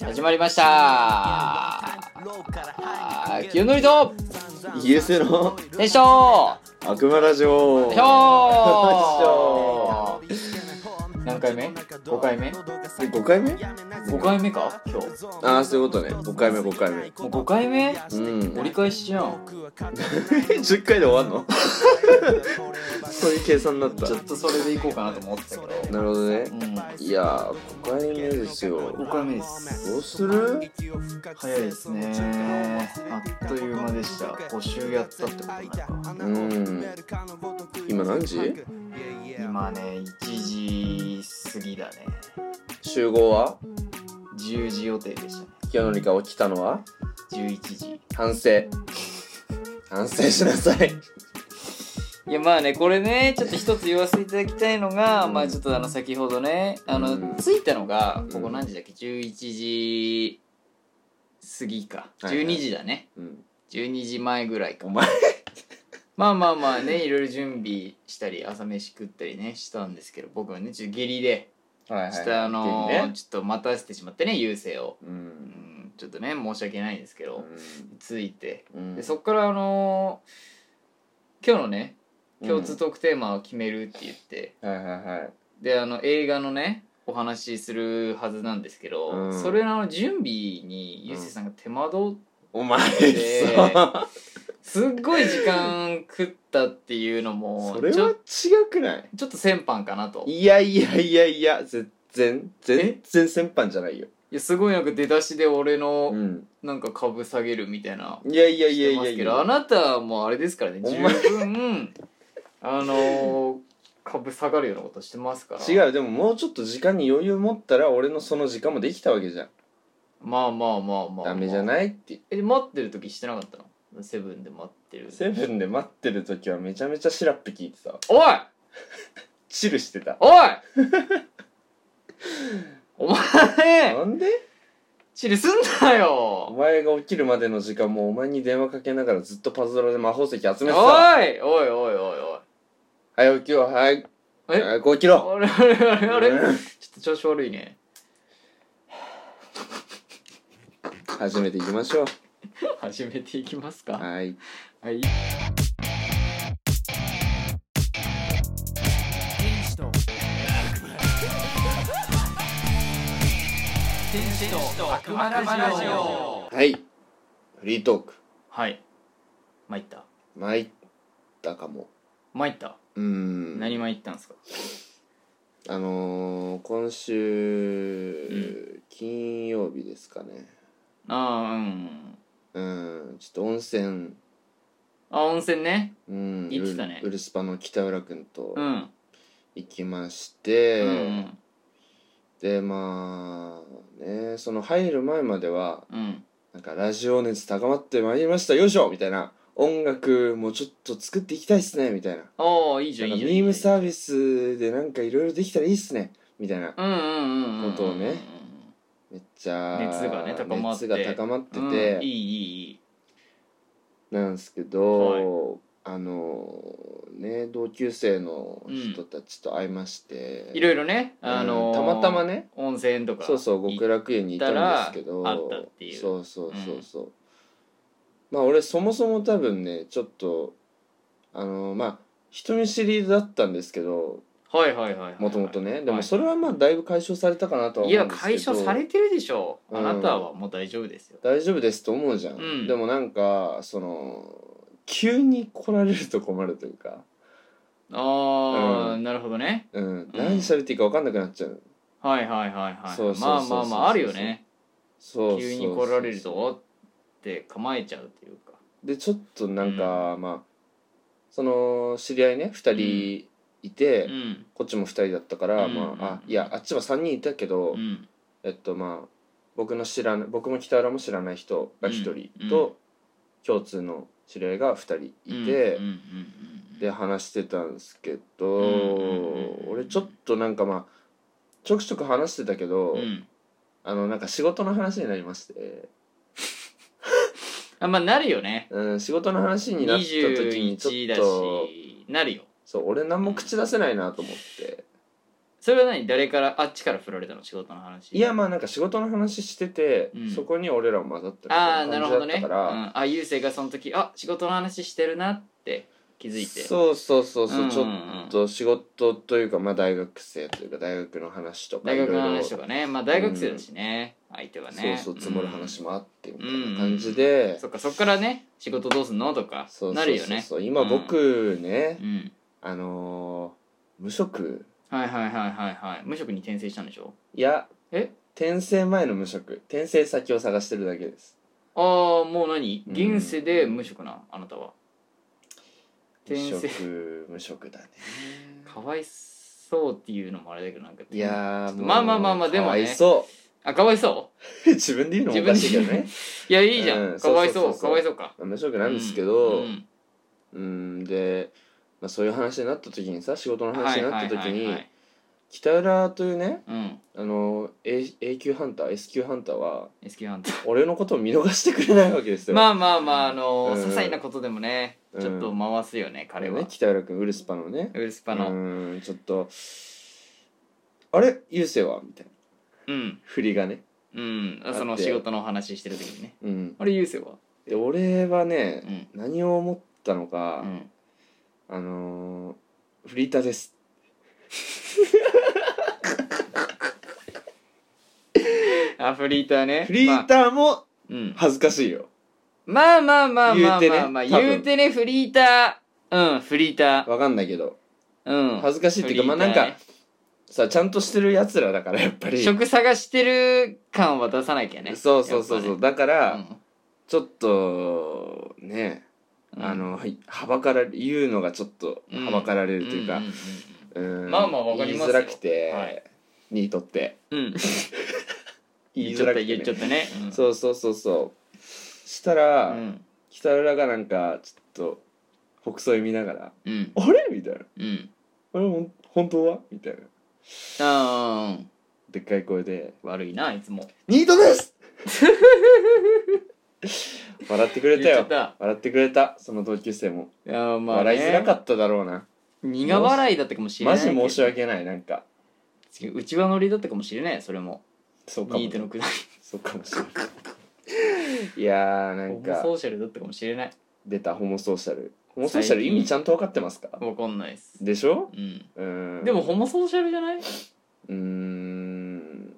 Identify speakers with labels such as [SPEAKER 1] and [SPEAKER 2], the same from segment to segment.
[SPEAKER 1] 始まりましたあー清則と
[SPEAKER 2] イエスの
[SPEAKER 1] でしょ
[SPEAKER 2] 悪魔ラジオ
[SPEAKER 1] うでしょ
[SPEAKER 2] よ
[SPEAKER 1] う何回目 ?5 回目
[SPEAKER 2] え5回目
[SPEAKER 1] ?5 回目か今日
[SPEAKER 2] ああそういうことね5回目5回目
[SPEAKER 1] もう5回目
[SPEAKER 2] うん
[SPEAKER 1] 折り返しじゃん
[SPEAKER 2] 10回で終わんのそういう計算になった
[SPEAKER 1] ちょっとそれでいこうかなと思ってたけど
[SPEAKER 2] なるほどね
[SPEAKER 1] うん5
[SPEAKER 2] いやー5回目ですよ
[SPEAKER 1] 回目です
[SPEAKER 2] どうする
[SPEAKER 1] 早いですねあっという間でした5週やったってことになるか
[SPEAKER 2] うん今何時
[SPEAKER 1] 今ね1時過ぎだね
[SPEAKER 2] 集合は
[SPEAKER 1] 10時予定でしたね
[SPEAKER 2] 清則が起きたのは
[SPEAKER 1] 11時
[SPEAKER 2] 反省反省しなさい
[SPEAKER 1] いやまあねこれねちょっと一つ言わせていただきたいのが、
[SPEAKER 2] うん
[SPEAKER 1] まあちょっとあの先ほどねあの、
[SPEAKER 2] うん
[SPEAKER 1] 着いたのがここ
[SPEAKER 2] うん
[SPEAKER 1] 何時だっけ11時過ぎか
[SPEAKER 2] はいはい
[SPEAKER 1] 12時だね、
[SPEAKER 2] うん
[SPEAKER 1] 12時前ぐらいか
[SPEAKER 2] お前
[SPEAKER 1] まあまあまあねいろいろ準備したり朝飯食ったりねしたんですけど僕はねちょっと下痢で
[SPEAKER 2] は
[SPEAKER 1] ちょっとあの
[SPEAKER 2] ね
[SPEAKER 1] ちょっと待たせてしまってね優勢を、
[SPEAKER 2] う
[SPEAKER 1] うんん、ちょっとね申し訳ないんですけど、着いて
[SPEAKER 2] うん
[SPEAKER 1] でそっからあの今日のね共通トークテーマを決めるって言って、
[SPEAKER 2] うんはいはいはい
[SPEAKER 1] であの映画のねお話しするはずなんですけど、
[SPEAKER 2] うん
[SPEAKER 1] それの準備にゆうせいさんが手間取っ
[SPEAKER 2] お前
[SPEAKER 1] で
[SPEAKER 2] さ
[SPEAKER 1] すっごい時間食ったっていうのも
[SPEAKER 2] それ
[SPEAKER 1] ちょ
[SPEAKER 2] は違くない
[SPEAKER 1] ちょっと先般かなとい
[SPEAKER 2] いやいやいやいや全然全然先般じゃないよ、
[SPEAKER 1] やすごいなんか出だしで俺の
[SPEAKER 2] ん、
[SPEAKER 1] なんか株下げるみたいな、
[SPEAKER 2] いやいやいや
[SPEAKER 1] して
[SPEAKER 2] い
[SPEAKER 1] ま
[SPEAKER 2] や
[SPEAKER 1] す
[SPEAKER 2] い
[SPEAKER 1] けどあ
[SPEAKER 2] や
[SPEAKER 1] なたはもうあれですからね
[SPEAKER 2] お
[SPEAKER 1] 十
[SPEAKER 2] 前
[SPEAKER 1] 分あのー株下がるようなことしてますから
[SPEAKER 2] 違うでももうちょっと時間に余裕持ったら俺のその時間もできたわけじゃん
[SPEAKER 1] まあまあまあまあ、まあ、
[SPEAKER 2] ダメじゃ
[SPEAKER 1] い
[SPEAKER 2] ないって
[SPEAKER 1] え待ってる時してなかったのセブンで待ってる
[SPEAKER 2] セブンで待ってる時はめちゃめちゃシラップ聞いてたわ
[SPEAKER 1] おい
[SPEAKER 2] チルしてた
[SPEAKER 1] おいお前
[SPEAKER 2] なんで
[SPEAKER 1] チルすんな
[SPEAKER 2] お
[SPEAKER 1] よ
[SPEAKER 2] 前が起きるまでの時間もお前に電話かけながらずっとパズドラで魔法石集めてた
[SPEAKER 1] おい
[SPEAKER 2] わ
[SPEAKER 1] おいおいおいおい
[SPEAKER 2] はい起きろはい
[SPEAKER 1] え
[SPEAKER 2] はいこう起きろ
[SPEAKER 1] あれあれあれあれ
[SPEAKER 2] うん
[SPEAKER 1] ちょっと調子悪いね
[SPEAKER 2] 始めていきましょう
[SPEAKER 1] 始めていきますか
[SPEAKER 2] はい
[SPEAKER 1] はい
[SPEAKER 3] 悪魔ラジオ
[SPEAKER 2] はいフリートーク
[SPEAKER 1] はい参った
[SPEAKER 2] 参ったかも
[SPEAKER 1] 参った
[SPEAKER 2] うーん
[SPEAKER 1] 何参ったんですか
[SPEAKER 2] あのー、今週、金曜日ですかね
[SPEAKER 1] ああうん
[SPEAKER 2] うんちょっと温泉
[SPEAKER 1] あ温泉ね
[SPEAKER 2] うん
[SPEAKER 1] 行ってたね
[SPEAKER 2] ウルウルスパの北浦君と
[SPEAKER 1] うん
[SPEAKER 2] 行きまし
[SPEAKER 1] う
[SPEAKER 2] て、
[SPEAKER 1] んうん
[SPEAKER 2] でまあねその入る前までは
[SPEAKER 1] うん
[SPEAKER 2] なんかラジオ熱高まってまいりましたよいしょみたいな音楽もちょっと作っていきたいっすねみたいな
[SPEAKER 1] ああいいじゃん
[SPEAKER 2] ないん
[SPEAKER 1] い
[SPEAKER 2] か
[SPEAKER 1] じゃん
[SPEAKER 2] ミーム
[SPEAKER 1] いい
[SPEAKER 2] サービスでなんかいろいろできたらいいっすねみたいな
[SPEAKER 1] じゃんうんうんうんうん
[SPEAKER 2] ことをねめっちゃ
[SPEAKER 1] 熱がね高まって
[SPEAKER 2] 熱が高まって
[SPEAKER 1] うん
[SPEAKER 2] て、
[SPEAKER 1] いいいいいい
[SPEAKER 2] なんですけど、あのね同級生の人たちと会いまして、
[SPEAKER 1] いろいろね、あのー
[SPEAKER 2] うんたまたまね
[SPEAKER 1] 温泉とか
[SPEAKER 2] そうそう極楽園にいたんですけ
[SPEAKER 1] 行
[SPEAKER 2] ど
[SPEAKER 1] ったら会ったっていう
[SPEAKER 2] そうそうそうそう、まあ俺そもそも多分ねちょっとあのまあ人見知りだったんですけど
[SPEAKER 1] はいはいはいはい
[SPEAKER 2] もともとね、で
[SPEAKER 1] は
[SPEAKER 2] も
[SPEAKER 1] い
[SPEAKER 2] それはまあだいぶ解消されたかなとはい
[SPEAKER 1] や
[SPEAKER 2] 思うんですけど
[SPEAKER 1] 解消されてるでしょう、
[SPEAKER 2] うん
[SPEAKER 1] あなたはもう大丈夫ですよ
[SPEAKER 2] 大丈夫ですと思うじゃん、
[SPEAKER 1] うん
[SPEAKER 2] でもなんかその急に来られると困るというか、
[SPEAKER 1] ああ、
[SPEAKER 2] う
[SPEAKER 1] なるほどね
[SPEAKER 2] うん、何喋っていいか分かんなくなっちゃう
[SPEAKER 1] はいはいはいはい
[SPEAKER 2] そうそうそうそう
[SPEAKER 1] まあまあまああるよね
[SPEAKER 2] そうそう
[SPEAKER 1] 急に来られるとおって構えちゃうというか
[SPEAKER 2] でちょっとなんか、まあその知り合いね2人いて、
[SPEAKER 1] うん
[SPEAKER 2] こっちも2人だったから、
[SPEAKER 1] うん
[SPEAKER 2] まああいやあっちは3人いたけど、
[SPEAKER 1] うん
[SPEAKER 2] えっとまあ僕の知らない僕も北浦も知らない人が1人
[SPEAKER 1] うん
[SPEAKER 2] と、共通の知り合いが2人いて、
[SPEAKER 1] うんうんうん
[SPEAKER 2] で話してたんですけど、
[SPEAKER 1] うん
[SPEAKER 2] 俺ちょっとなんかまあちょくちょく話してたけど、
[SPEAKER 1] うんうん
[SPEAKER 2] あのなんか仕事の話になりまして、
[SPEAKER 1] あまあなるよね
[SPEAKER 2] うん、仕事の話になった時に
[SPEAKER 1] 21
[SPEAKER 2] ち
[SPEAKER 1] だ
[SPEAKER 2] ょっと
[SPEAKER 1] しなるよ
[SPEAKER 2] そう俺何も口出せないなと思って、
[SPEAKER 1] それは何誰からあっちから振られたの仕事の話
[SPEAKER 2] いやまあなんか仕事の話してて、
[SPEAKER 1] うん
[SPEAKER 2] そこに俺らも混ざってるみ
[SPEAKER 1] あ
[SPEAKER 2] た
[SPEAKER 1] あ
[SPEAKER 2] い
[SPEAKER 1] なる
[SPEAKER 2] な
[SPEAKER 1] ほ
[SPEAKER 2] 感
[SPEAKER 1] ど
[SPEAKER 2] じだっ
[SPEAKER 1] ね、
[SPEAKER 2] た
[SPEAKER 1] う
[SPEAKER 2] から、
[SPEAKER 1] ん、あゆうせいがその時あ仕事の話してるなって気づいてう
[SPEAKER 2] そうそうそうそう、
[SPEAKER 1] んんん
[SPEAKER 2] ちょっと仕事というかまあ大学生というか大学の話とか
[SPEAKER 1] 大
[SPEAKER 2] いろ
[SPEAKER 1] 学
[SPEAKER 2] い
[SPEAKER 1] の
[SPEAKER 2] ろ
[SPEAKER 1] 話とかねまあ大学生だしね、相手はね
[SPEAKER 2] そうそう積もる話
[SPEAKER 1] も、
[SPEAKER 2] もあってみたいな感じで、
[SPEAKER 1] そっかそっからね仕事どうすんのとか
[SPEAKER 2] そうそうそうそう
[SPEAKER 1] なるよね
[SPEAKER 2] 今僕ね、
[SPEAKER 1] うん
[SPEAKER 2] あのー無職
[SPEAKER 1] はいはいはいはいはい無職に転生したんでしょ
[SPEAKER 2] いや
[SPEAKER 1] え
[SPEAKER 2] 転生前の無職転生先を探してるだけです
[SPEAKER 1] ああもう何
[SPEAKER 2] うん
[SPEAKER 1] 現世で無職なあなたは
[SPEAKER 2] 無
[SPEAKER 1] 転生
[SPEAKER 2] 職無職だね
[SPEAKER 1] かわいそうって いうのもあれだけどなんか
[SPEAKER 2] いやーもう
[SPEAKER 1] まあまあまあまあでもね
[SPEAKER 2] かわいそ
[SPEAKER 1] あかわいそう
[SPEAKER 2] 自分で言うのもおかしいけどね
[SPEAKER 1] ういやいいじゃん、
[SPEAKER 2] うん
[SPEAKER 1] かわいそ
[SPEAKER 2] そううそうそうそ
[SPEAKER 1] か
[SPEAKER 2] う
[SPEAKER 1] わいそうか
[SPEAKER 2] 無職なんですけど、
[SPEAKER 1] うんうん
[SPEAKER 2] うんで、まあ、そういう話になった時にさ仕事の話になった時
[SPEAKER 1] はいはいはいは
[SPEAKER 2] に
[SPEAKER 1] い
[SPEAKER 2] 北浦というね
[SPEAKER 1] うん
[SPEAKER 2] あの A, A 級ハンター S 級ハンターは
[SPEAKER 1] S q ハンター
[SPEAKER 2] 俺のことを見逃してくれないわけですよ、
[SPEAKER 1] まあまあまああのー
[SPEAKER 2] うん
[SPEAKER 1] 些細なことでもね
[SPEAKER 2] うん
[SPEAKER 1] ちょっと回すよね彼は
[SPEAKER 2] ね北浦君ウルスパのね
[SPEAKER 1] ウルスパの
[SPEAKER 2] うーんちょっとあれ優勢はみたいな
[SPEAKER 1] うん
[SPEAKER 2] 振りがね
[SPEAKER 1] うん
[SPEAKER 2] って
[SPEAKER 1] その仕事の話してる時にね
[SPEAKER 2] うん
[SPEAKER 1] あれ優勢は
[SPEAKER 2] で俺はね
[SPEAKER 1] う、ん
[SPEAKER 2] 何を思ったのか、
[SPEAKER 1] うん
[SPEAKER 2] あのーフリーターです
[SPEAKER 1] あフリーターね
[SPEAKER 2] フリー
[SPEAKER 1] ー
[SPEAKER 2] ターも
[SPEAKER 1] うん
[SPEAKER 2] 恥ずかしいよ
[SPEAKER 1] まあまあまあまあ
[SPEAKER 2] 言うて
[SPEAKER 1] ま
[SPEAKER 2] ね
[SPEAKER 1] あまあ
[SPEAKER 2] 多分
[SPEAKER 1] 言うてねフリーターうんフリーター
[SPEAKER 2] わかんないけど
[SPEAKER 1] うん
[SPEAKER 2] 恥ずかしいっていうかまあ
[SPEAKER 1] フリ
[SPEAKER 2] な
[SPEAKER 1] ー
[SPEAKER 2] ん
[SPEAKER 1] ターね
[SPEAKER 2] かさちゃんとしてるやつらだからやっぱり
[SPEAKER 1] 職探してる感は出さなきゃね
[SPEAKER 2] そうそうそうそう、
[SPEAKER 1] やっ
[SPEAKER 2] だか
[SPEAKER 1] ぱ
[SPEAKER 2] ら、
[SPEAKER 1] ね
[SPEAKER 2] ちょっとね、
[SPEAKER 1] うん
[SPEAKER 2] あのはばから言うのがちょっとはばかられるというか、
[SPEAKER 1] んん
[SPEAKER 2] うん
[SPEAKER 1] まあまあわかりますよ
[SPEAKER 2] 言いづらくて、
[SPEAKER 1] はい
[SPEAKER 2] にとって
[SPEAKER 1] うんうん
[SPEAKER 2] 言
[SPEAKER 1] 言
[SPEAKER 2] い
[SPEAKER 1] っち
[SPEAKER 2] づ
[SPEAKER 1] ゃ
[SPEAKER 2] ら
[SPEAKER 1] っ
[SPEAKER 2] く
[SPEAKER 1] た
[SPEAKER 2] て、
[SPEAKER 1] 言っちゃったねうん
[SPEAKER 2] そうそうそうそうしたら、
[SPEAKER 1] うん
[SPEAKER 2] 北浦がなんかちょっと北斎見ながら
[SPEAKER 1] うん
[SPEAKER 2] 「あれ?」みたいな
[SPEAKER 1] うん
[SPEAKER 2] 「あれほん本当は?」みたいな
[SPEAKER 1] あーうん
[SPEAKER 2] でっかい声で
[SPEAKER 1] 悪いないつも
[SPEAKER 2] 「ニートです! 」 笑ってくれた
[SPEAKER 1] 言っ
[SPEAKER 2] よ
[SPEAKER 1] ちゃっ
[SPEAKER 2] 笑ってくれたその同級生も、
[SPEAKER 1] たいやーまあね
[SPEAKER 2] 笑いづらかっただろうな
[SPEAKER 1] 苦笑いだったかもしれな
[SPEAKER 2] マ
[SPEAKER 1] い
[SPEAKER 2] ジ
[SPEAKER 1] けど
[SPEAKER 2] 申し訳ないなんか
[SPEAKER 1] 内輪乗りだったかもしれないそれも
[SPEAKER 2] そうかも
[SPEAKER 1] ニートのくだ
[SPEAKER 2] そうかもしれないいやーな
[SPEAKER 1] り
[SPEAKER 2] ん
[SPEAKER 1] ホモ
[SPEAKER 2] か
[SPEAKER 1] ソーシャルだったかもしれない
[SPEAKER 2] 出たホモソーシャルホモソーシャル意味ちゃんと分かってますか
[SPEAKER 1] わかんないです
[SPEAKER 2] でしょ
[SPEAKER 1] うん
[SPEAKER 2] うーん
[SPEAKER 1] でもホモソーシャルじゃないう
[SPEAKER 2] ーん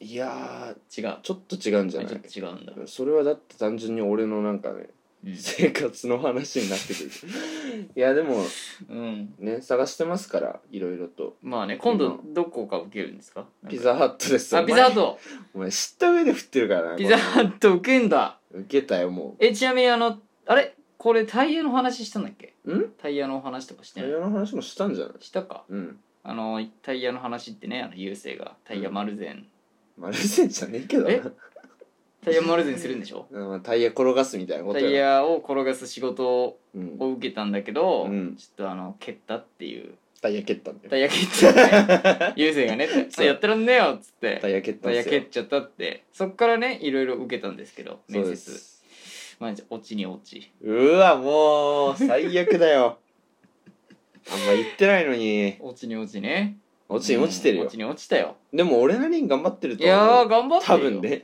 [SPEAKER 2] いやー
[SPEAKER 1] 違う
[SPEAKER 2] ちょっと違うんじゃ
[SPEAKER 1] あ
[SPEAKER 2] な
[SPEAKER 1] ちょっ
[SPEAKER 2] い
[SPEAKER 1] と違うんだ
[SPEAKER 2] それはだって単純に俺のなんかね
[SPEAKER 1] う
[SPEAKER 2] 生活の話になってくるいやでも
[SPEAKER 1] ん、うん、
[SPEAKER 2] ね探してますからいろいろと
[SPEAKER 1] まあね今度どこか受けるんですか
[SPEAKER 2] ピザハットです
[SPEAKER 1] あピザハッ
[SPEAKER 2] ト
[SPEAKER 1] ト
[SPEAKER 2] お前知った上で振ってるからな
[SPEAKER 1] ピザハット受けんだ
[SPEAKER 2] これ受けたよも
[SPEAKER 1] えちなみにあのあれこれタイヤの話したんだっけ
[SPEAKER 2] ううん
[SPEAKER 1] タイヤの話とかしてな
[SPEAKER 2] タイ
[SPEAKER 1] い
[SPEAKER 2] ヤの話もしたんじゃない
[SPEAKER 1] したか
[SPEAKER 2] うん
[SPEAKER 1] あのタイヤの話ってねあの優勢がタイヤ丸善、
[SPEAKER 2] マルセンじゃねえけどな
[SPEAKER 1] えタイヤ丸善するんでし ょ
[SPEAKER 2] うんまあタイヤ転がすみたいなこと
[SPEAKER 1] タ
[SPEAKER 2] よ
[SPEAKER 1] イヤを転がす仕事を
[SPEAKER 2] うん、
[SPEAKER 1] 受けたんだけど、
[SPEAKER 2] うん
[SPEAKER 1] ちょっとあの蹴ったっていう
[SPEAKER 2] タイヤ蹴ったんだよ
[SPEAKER 1] タイヤ蹴っちゃ って優勢がね「
[SPEAKER 2] そう
[SPEAKER 1] やってらんねえよ」っつって
[SPEAKER 2] タイヤ蹴った
[SPEAKER 1] タイ
[SPEAKER 2] んで
[SPEAKER 1] ヤ
[SPEAKER 2] す
[SPEAKER 1] 蹴
[SPEAKER 2] よ
[SPEAKER 1] っちゃったってそっからねいろいろ受けたんですけど面
[SPEAKER 2] そうで
[SPEAKER 1] 接
[SPEAKER 2] す
[SPEAKER 1] 毎日落ちに落ち
[SPEAKER 2] うわもう最悪だよ あんま言ってないのに
[SPEAKER 1] 落ちに落ちね
[SPEAKER 2] 落ちに落ちてる
[SPEAKER 1] うん
[SPEAKER 2] よ
[SPEAKER 1] 落ちに落ちたよ
[SPEAKER 2] でも俺なりに頑張ってる
[SPEAKER 1] い
[SPEAKER 2] と思う
[SPEAKER 1] やー頑張ってるよ
[SPEAKER 2] 多分ね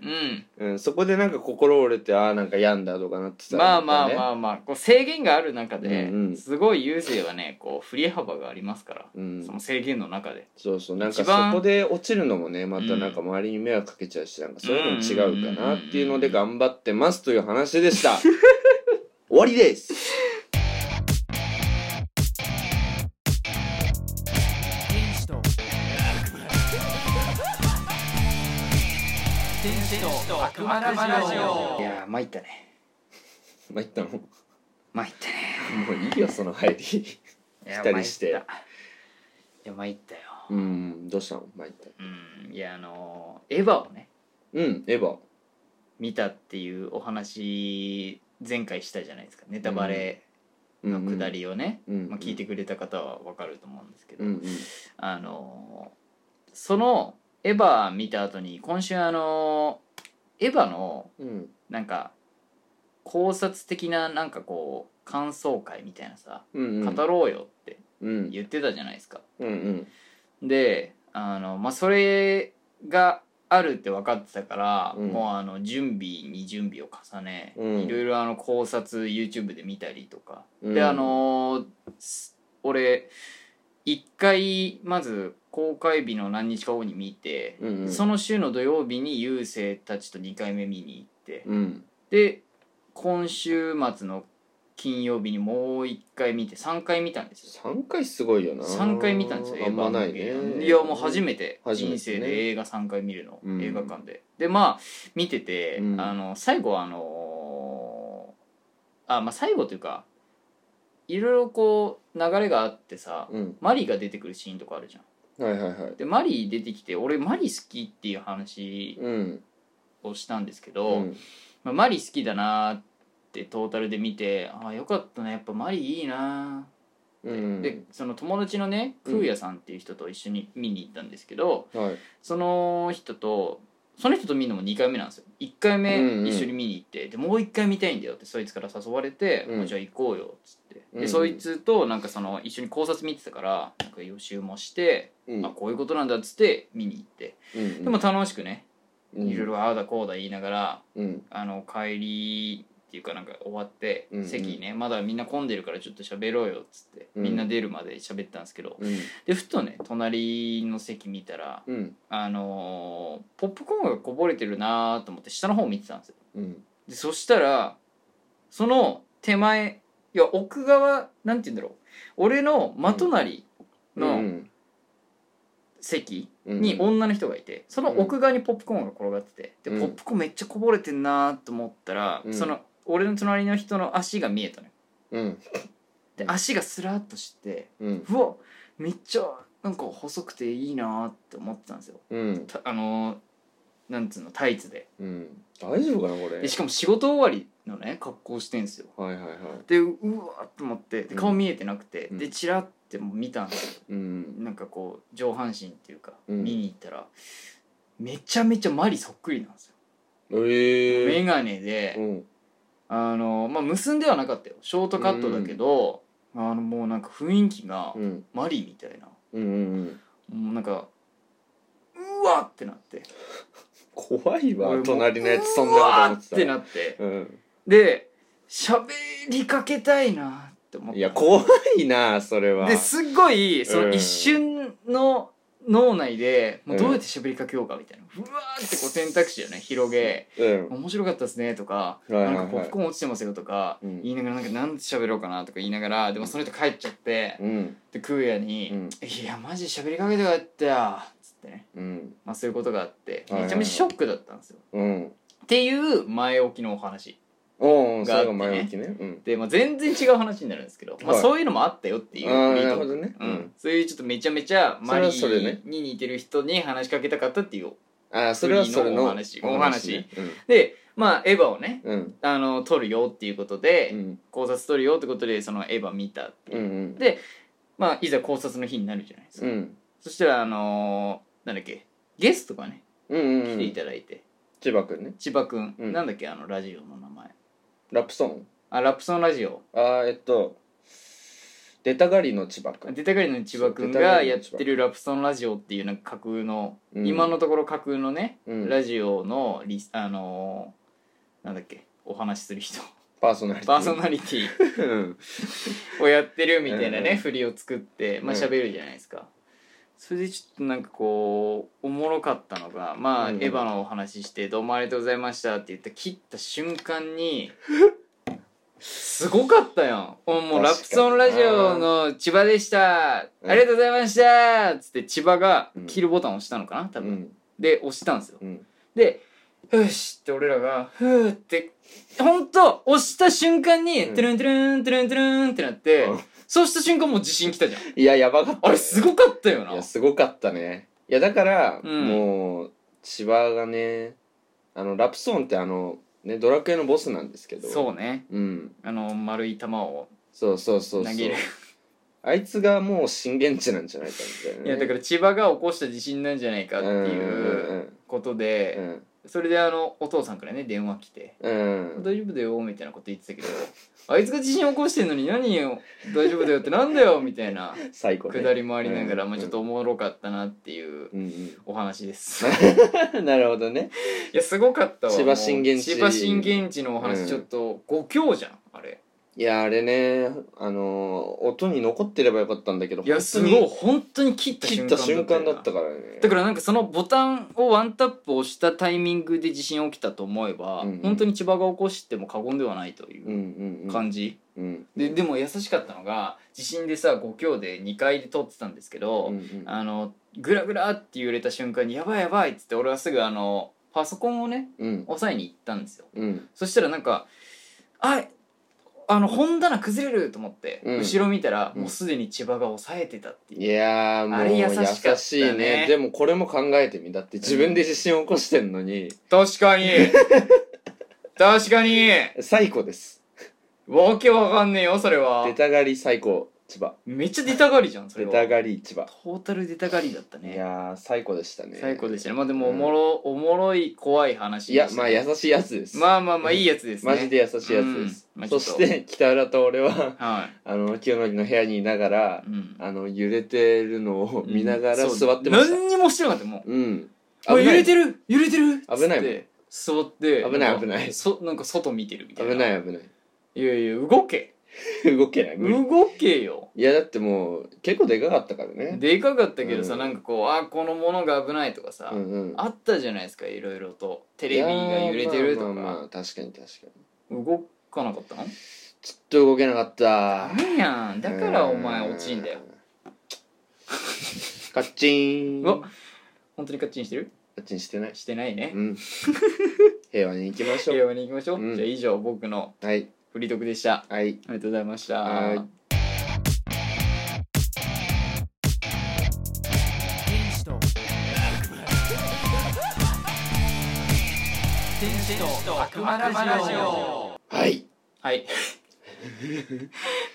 [SPEAKER 1] うん
[SPEAKER 2] うん、そこでなんか心折れてああなんか病んだとかなってたら
[SPEAKER 1] まあまあ
[SPEAKER 2] なんか
[SPEAKER 1] ま
[SPEAKER 2] ね
[SPEAKER 1] あまあこう制限がある中で、
[SPEAKER 2] うんうん
[SPEAKER 1] すごい優勢はねこう振り幅がありますから、
[SPEAKER 2] うん
[SPEAKER 1] その制限の中で
[SPEAKER 2] そうそうなんか
[SPEAKER 1] 一番
[SPEAKER 2] そこで落ちるのもねまたなんか周りに迷惑かけちゃうしなんかそういうのも違うかなっていうので頑張ってますという話で した終わりです
[SPEAKER 3] 天使と天使と悪魔ラジオ
[SPEAKER 1] いやー参ったね
[SPEAKER 2] 参ったのも
[SPEAKER 1] 参ったね
[SPEAKER 2] ういいよその入り
[SPEAKER 1] いや
[SPEAKER 2] 来たりして
[SPEAKER 1] 参ったいや参ったよ
[SPEAKER 2] うんどうしたの参った
[SPEAKER 1] うんいやあのーエヴァをね
[SPEAKER 2] うんエヴァ
[SPEAKER 1] 見たっていうお話前回したじゃないですかネタバレ
[SPEAKER 2] うんう
[SPEAKER 1] の
[SPEAKER 2] ん
[SPEAKER 1] くだりをね、
[SPEAKER 2] うんうん
[SPEAKER 1] まあ、聞いてくれた方は分かると思うんですけど、
[SPEAKER 2] うんうん
[SPEAKER 1] あのーそのエヴァ見た後に今週あのーエヴァの
[SPEAKER 2] うん
[SPEAKER 1] なんか考察的ななんかこう感想会みたいなさ
[SPEAKER 2] うんうん
[SPEAKER 1] 語ろうよって
[SPEAKER 2] うん
[SPEAKER 1] 言ってたじゃないですか、
[SPEAKER 2] うんうん
[SPEAKER 1] であの、まあ、それがあるって分かってたから、
[SPEAKER 2] うん
[SPEAKER 1] もうあの準備に準備を重ね、
[SPEAKER 2] うん
[SPEAKER 1] いろいろあの考察 YouTube で見たりとか、
[SPEAKER 2] うん
[SPEAKER 1] であのす俺一回まず公開日の何日か後に見て、
[SPEAKER 2] うんうん
[SPEAKER 1] その週の土曜日に雄星たちと2回目見に行って、
[SPEAKER 2] うん
[SPEAKER 1] で今週末の金曜日にもう1回見て3回見たんですよ
[SPEAKER 2] 3回すごいよな
[SPEAKER 1] 3回見たんですよ
[SPEAKER 2] あんまない
[SPEAKER 1] エヴァンゲリオン
[SPEAKER 2] ね
[SPEAKER 1] いやもう初めて
[SPEAKER 2] 初めてね
[SPEAKER 1] 人生で映画3回見るの、
[SPEAKER 2] うん
[SPEAKER 1] 映画館ででまあ見てて、
[SPEAKER 2] うん
[SPEAKER 1] あの最後はあのーあまあ最後というかいろいろこう流れがあってさ、
[SPEAKER 2] うん
[SPEAKER 1] マリーが出てくるシーンとかあるじゃん
[SPEAKER 2] はいはいはい
[SPEAKER 1] でマリー出てきて俺マリー好きっていう話
[SPEAKER 2] うん
[SPEAKER 1] をしたんですけ
[SPEAKER 2] う
[SPEAKER 1] ど、
[SPEAKER 2] ん
[SPEAKER 1] まあ、マリー好きだなーってトータルで見てああよかったねやっぱマリーいいなー
[SPEAKER 2] うん
[SPEAKER 1] でその友達のね
[SPEAKER 2] うん
[SPEAKER 1] 空也さんっていう人と一緒に見に行ったんですけど、
[SPEAKER 2] はい
[SPEAKER 1] その人とその人と見るのも2回目なんですよ1回
[SPEAKER 2] うんうん
[SPEAKER 1] 目一緒に見に行って、でもう1回見たいんだよってそいつから誘われて、
[SPEAKER 2] うん
[SPEAKER 1] もうじゃあ行こうよっつって、
[SPEAKER 2] うんう
[SPEAKER 1] で
[SPEAKER 2] ん
[SPEAKER 1] そいつとなんかその一緒に考察見てたからなんか予習もして、
[SPEAKER 2] うん
[SPEAKER 1] あこういうことなんだっつって見に行って
[SPEAKER 2] うん
[SPEAKER 1] でも楽しくね
[SPEAKER 2] うん
[SPEAKER 1] いろいろああだこうだ言いながら
[SPEAKER 2] うん
[SPEAKER 1] あの帰りっていうかなんか終わって、
[SPEAKER 2] うんうん
[SPEAKER 1] 席ねまだみんな混んでるからちょっと喋ろうよっつって、
[SPEAKER 2] うん
[SPEAKER 1] みんな出るまで喋ったんですけど
[SPEAKER 2] うん
[SPEAKER 1] でふとね隣の席見たら
[SPEAKER 2] うん
[SPEAKER 1] あのーポップコーンがこぼれてるなーと思って下の方見てたんですよ
[SPEAKER 2] うん
[SPEAKER 1] でそしたらその手前いや奥側なんて言うんだろう俺の真隣
[SPEAKER 2] う
[SPEAKER 1] の
[SPEAKER 2] ん
[SPEAKER 1] 席、
[SPEAKER 2] うん
[SPEAKER 1] に女の人がいてその奥側にポップコーンが転がってて
[SPEAKER 2] う
[SPEAKER 1] で
[SPEAKER 2] ん
[SPEAKER 1] ポップコーンめっちゃこぼれてんなーと思ったら、
[SPEAKER 2] うん
[SPEAKER 1] その俺の隣の人の足が見えたのよ
[SPEAKER 2] うん
[SPEAKER 1] で
[SPEAKER 2] うん
[SPEAKER 1] 足がスラーっとして
[SPEAKER 2] うん
[SPEAKER 1] うわめっちゃなんか細くていいなーって思ってたんですよ
[SPEAKER 2] うん
[SPEAKER 1] たあのーなんつうのタイツで
[SPEAKER 2] うん大丈夫かなこれ
[SPEAKER 1] でしかも仕事終わりのね格好してんですよ
[SPEAKER 2] はいはいはい
[SPEAKER 1] でううわーって思ってで顔見えてなくて、
[SPEAKER 2] うん
[SPEAKER 1] でチラッてもう見たんですよ
[SPEAKER 2] うん
[SPEAKER 1] なんかこう上半身っていうか、
[SPEAKER 2] うん
[SPEAKER 1] 見に行ったらめちゃめちゃマリそっくりなんですよ
[SPEAKER 2] え
[SPEAKER 1] メ
[SPEAKER 2] え
[SPEAKER 1] ガネで、
[SPEAKER 2] うん
[SPEAKER 1] あのまあ結んではなかったよショートカットだけど、あのもうなんか雰囲気が
[SPEAKER 2] うん
[SPEAKER 1] マリみたいな、
[SPEAKER 2] うんうんうん
[SPEAKER 1] もうなんかうわってなって
[SPEAKER 2] 怖い
[SPEAKER 1] 俺
[SPEAKER 2] わ
[SPEAKER 1] も
[SPEAKER 2] 隣のやつそん
[SPEAKER 1] う
[SPEAKER 2] なこと
[SPEAKER 1] わ
[SPEAKER 2] 思
[SPEAKER 1] ー
[SPEAKER 2] っ
[SPEAKER 1] って
[SPEAKER 2] た
[SPEAKER 1] て
[SPEAKER 2] ら
[SPEAKER 1] なって
[SPEAKER 2] うん
[SPEAKER 1] で喋りかけたいなって思って
[SPEAKER 2] いや怖いなそれは
[SPEAKER 1] ですっごいそうの
[SPEAKER 2] ん
[SPEAKER 1] 一瞬の脳内でもうどうやって喋りかけようかみたいな、うわーってこう選択肢をね広げ
[SPEAKER 2] うん
[SPEAKER 1] 面白かったですねとか、
[SPEAKER 2] はいはいはい
[SPEAKER 1] なんかポップコーン落ちてますよとか、
[SPEAKER 2] うん
[SPEAKER 1] 言いながらなんかなんて喋ろうかなとか言いながらでもその人帰っちゃって、
[SPEAKER 2] うん
[SPEAKER 1] で空也に、
[SPEAKER 2] うん
[SPEAKER 1] いやマジ喋りかけてよかったよ」っつってね、
[SPEAKER 2] うん
[SPEAKER 1] まあ、そういうことがあって
[SPEAKER 2] はいはいはい
[SPEAKER 1] めちゃめちゃショックだったんですよ。
[SPEAKER 2] うん
[SPEAKER 1] っていう前置きのお話
[SPEAKER 2] おう
[SPEAKER 1] があっ
[SPEAKER 2] それ
[SPEAKER 1] て
[SPEAKER 2] が
[SPEAKER 1] ね
[SPEAKER 2] 前置きねうん
[SPEAKER 1] で、まあ、全然違う話になるんですけど、まあ、
[SPEAKER 2] はい
[SPEAKER 1] そういうのもあったよっていう
[SPEAKER 2] あー
[SPEAKER 1] フリートーク
[SPEAKER 2] なるほどね
[SPEAKER 1] う
[SPEAKER 2] うんん、
[SPEAKER 1] そういうちょっとめちゃめちゃマリ
[SPEAKER 2] それはそれね
[SPEAKER 1] ーに似てる人に話しかけたかったっていう
[SPEAKER 2] ああそれはそれの
[SPEAKER 1] お話お話
[SPEAKER 2] ね
[SPEAKER 1] でまあエヴァをね
[SPEAKER 2] うん
[SPEAKER 1] あの撮るよっていうことで、
[SPEAKER 2] うん
[SPEAKER 1] 考察撮るよってことでそのエヴァ見たってい
[SPEAKER 2] う
[SPEAKER 1] うんでまあいざ考察の日になるじゃないです
[SPEAKER 2] う
[SPEAKER 1] か、
[SPEAKER 2] ん
[SPEAKER 1] そしたらあのーなんだっけゲストがね
[SPEAKER 2] うんうんう
[SPEAKER 1] 来
[SPEAKER 2] ん
[SPEAKER 1] ていただいて、
[SPEAKER 2] 千葉くんね
[SPEAKER 1] 千葉くん、
[SPEAKER 2] うん
[SPEAKER 1] なんだっけあのラジオの名前
[SPEAKER 2] ラップソン
[SPEAKER 1] あラップソンラジオ
[SPEAKER 2] あーえっと出たがりの千葉くん
[SPEAKER 1] 出たがりの千葉くんがやってるラップソンラジオっていうなんか架空の、
[SPEAKER 2] うん
[SPEAKER 1] 今のところ架空のね、
[SPEAKER 2] うん
[SPEAKER 1] ラジオのリスあのーなんだっけお話しする人
[SPEAKER 2] パーソナリティ
[SPEAKER 1] パーソナリティ
[SPEAKER 2] うん
[SPEAKER 1] をやってるみたいなね、
[SPEAKER 2] うん
[SPEAKER 1] 振りを作ってまあ
[SPEAKER 2] うん
[SPEAKER 1] 喋るじゃないですか、それでちょっとなんかこうおもろかったのがまあ、
[SPEAKER 2] うん
[SPEAKER 1] エヴァのお話しして「どうもありがとうございました」って言って切った瞬間にすごかったよもうもう
[SPEAKER 2] 確かに
[SPEAKER 1] ラプソンラジオの千葉でした、
[SPEAKER 2] うん
[SPEAKER 1] ありがとうございましたっつって千葉が
[SPEAKER 2] うん
[SPEAKER 1] 切るボタンを押したのかな多
[SPEAKER 2] う
[SPEAKER 1] 分、
[SPEAKER 2] ん
[SPEAKER 1] で押したんですよ
[SPEAKER 2] うん
[SPEAKER 1] で「よし」って俺らが「ふー」ってほんと押した瞬間に
[SPEAKER 2] うん
[SPEAKER 1] 「トゥルントゥルントゥルントゥルン」ってなって、
[SPEAKER 2] うん
[SPEAKER 1] そうした瞬間もう地震来たじゃん
[SPEAKER 2] いややばかった
[SPEAKER 1] あれすごかったよない
[SPEAKER 2] やすごかったねいやだから、
[SPEAKER 1] うん
[SPEAKER 2] もう千葉がねあのラプソンってあのねドラクエのボスなんですけど
[SPEAKER 1] そうね
[SPEAKER 2] うん、
[SPEAKER 1] あの丸い球を
[SPEAKER 2] そうそうそう
[SPEAKER 1] 投
[SPEAKER 2] そう
[SPEAKER 1] げる
[SPEAKER 2] あいつがもう震源地なんじゃないかみたいなね、
[SPEAKER 1] いやだから千葉が起こした地震なんじゃないかって
[SPEAKER 2] うんうんうんう
[SPEAKER 1] いうんことで、
[SPEAKER 2] うん
[SPEAKER 1] それであのお父さんからね電話来て
[SPEAKER 2] うん
[SPEAKER 1] 大丈夫だよみたいなこと言ってたけどあいつが地震起こしてんのに何よ大丈夫だよってなんだよみたいな
[SPEAKER 2] 最高ね
[SPEAKER 1] 下り回りながら、
[SPEAKER 2] うん
[SPEAKER 1] まあ、ちょっとおもろかったなっていう
[SPEAKER 2] うん
[SPEAKER 1] お話です。
[SPEAKER 2] うん なるほどね
[SPEAKER 1] いやすごかったわ
[SPEAKER 2] 千葉震源地
[SPEAKER 1] もう千葉震源地のお
[SPEAKER 2] うん
[SPEAKER 1] 話ちょっとご強じゃんあれ
[SPEAKER 2] いやあれねあのー音に残ってればよかったんだけど
[SPEAKER 1] いやすご
[SPEAKER 2] 本
[SPEAKER 1] い
[SPEAKER 2] 当に
[SPEAKER 1] 本当に切った
[SPEAKER 2] 切
[SPEAKER 1] 瞬
[SPEAKER 2] った
[SPEAKER 1] 間
[SPEAKER 2] 瞬間だった
[SPEAKER 1] よ
[SPEAKER 2] からね
[SPEAKER 1] なだからなんかそのボタンをワンタップ押したタイミングで地震起きたと思えば、
[SPEAKER 2] うんうん
[SPEAKER 1] 本当に千葉が起こしても過言ではないと
[SPEAKER 2] う
[SPEAKER 1] い
[SPEAKER 2] ん
[SPEAKER 1] う
[SPEAKER 2] うんうん
[SPEAKER 1] 感じ、
[SPEAKER 2] うん
[SPEAKER 1] ででも優しかったのが地震でさ5強で2階で撮ってたんですけど、
[SPEAKER 2] うんうん
[SPEAKER 1] あのグラグラって揺れた瞬間に「やばいやばい」っつって俺はすぐあのパソコンをね
[SPEAKER 2] うん
[SPEAKER 1] 押さえに行ったんですよ
[SPEAKER 2] うん
[SPEAKER 1] そしたらなんか「ああの本棚崩れる!」と思って、
[SPEAKER 2] うん
[SPEAKER 1] 後ろ見たら、
[SPEAKER 2] うん
[SPEAKER 1] もうすでに千葉が抑えてたっていう
[SPEAKER 2] いやーも
[SPEAKER 1] あ
[SPEAKER 2] う
[SPEAKER 1] れ優しかったね
[SPEAKER 2] 優しいねでもこれも考えてみだって自分で地震起こしてんのに
[SPEAKER 1] 確か に確かに
[SPEAKER 2] 最高です
[SPEAKER 1] わけわかんねえよそれは
[SPEAKER 2] 出たがり最高千葉
[SPEAKER 1] めっちゃ出たがりじゃんそれ
[SPEAKER 2] 出
[SPEAKER 1] は
[SPEAKER 2] たがり千葉
[SPEAKER 1] トータル出たがりだった
[SPEAKER 2] い
[SPEAKER 1] ね
[SPEAKER 2] やー最高でしたね
[SPEAKER 1] 最高でした
[SPEAKER 2] ね
[SPEAKER 1] ねまあでもおもろ、おもろい怖い話
[SPEAKER 2] い
[SPEAKER 1] で
[SPEAKER 2] や
[SPEAKER 1] した
[SPEAKER 2] まあ
[SPEAKER 1] ね
[SPEAKER 2] 優しいやつです
[SPEAKER 1] まあまあまあいいやつですね
[SPEAKER 2] マジで優しいやつで
[SPEAKER 1] う
[SPEAKER 2] す
[SPEAKER 1] んまあちょ
[SPEAKER 2] そ
[SPEAKER 1] っと
[SPEAKER 2] して北浦と俺は
[SPEAKER 1] は
[SPEAKER 2] あの清則の部屋にいながら
[SPEAKER 1] い、うん、
[SPEAKER 2] あの揺れてるのを見ながら
[SPEAKER 1] そう
[SPEAKER 2] 座ってました
[SPEAKER 1] 何にもしてなかったもう
[SPEAKER 2] うん
[SPEAKER 1] あ
[SPEAKER 2] 危
[SPEAKER 1] 揺
[SPEAKER 2] な
[SPEAKER 1] れ
[SPEAKER 2] い
[SPEAKER 1] てる揺れてる
[SPEAKER 2] 危ないもん
[SPEAKER 1] っつって座って
[SPEAKER 2] 危ない
[SPEAKER 1] んか
[SPEAKER 2] 危ない
[SPEAKER 1] そなんか外見てるみたいな
[SPEAKER 2] 危ない危ない
[SPEAKER 1] いやいや動け
[SPEAKER 2] 動けない無理
[SPEAKER 1] 動けよ
[SPEAKER 2] いやだってもう結構でかかったからね
[SPEAKER 1] でかかったけどさ、
[SPEAKER 2] うん
[SPEAKER 1] なんかこうあこのものが危ないとかさ、
[SPEAKER 2] うんうん
[SPEAKER 1] あったじゃないですかいろいろとテレビが揺れてるとか、
[SPEAKER 2] いやーまあまあまあ確かに確かに
[SPEAKER 1] 動かなかったの
[SPEAKER 2] ちょっと動けなかった
[SPEAKER 1] ダメやんだからお前
[SPEAKER 2] うん
[SPEAKER 1] 落ちんだよ
[SPEAKER 2] カッチン
[SPEAKER 1] うわ本当にカッチンしてる
[SPEAKER 2] カッチンしてない
[SPEAKER 1] してないね
[SPEAKER 2] うん平和に行きましょ
[SPEAKER 1] 平和に行きましょう、
[SPEAKER 2] うん
[SPEAKER 1] じゃあ以上僕の
[SPEAKER 2] うはい
[SPEAKER 1] フリートークでした
[SPEAKER 2] はい
[SPEAKER 1] ありがとうございました
[SPEAKER 2] はい
[SPEAKER 3] 天使と悪魔天使と悪魔ラジオ
[SPEAKER 2] はい
[SPEAKER 1] はい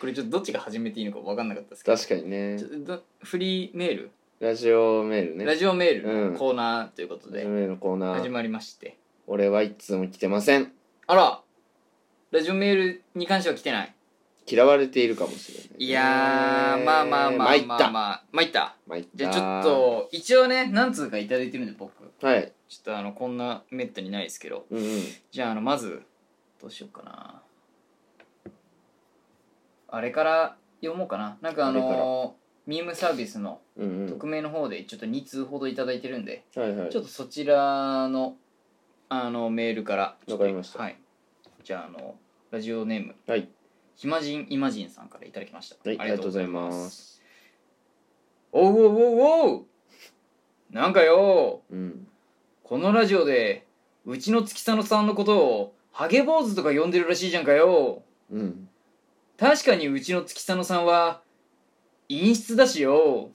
[SPEAKER 1] これちょっとどっちが始めていいのか分かんなかったですけど
[SPEAKER 2] 確かにね
[SPEAKER 1] ちょどフリーメール、
[SPEAKER 2] ラジオメールね
[SPEAKER 1] ラジオメール
[SPEAKER 2] うん
[SPEAKER 1] のコーナーということ
[SPEAKER 2] ラ
[SPEAKER 1] で
[SPEAKER 2] ジオメールのコーナ
[SPEAKER 1] 始
[SPEAKER 2] ー
[SPEAKER 1] まりまして、
[SPEAKER 2] 俺はいつも来てません
[SPEAKER 1] あらラジオメールに関しては来てない
[SPEAKER 2] 嫌われているかもしれない
[SPEAKER 1] いやー、まあまあまあ
[SPEAKER 2] 参っ
[SPEAKER 1] まあ
[SPEAKER 2] た
[SPEAKER 1] まあ参った
[SPEAKER 2] 参った
[SPEAKER 1] じゃあちょっと一応ね何通か頂いただいてるんで僕ちょ
[SPEAKER 2] はい
[SPEAKER 1] っとあのこんなめったにないですけど
[SPEAKER 2] うんうん
[SPEAKER 1] じゃああのまずどうしようかなあれから読もうかななんかあ
[SPEAKER 2] あれ
[SPEAKER 1] のミームサービスの
[SPEAKER 2] うん
[SPEAKER 1] 匿名の方でちょっと2通ほど頂いただいてるんで、
[SPEAKER 2] うんはいはい
[SPEAKER 1] ちょっとそちらのあのメールからちょっと
[SPEAKER 2] わかりました
[SPEAKER 1] はい、じゃああのラジオネーム
[SPEAKER 2] はい
[SPEAKER 1] 暇人イマジンさんからいただきました、
[SPEAKER 2] はいありがとうございます
[SPEAKER 1] おうおうおうおうなんかよ
[SPEAKER 2] うん
[SPEAKER 1] このラジオでうちの月佐野さんのことをハゲ坊主とか呼んでるらしいじゃんかよ
[SPEAKER 2] うん
[SPEAKER 1] 確かにうちの月佐野さんは陰湿だしよ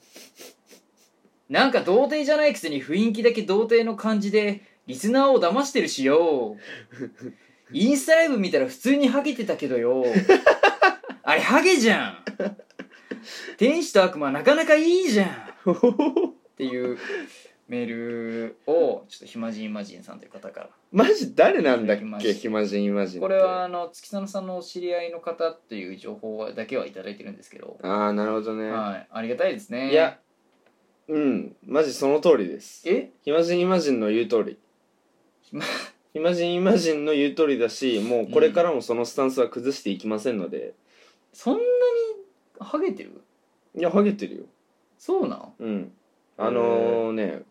[SPEAKER 1] なんか童貞じゃないくせに雰囲気だけ童貞の感じでリスナーを騙してるしよインスタライブ見たら普通にハゲてたけどよあれハゲじゃん天使と悪魔なかなかいいじゃんっていうメールをちょっとひまじんまじんさんという方から
[SPEAKER 2] マジ誰なんだっ
[SPEAKER 1] いただきま
[SPEAKER 2] け
[SPEAKER 1] した
[SPEAKER 2] 暇人イマジンって
[SPEAKER 1] これはあの月佐野さんのお知り合いの方という情報はだけはいただいてるんですけど
[SPEAKER 2] ああなるほどね
[SPEAKER 1] はい、ありがたいですね。
[SPEAKER 2] いや、うんマジその通りです
[SPEAKER 1] え、
[SPEAKER 2] 暇人イマジンの言う通り
[SPEAKER 1] 暇
[SPEAKER 2] 暇人イマジンの言う通りだしもうこれからもそのスタンスは崩していきませんので、
[SPEAKER 1] そんなにハゲてる？
[SPEAKER 2] いやハゲてるよ
[SPEAKER 1] そうなん？
[SPEAKER 2] うんあのー、ね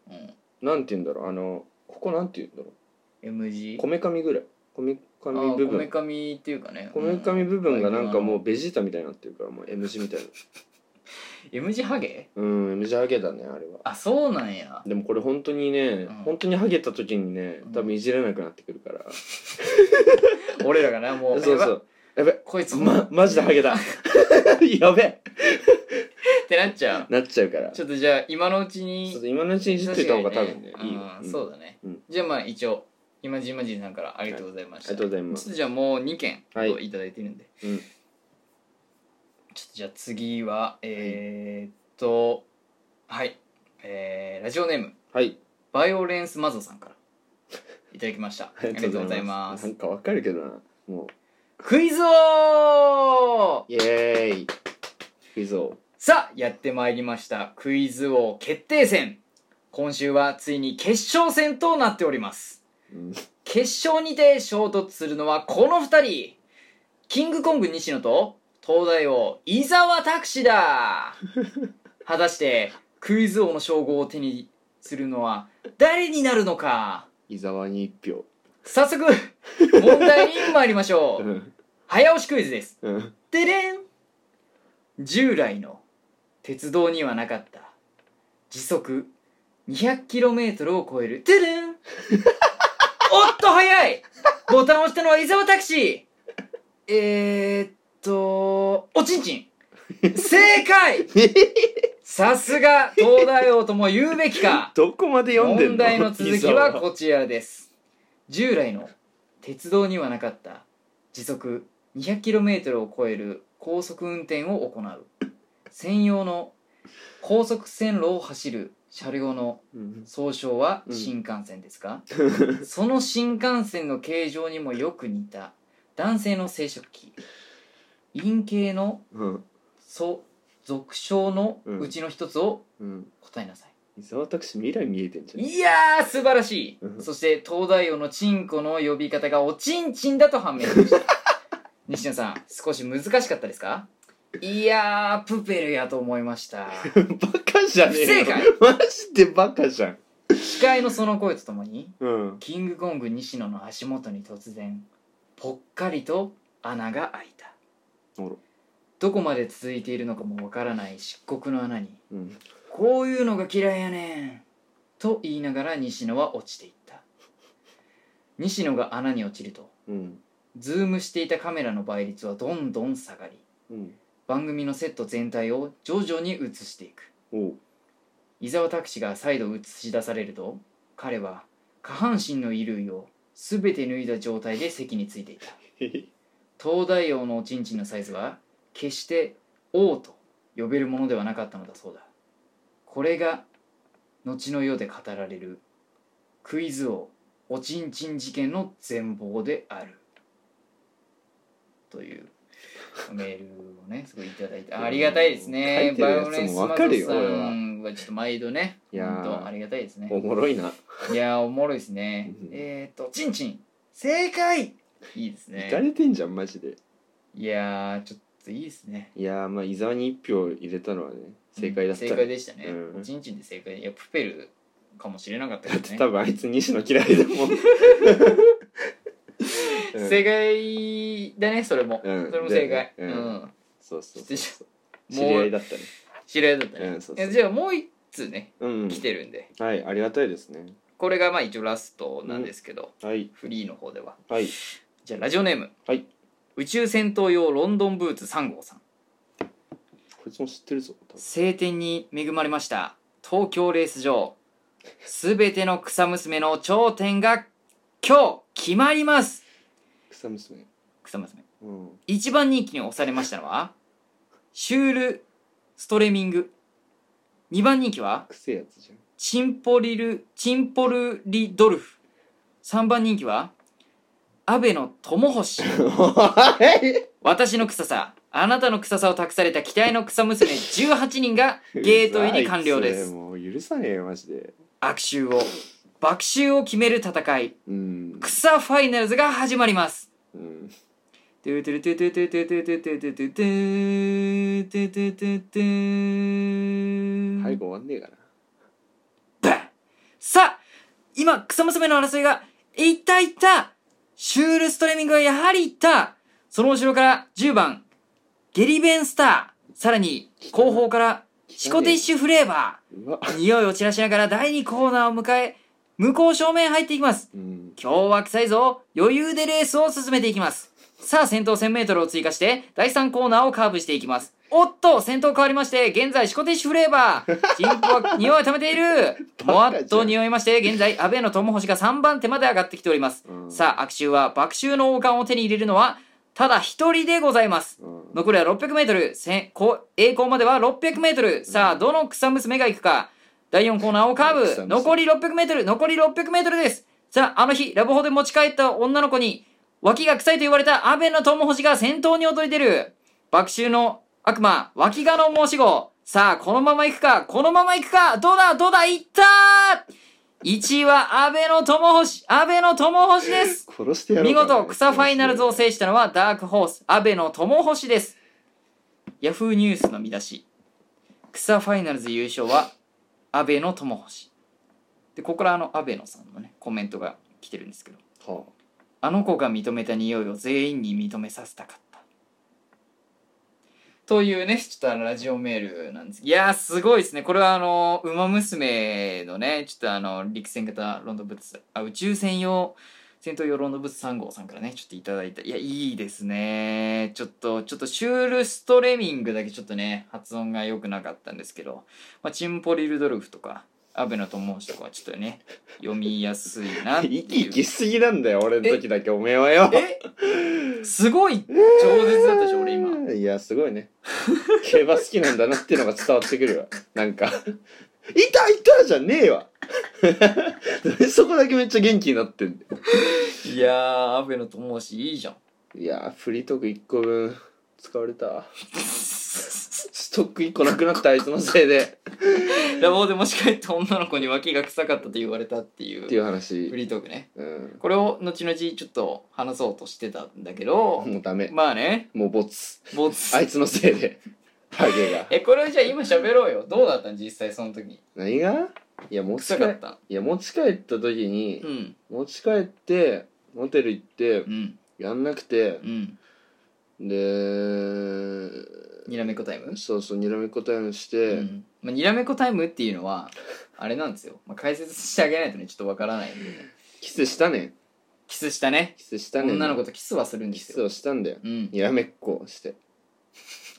[SPEAKER 1] うん。
[SPEAKER 2] なんて言うんだろうあのここなんて言うんだろ
[SPEAKER 1] M 字
[SPEAKER 2] う。こめかみぐらいこめか
[SPEAKER 1] あ
[SPEAKER 2] み
[SPEAKER 1] ー
[SPEAKER 2] 部
[SPEAKER 1] こめ
[SPEAKER 2] 分
[SPEAKER 1] かみっていうかね。
[SPEAKER 2] こめかみ部分がなんかも
[SPEAKER 1] う
[SPEAKER 2] うベジータみたいになってるからもう M 字みたいな
[SPEAKER 1] M 字ハゲ？
[SPEAKER 2] うん M 字ハゲだねあれは
[SPEAKER 1] あ、そうなんや。
[SPEAKER 2] でもこれ本当にね、
[SPEAKER 1] うん
[SPEAKER 2] 本当にハゲた時にね
[SPEAKER 1] うん
[SPEAKER 2] 多分いじれなくなってくるから、
[SPEAKER 1] 俺らがなもう。
[SPEAKER 2] そうそ
[SPEAKER 1] やば。
[SPEAKER 2] うやべ
[SPEAKER 1] こいつま
[SPEAKER 2] まマジでハ ゲだや べ
[SPEAKER 1] ってなっちゃう。
[SPEAKER 2] なっちゃうから
[SPEAKER 1] ちょっとじゃあ今のうち
[SPEAKER 2] ちょっ
[SPEAKER 1] に。
[SPEAKER 2] と今のうちにいじっといた方が多分ね
[SPEAKER 1] 確か
[SPEAKER 2] い
[SPEAKER 1] に
[SPEAKER 2] い
[SPEAKER 1] ね
[SPEAKER 2] よ、
[SPEAKER 1] うん、
[SPEAKER 2] ん
[SPEAKER 1] そうだね。
[SPEAKER 2] うん
[SPEAKER 1] じゃあまあ一応。今じまじんさんからありがとうございました。
[SPEAKER 2] はいありがとうございます
[SPEAKER 1] ちょっとじゃあもう2件
[SPEAKER 2] はい
[SPEAKER 1] いただいてるんで。
[SPEAKER 2] うん
[SPEAKER 1] ちょっとじゃあ次はえー、っとはい、えー、ラジオネーム
[SPEAKER 2] はい
[SPEAKER 1] バイオレンスマゾさんからいただきま したありがとうございます
[SPEAKER 2] なんかわかるけどなも
[SPEAKER 1] クイズ王
[SPEAKER 2] うイエーイクイズ王
[SPEAKER 1] さあやってまいりましたクイズ王決定戦今週はついに決勝戦となっております
[SPEAKER 2] うん
[SPEAKER 1] 決勝にて衝突するのはこの2人キングコング西野と東大王伊沢拓司だ果たしてクイズ王の称号を手にするのは誰になるのか
[SPEAKER 2] 伊沢に一票
[SPEAKER 1] 早速問題に参りましょ
[SPEAKER 2] う
[SPEAKER 1] うん早押しクイズです
[SPEAKER 2] うん
[SPEAKER 1] てれん従来の鉄道にはなかった時速 200km を超えるてれんおっと早いボタンを押したのは伊沢拓司えー、っとおちんちん正解さすが東大王とも言うべきか
[SPEAKER 2] どこまで読んでんの
[SPEAKER 1] 問題の続きはこちらです従来の鉄道にはなかった時速 200km を超える高速運転を行う専用の高速線路を走る車両の
[SPEAKER 2] うん
[SPEAKER 1] 総称は新幹線です か、その新幹線の形状にもよく似た男性の生殖器陰茎の
[SPEAKER 2] うん
[SPEAKER 1] 素俗称のうちの一つを
[SPEAKER 2] うん
[SPEAKER 1] 答えなさい、
[SPEAKER 2] 伊沢拓司未来見えてんじゃん
[SPEAKER 1] いやー素晴らし
[SPEAKER 2] う
[SPEAKER 1] い
[SPEAKER 2] ん
[SPEAKER 1] そして東大王のチンコの呼び方がおちんちんだと判明しました 西野さん少し難しかったですかいやープペルやと思いました
[SPEAKER 2] バカじゃねえ
[SPEAKER 1] 不
[SPEAKER 2] よ
[SPEAKER 1] 正解
[SPEAKER 2] マジでバカじゃん
[SPEAKER 1] 司会のその声とともに
[SPEAKER 2] うん
[SPEAKER 1] キングコング西野の足元に突然ぽっかりと穴が開いた
[SPEAKER 2] あら
[SPEAKER 1] どこまで続いているのかもわからない漆黒の穴に
[SPEAKER 2] うん
[SPEAKER 1] こういうのが嫌いやねん」と言いながら西野は落ちていった西野が穴に落ちると
[SPEAKER 2] うん
[SPEAKER 1] ズームしていたカメラの倍率はどんどん下がり
[SPEAKER 2] うん
[SPEAKER 1] 番組のセット全体を徐々に映していく
[SPEAKER 2] おう
[SPEAKER 1] 伊沢拓司が再度映し出されると彼は下半身の衣類を全て脱いだ状態で席についていた
[SPEAKER 2] へへ
[SPEAKER 1] 東大王のおちんちんのサイズは決して王と呼べるものではなかったのだそうだこれが後の世で語られるクイズ王おちんちん事件の全貌であるというメールをねすごいいただいてありがたいですね
[SPEAKER 2] 書いてるやつもわかるよ
[SPEAKER 1] バイオレンスマコ
[SPEAKER 2] 俺
[SPEAKER 1] さんはちょっと毎度ね
[SPEAKER 2] いやー
[SPEAKER 1] 本当ありがたいですね
[SPEAKER 2] おもろいない
[SPEAKER 1] やーおもろいですね
[SPEAKER 2] うん
[SPEAKER 1] えっとちんちん正解いいですね
[SPEAKER 2] いかれてんじゃんマジで
[SPEAKER 1] いやーちょっといいですね
[SPEAKER 2] いやーまあ伊沢に一票入れたのはね正解だった
[SPEAKER 1] 正解でしたね、
[SPEAKER 2] うん
[SPEAKER 1] おちんちんで正解いやプペルかもしれなかった
[SPEAKER 2] だっ
[SPEAKER 1] け
[SPEAKER 2] て
[SPEAKER 1] ど
[SPEAKER 2] 多
[SPEAKER 1] ね
[SPEAKER 2] 分あいつ西野嫌いだ もんうん
[SPEAKER 1] 正解だねそれも、
[SPEAKER 2] うん
[SPEAKER 1] それも正解
[SPEAKER 2] う
[SPEAKER 1] うんん、
[SPEAKER 2] そうそう
[SPEAKER 1] 失礼し
[SPEAKER 2] 知り合いだったね
[SPEAKER 1] 知り合いだったね、
[SPEAKER 2] うんそうそう
[SPEAKER 1] えじゃあもう一通ね
[SPEAKER 2] うん
[SPEAKER 1] 来てるんで
[SPEAKER 2] はいありがたいですね
[SPEAKER 1] これがまあ一応ラストなんですけど、
[SPEAKER 2] はい
[SPEAKER 1] フリーの方では
[SPEAKER 2] はい
[SPEAKER 1] じゃあラジオネーム、
[SPEAKER 2] はい
[SPEAKER 1] 宇宙戦闘用ロンドンブーツ3号さん
[SPEAKER 2] こいつも知ってるぞ多分
[SPEAKER 1] 晴天に恵まれました東京レース場すべての草娘の頂点が今日決まります
[SPEAKER 2] 草娘
[SPEAKER 1] 草娘
[SPEAKER 2] うん
[SPEAKER 1] 一番人気に押されましたのはシュールストレミング2番人気は
[SPEAKER 2] くせえやつ じ
[SPEAKER 1] チンポリルチンポルリドルフ3番人気は安倍の友星
[SPEAKER 2] ゃんお
[SPEAKER 1] 私の臭さあなたの臭さを託された期待の草娘18人が
[SPEAKER 2] い
[SPEAKER 1] ゲート入り完了で
[SPEAKER 2] うざいそ
[SPEAKER 1] す
[SPEAKER 2] れもう許さねえよマジで
[SPEAKER 1] 悪臭を爆臭を決める戦い
[SPEAKER 2] うん
[SPEAKER 1] 草ファイナルズが始まります
[SPEAKER 2] うん
[SPEAKER 1] トゥトゥルトゥトゥトゥトゥトゥトゥトゥトゥトゥトゥトゥトゥ
[SPEAKER 2] 早く終わんねえかな
[SPEAKER 1] さあ今草娘の争いがいったいったシュールストレミングはやはりいったその後ろから10番ゲリベンスターさらに後方からシコティッシュフレーバ
[SPEAKER 2] うわ
[SPEAKER 1] ー匂いを散らしながら第2コーナーを迎え向こう正面入っていきます
[SPEAKER 2] うん
[SPEAKER 1] 今日は臭いぞ余裕でレースを進めていきますさあ先頭 1000m を追加して第3コーナーをカーブしていきますおっと先頭変わりまして現在シコティッシュフレーバーチンポは匂いを溜めているもわっと匂いまして現在安倍の友星が3番手まで上がってきております、
[SPEAKER 2] うん
[SPEAKER 1] さあ悪臭は爆臭の王冠を手に入れるのはただ一人でございます
[SPEAKER 2] うん
[SPEAKER 1] 残りは 600m 先こ栄光までは 600m さあどの草娘が行くか第4コーナーをカー
[SPEAKER 2] 草
[SPEAKER 1] ブ
[SPEAKER 2] 娘
[SPEAKER 1] 残り 600m 残り 600m ですさあ、あの日、ラブホで持ち帰った女の子に、脇が臭いと言われた安倍の友星が先頭に躍り出る。爆臭の悪魔、脇がの申し子。さあ、このまま行くか、このまま行くか、どうだ、どうだ、行ったー !1 位は安倍の友星、安倍の友星です
[SPEAKER 2] 殺してやろう
[SPEAKER 1] 見
[SPEAKER 2] かな
[SPEAKER 1] 事草ファイナルズを制したのはダークホース阿部の友星ですヤフーニュースの見出し草ファイナルズ優勝は阿部の友星でここからあの阿部のさんのねコメントが来てるんですけど
[SPEAKER 2] は
[SPEAKER 1] あの子が認めた匂いを全員に認めさせたかったというねちょっとあのラジオメールなんですいやーすごいですねこれはあの「ウマ娘」のねちょっとあの陸戦型ロンドンブーツあ宇宙船用戦闘用ロンドンブーツ3号さんからねちょっといただいたいやいいですねちょっとちょっとシュールストレミングだけちょっとね発音が良くなかったんですけど、まあ、チンポリルドルフとかアベノトモとかはちょっとね読みやすいなっ
[SPEAKER 2] あ
[SPEAKER 1] て いう
[SPEAKER 2] 生き生きしすぎなんだよ俺の時だけおめえはよ
[SPEAKER 1] えすごい饒舌だったでしょ俺今
[SPEAKER 2] いやすごいね競馬好きなんだなっていうのが伝わってくるわなんか「いたいた!」じゃねえわそこだけめっちゃ元気になってんだよ
[SPEAKER 1] いやーアベノと申しいいじゃん
[SPEAKER 2] いやーフリートーク1個分使われたストック1個なくなったあいつのせいで
[SPEAKER 1] ラボでもし帰った女の子に脇が臭かったと言われたってい
[SPEAKER 2] っていうう
[SPEAKER 1] フ
[SPEAKER 2] 話、
[SPEAKER 1] リートークね
[SPEAKER 2] うん、
[SPEAKER 1] これを後々ちょっと話そうとしてたんだけど
[SPEAKER 2] もうダメ
[SPEAKER 1] まあね
[SPEAKER 2] もうボツ
[SPEAKER 1] ボツ
[SPEAKER 2] あいつのせいでハゲが
[SPEAKER 1] えこれをじゃあ今喋ろうよどうだったん実際その時
[SPEAKER 2] 何がいや持ち
[SPEAKER 1] 臭
[SPEAKER 2] 帰
[SPEAKER 1] か
[SPEAKER 2] っ
[SPEAKER 1] った
[SPEAKER 2] いや持ち帰った時に
[SPEAKER 1] う、ん
[SPEAKER 2] 持ち帰ってホテル行って
[SPEAKER 1] うん
[SPEAKER 2] やんなくて、
[SPEAKER 1] うん
[SPEAKER 2] で
[SPEAKER 1] にらめっこタイム
[SPEAKER 2] そうそうにらめっこタイムして、
[SPEAKER 1] うんまあ、にらめっこタイムっていうのはあれなんですよ、まあ、解説してあげないとねちょっとわからないんでね
[SPEAKER 2] キスしたねん
[SPEAKER 1] キスしたね
[SPEAKER 2] キスしたねん
[SPEAKER 1] 女の子とキスはするんで
[SPEAKER 2] キ
[SPEAKER 1] す
[SPEAKER 2] ス
[SPEAKER 1] よ、
[SPEAKER 2] をしたんだよ
[SPEAKER 1] うん、
[SPEAKER 2] にらめっこして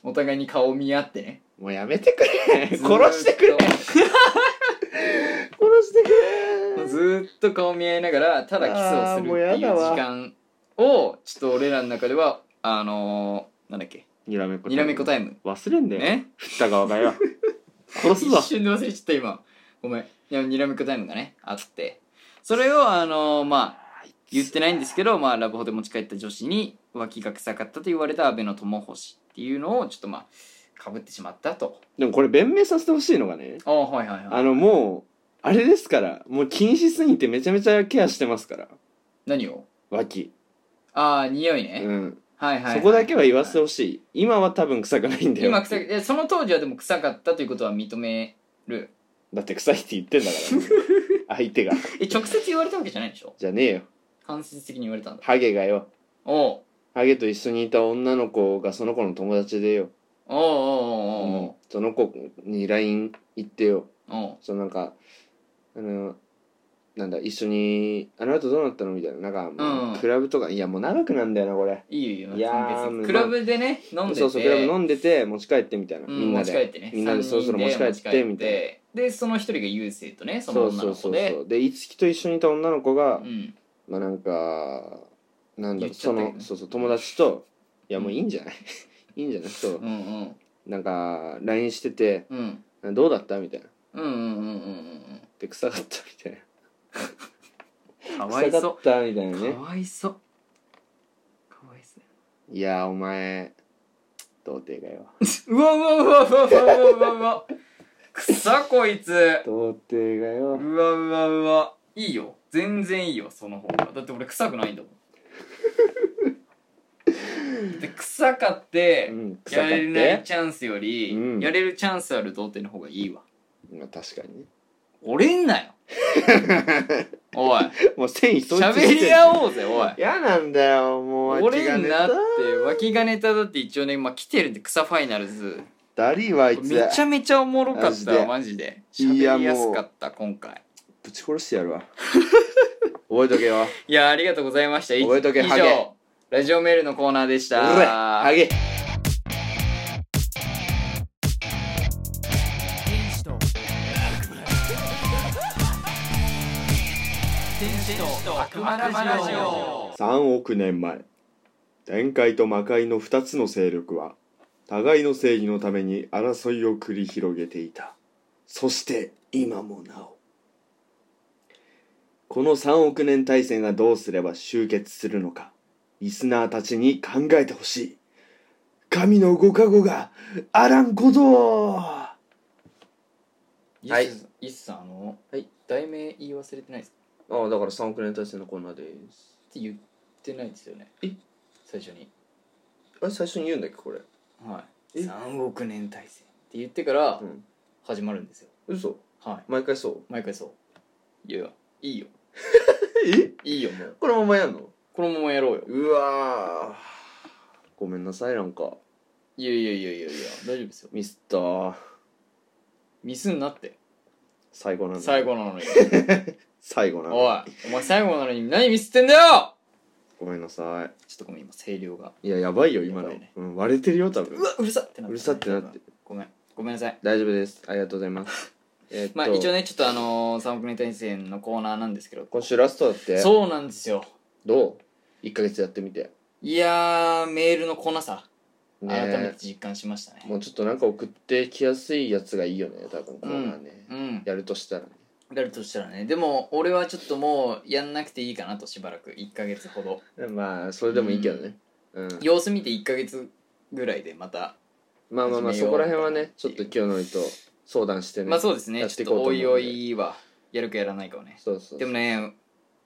[SPEAKER 1] お互いに顔を見合ってね
[SPEAKER 2] もうやめてくれ 殺してくれ
[SPEAKER 1] ずーっ
[SPEAKER 2] 殺してく
[SPEAKER 1] と
[SPEAKER 2] れ
[SPEAKER 1] ずーっと顔見合いながらただキスをするっていう
[SPEAKER 2] あーもうやだわ
[SPEAKER 1] 時間をちょっと俺らの中ではあのー、なんだっけ
[SPEAKER 2] にらめっこ
[SPEAKER 1] にらめっこタイム
[SPEAKER 2] 忘れんだ
[SPEAKER 1] ね
[SPEAKER 2] 振った側がよ殺
[SPEAKER 1] 一瞬で忘れちゃった今ごめんいやにらめっこタイムがねあってそれをあのー、まあ言ってないんですけど、まあ、ラブホで持ち帰った女子に脇が臭かったと言われた安倍の友星っていうのをちょっとまあかぶってしまったと
[SPEAKER 2] でもこれ弁明させてほしいのがね
[SPEAKER 1] ああはいはいは
[SPEAKER 2] あ
[SPEAKER 1] い
[SPEAKER 2] のもうあれですからもう禁止すぎてめちゃめちゃケアしてますから
[SPEAKER 1] 何を
[SPEAKER 2] 脇、
[SPEAKER 1] ああ匂いね、
[SPEAKER 2] うん、
[SPEAKER 1] はいはいい、
[SPEAKER 2] そこだけは言わせてほしい、今は多分臭くないんだよ
[SPEAKER 1] 今臭いいやその当時はでも臭かったということは認める
[SPEAKER 2] だって臭いって言ってんだ から、相手が
[SPEAKER 1] え直接言われたわけじゃないでしょ
[SPEAKER 2] じゃねえよ
[SPEAKER 1] 間接的に言われたんだ
[SPEAKER 2] ハゲがよ
[SPEAKER 1] おう
[SPEAKER 2] ハゲと一緒にいた女の子がその子の友達でよ、
[SPEAKER 1] おうおうおう
[SPEAKER 2] うんその子に LINE 行ってよ
[SPEAKER 1] おうおう
[SPEAKER 2] そのなんかあのなんだ一緒にあの後どうなったのみたいななんか、
[SPEAKER 1] うん
[SPEAKER 2] クラブとかいやもう長くなんだよなこれ
[SPEAKER 1] いいよいいよ
[SPEAKER 2] いやー
[SPEAKER 1] 別に
[SPEAKER 2] まあ
[SPEAKER 1] クラブでね飲んでて
[SPEAKER 2] そうそうクラブ飲んでて持ち帰ってみたいな、
[SPEAKER 1] うん
[SPEAKER 2] みんな
[SPEAKER 1] 持ち帰っ
[SPEAKER 2] で
[SPEAKER 1] てね
[SPEAKER 2] みんなでそろそろ持ち帰って
[SPEAKER 1] 三人で
[SPEAKER 2] みたいな
[SPEAKER 1] でその一人が優勢とねその
[SPEAKER 2] そ
[SPEAKER 1] 女
[SPEAKER 2] うそ
[SPEAKER 1] の
[SPEAKER 2] うそ
[SPEAKER 1] 子
[SPEAKER 2] う
[SPEAKER 1] で
[SPEAKER 2] そうで一木と一緒にいた女の子が、
[SPEAKER 1] うん
[SPEAKER 2] まあなんかなんだ
[SPEAKER 1] 言っ
[SPEAKER 2] ろう
[SPEAKER 1] ちゃ
[SPEAKER 2] そ
[SPEAKER 1] ったけど
[SPEAKER 2] の
[SPEAKER 1] ね
[SPEAKER 2] そうそう友達といやもういいんじゃない いいんじゃないそ
[SPEAKER 1] う
[SPEAKER 2] う
[SPEAKER 1] んうん
[SPEAKER 2] なんか LINE してて
[SPEAKER 1] うん
[SPEAKER 2] 「どうだった?」みたいな
[SPEAKER 1] うんうんうんうん
[SPEAKER 2] 「で臭かった」みたいな
[SPEAKER 1] うんか
[SPEAKER 2] 「
[SPEAKER 1] わい
[SPEAKER 2] 臭か
[SPEAKER 1] そ
[SPEAKER 2] った」みたいうな
[SPEAKER 1] か
[SPEAKER 2] ね
[SPEAKER 1] わいそうかわいそう
[SPEAKER 2] 「いやお前童貞がよ
[SPEAKER 1] うわうわうわうわうわうわうわくさこいつ
[SPEAKER 2] 童貞がよ
[SPEAKER 1] うわうわうわいいよ全然いいよその方がだって俺臭くない んだもんで臭かって、
[SPEAKER 2] うん臭か
[SPEAKER 1] や
[SPEAKER 2] っ
[SPEAKER 1] れな
[SPEAKER 2] て
[SPEAKER 1] いチャンスより、
[SPEAKER 2] うん
[SPEAKER 1] やれるチャンスある童貞の方がいいわ
[SPEAKER 2] まあ確かにね
[SPEAKER 1] 折れん なよおい
[SPEAKER 2] もう繊維統一
[SPEAKER 1] 喋り合おうぜおい
[SPEAKER 2] 嫌なんだよもう
[SPEAKER 1] 折れんなって
[SPEAKER 2] た
[SPEAKER 1] 脇がネタだって一応ね、まあ、来てるんで草ファイナルズ
[SPEAKER 2] ダリーはあいつ
[SPEAKER 1] めちゃめちゃおもろか
[SPEAKER 2] マ
[SPEAKER 1] っ
[SPEAKER 2] ジ
[SPEAKER 1] たわ
[SPEAKER 2] で
[SPEAKER 1] マジで
[SPEAKER 2] いや
[SPEAKER 1] 喋りやすかった今回
[SPEAKER 2] ぶち殺してやるわ覚えと けよ
[SPEAKER 1] いやありがとうございましたい
[SPEAKER 2] 覚えとけ
[SPEAKER 1] 以
[SPEAKER 2] ハゲ
[SPEAKER 1] 上ラジオメールのコーナーでし
[SPEAKER 2] うれ
[SPEAKER 1] た
[SPEAKER 2] ハゲ
[SPEAKER 3] 天使と悪魔ラジオ天使と悪魔ラジオ
[SPEAKER 2] 3億年前天界と魔界の2つの勢力は互いの正義のために争いを繰り広げていたそして今もなおこの3億年大戦がどうすれば終結するのかリスナーたちに考えてほしい神のご加護があらんことを
[SPEAKER 1] イ
[SPEAKER 2] はい
[SPEAKER 1] ッスイッスさんあの、
[SPEAKER 2] はい
[SPEAKER 1] 題名言い忘れてないですか
[SPEAKER 2] ああだから3億年大戦のコーナーです
[SPEAKER 1] って言ってないですよね
[SPEAKER 2] え
[SPEAKER 1] 最初に
[SPEAKER 2] あれ最初に言うんだっけこれ
[SPEAKER 1] はい
[SPEAKER 2] え
[SPEAKER 1] 3億年大戦って言ってから
[SPEAKER 2] うん
[SPEAKER 1] 始まるんですよ、
[SPEAKER 2] 嘘
[SPEAKER 1] はい
[SPEAKER 2] 毎回そう
[SPEAKER 1] 毎回そういやいいよ
[SPEAKER 2] え
[SPEAKER 1] いいよもう
[SPEAKER 2] これままやんの
[SPEAKER 1] このままやろうよ
[SPEAKER 2] うわーごめんなさいなんか
[SPEAKER 1] いやいやいやいやいや大丈夫ですよ
[SPEAKER 2] ミスったー
[SPEAKER 1] ミスんなって
[SPEAKER 2] 最後なんだ
[SPEAKER 1] 最後なのに
[SPEAKER 2] 最後なんだ
[SPEAKER 1] おいお前最後なのに何ミスってんだよ
[SPEAKER 2] ごめんなさ
[SPEAKER 1] ちょっとごめん今声量が
[SPEAKER 2] いいややばいよ今の、
[SPEAKER 1] やばいね
[SPEAKER 2] うん、割れてるよ多分
[SPEAKER 1] うわうるさってなった
[SPEAKER 2] うるさってなって
[SPEAKER 1] ごめんごめんなさい
[SPEAKER 2] 大丈夫ですありがとうございます えーっと、
[SPEAKER 1] まあ一応ねちょっとあのー、3億年大戦のコーナーなんですけど
[SPEAKER 2] 今週ラストだって
[SPEAKER 1] そうなんですよ
[SPEAKER 2] どう1ヶ月やってみて
[SPEAKER 1] いやーメールの来なさ
[SPEAKER 2] ね
[SPEAKER 1] 改めて
[SPEAKER 2] え
[SPEAKER 1] 実感しましたね
[SPEAKER 2] もうちょっとなんか送ってきやすいやつがいいよね多分このーね、
[SPEAKER 1] うん
[SPEAKER 2] やるとしたらね
[SPEAKER 1] やるとしたらねでも俺はちょっともうやんなくていいかなとしばらく1ヶ月ほど
[SPEAKER 2] まあそれでもいいけどね、うん
[SPEAKER 1] 様子見て1ヶ月ぐらいでまた
[SPEAKER 2] まあまあまあ
[SPEAKER 1] 始めよ
[SPEAKER 2] そうこら辺はねちょ
[SPEAKER 1] み
[SPEAKER 2] ったと
[SPEAKER 1] いな
[SPEAKER 2] 清則と相談してね、
[SPEAKER 1] まあそうですね
[SPEAKER 2] やっ
[SPEAKER 1] ち
[SPEAKER 2] て
[SPEAKER 1] ょ
[SPEAKER 2] い
[SPEAKER 1] っ
[SPEAKER 2] ことうと思
[SPEAKER 1] お
[SPEAKER 2] うんで
[SPEAKER 1] いおいはやるかやらないかはね
[SPEAKER 2] そうそうそう
[SPEAKER 1] でもね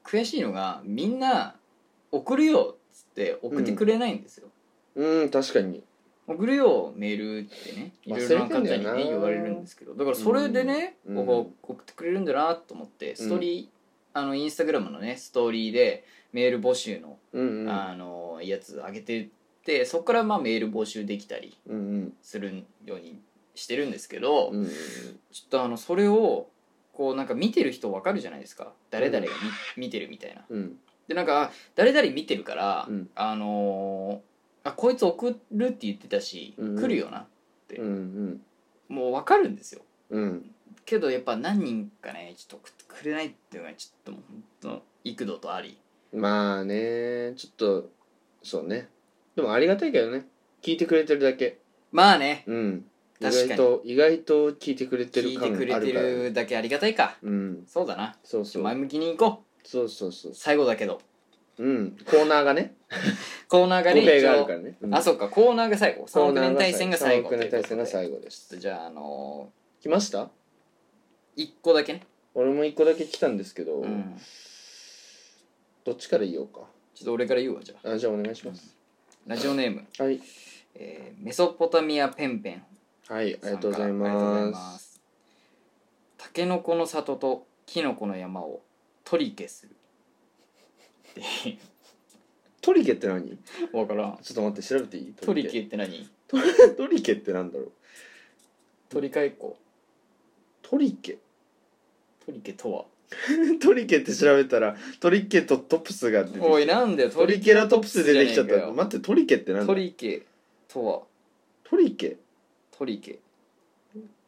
[SPEAKER 1] 悔しいのがみんな送るよっつって送ってくれないんですよ、
[SPEAKER 2] うん確かに
[SPEAKER 1] 送るよメールってねいろいろな方にね
[SPEAKER 2] 忘れてんだよな
[SPEAKER 1] 言われるんですけどだからそれでね、
[SPEAKER 2] うん
[SPEAKER 1] 僕は送ってくれるんだなと思ってストーリー、あのインスタグラムのねストーリーでメール募集の
[SPEAKER 2] うんうん
[SPEAKER 1] あのやつ上げてってそこからまあメール募集できたり
[SPEAKER 2] うんうん
[SPEAKER 1] するようにしてるんですけど、
[SPEAKER 2] うんうん
[SPEAKER 1] ちょっとあのそれをこうなんか見てる人わかるじゃないですか誰々が見,、見てるみたいな。
[SPEAKER 2] うん
[SPEAKER 1] でなんか誰々見てるから、
[SPEAKER 2] うん
[SPEAKER 1] あのーあこいつ送るって言ってたし、
[SPEAKER 2] うん
[SPEAKER 1] 来るよな
[SPEAKER 2] うんうん
[SPEAKER 1] もうわかるんですよ
[SPEAKER 2] うん
[SPEAKER 1] けどやっぱ何人かねちょっと送ってくれないっていうのがちょっともうほんと幾度とあり
[SPEAKER 2] まあねちょっとそうねでもありがたいけどね聞いてくれてるだけ
[SPEAKER 1] まあね
[SPEAKER 2] うん意
[SPEAKER 1] 確かに
[SPEAKER 2] 外と意外と聞いてくれて
[SPEAKER 1] 聞
[SPEAKER 2] る
[SPEAKER 1] いて
[SPEAKER 2] 感
[SPEAKER 1] く
[SPEAKER 2] あ
[SPEAKER 1] れて
[SPEAKER 2] るからね
[SPEAKER 1] るだけありがたいか
[SPEAKER 2] うん
[SPEAKER 1] そうだな
[SPEAKER 2] そうそ
[SPEAKER 1] 前
[SPEAKER 2] う
[SPEAKER 1] 向きに行こ
[SPEAKER 2] そうそうそう
[SPEAKER 1] う最後だけど
[SPEAKER 2] うんコーナーがね
[SPEAKER 1] コーナー
[SPEAKER 2] 語
[SPEAKER 1] がね
[SPEAKER 2] 弊
[SPEAKER 1] 一応
[SPEAKER 2] があるからねうん
[SPEAKER 1] あそっかコーナーが最後3
[SPEAKER 2] コー
[SPEAKER 1] 億
[SPEAKER 2] ナー
[SPEAKER 1] 年
[SPEAKER 2] が
[SPEAKER 1] 対戦が最後
[SPEAKER 2] 三億年対戦が
[SPEAKER 1] という
[SPEAKER 2] 最
[SPEAKER 1] こ
[SPEAKER 2] 後で
[SPEAKER 1] と
[SPEAKER 2] す
[SPEAKER 1] でじゃああの
[SPEAKER 2] 来ました
[SPEAKER 1] ー、1個だけね、
[SPEAKER 2] 俺も一個だけ来たんですけど、
[SPEAKER 1] うん、
[SPEAKER 2] どっちから言おうか
[SPEAKER 1] ちょっと俺から言うわじゃあ
[SPEAKER 2] あじゃあお願いします、
[SPEAKER 1] ラジオネーム、
[SPEAKER 2] はい
[SPEAKER 1] えーメソポタミアペンペン
[SPEAKER 2] はいあ
[SPEAKER 1] さん
[SPEAKER 2] りがとうご
[SPEAKER 1] から
[SPEAKER 2] ざい
[SPEAKER 1] ありがとうござい
[SPEAKER 2] ま
[SPEAKER 1] ますすタケノコの里とキノコの山を取り消するっていう
[SPEAKER 2] トリケって何ち
[SPEAKER 1] わからん
[SPEAKER 2] ょっと待って調べていい
[SPEAKER 1] 取り消って何
[SPEAKER 2] トリケってなんだろう
[SPEAKER 1] 取り替えっこ
[SPEAKER 2] トリケ
[SPEAKER 1] 取り消とは
[SPEAKER 2] トリケって調べたらトリケとトプスが出てきた
[SPEAKER 1] おいなんだよ
[SPEAKER 2] トリケラトプス出てきちゃっ
[SPEAKER 1] じゃねえか
[SPEAKER 2] た
[SPEAKER 1] よ
[SPEAKER 2] 待ってトリケってなんだ
[SPEAKER 1] 取り消とは
[SPEAKER 2] トリケ
[SPEAKER 1] 取り消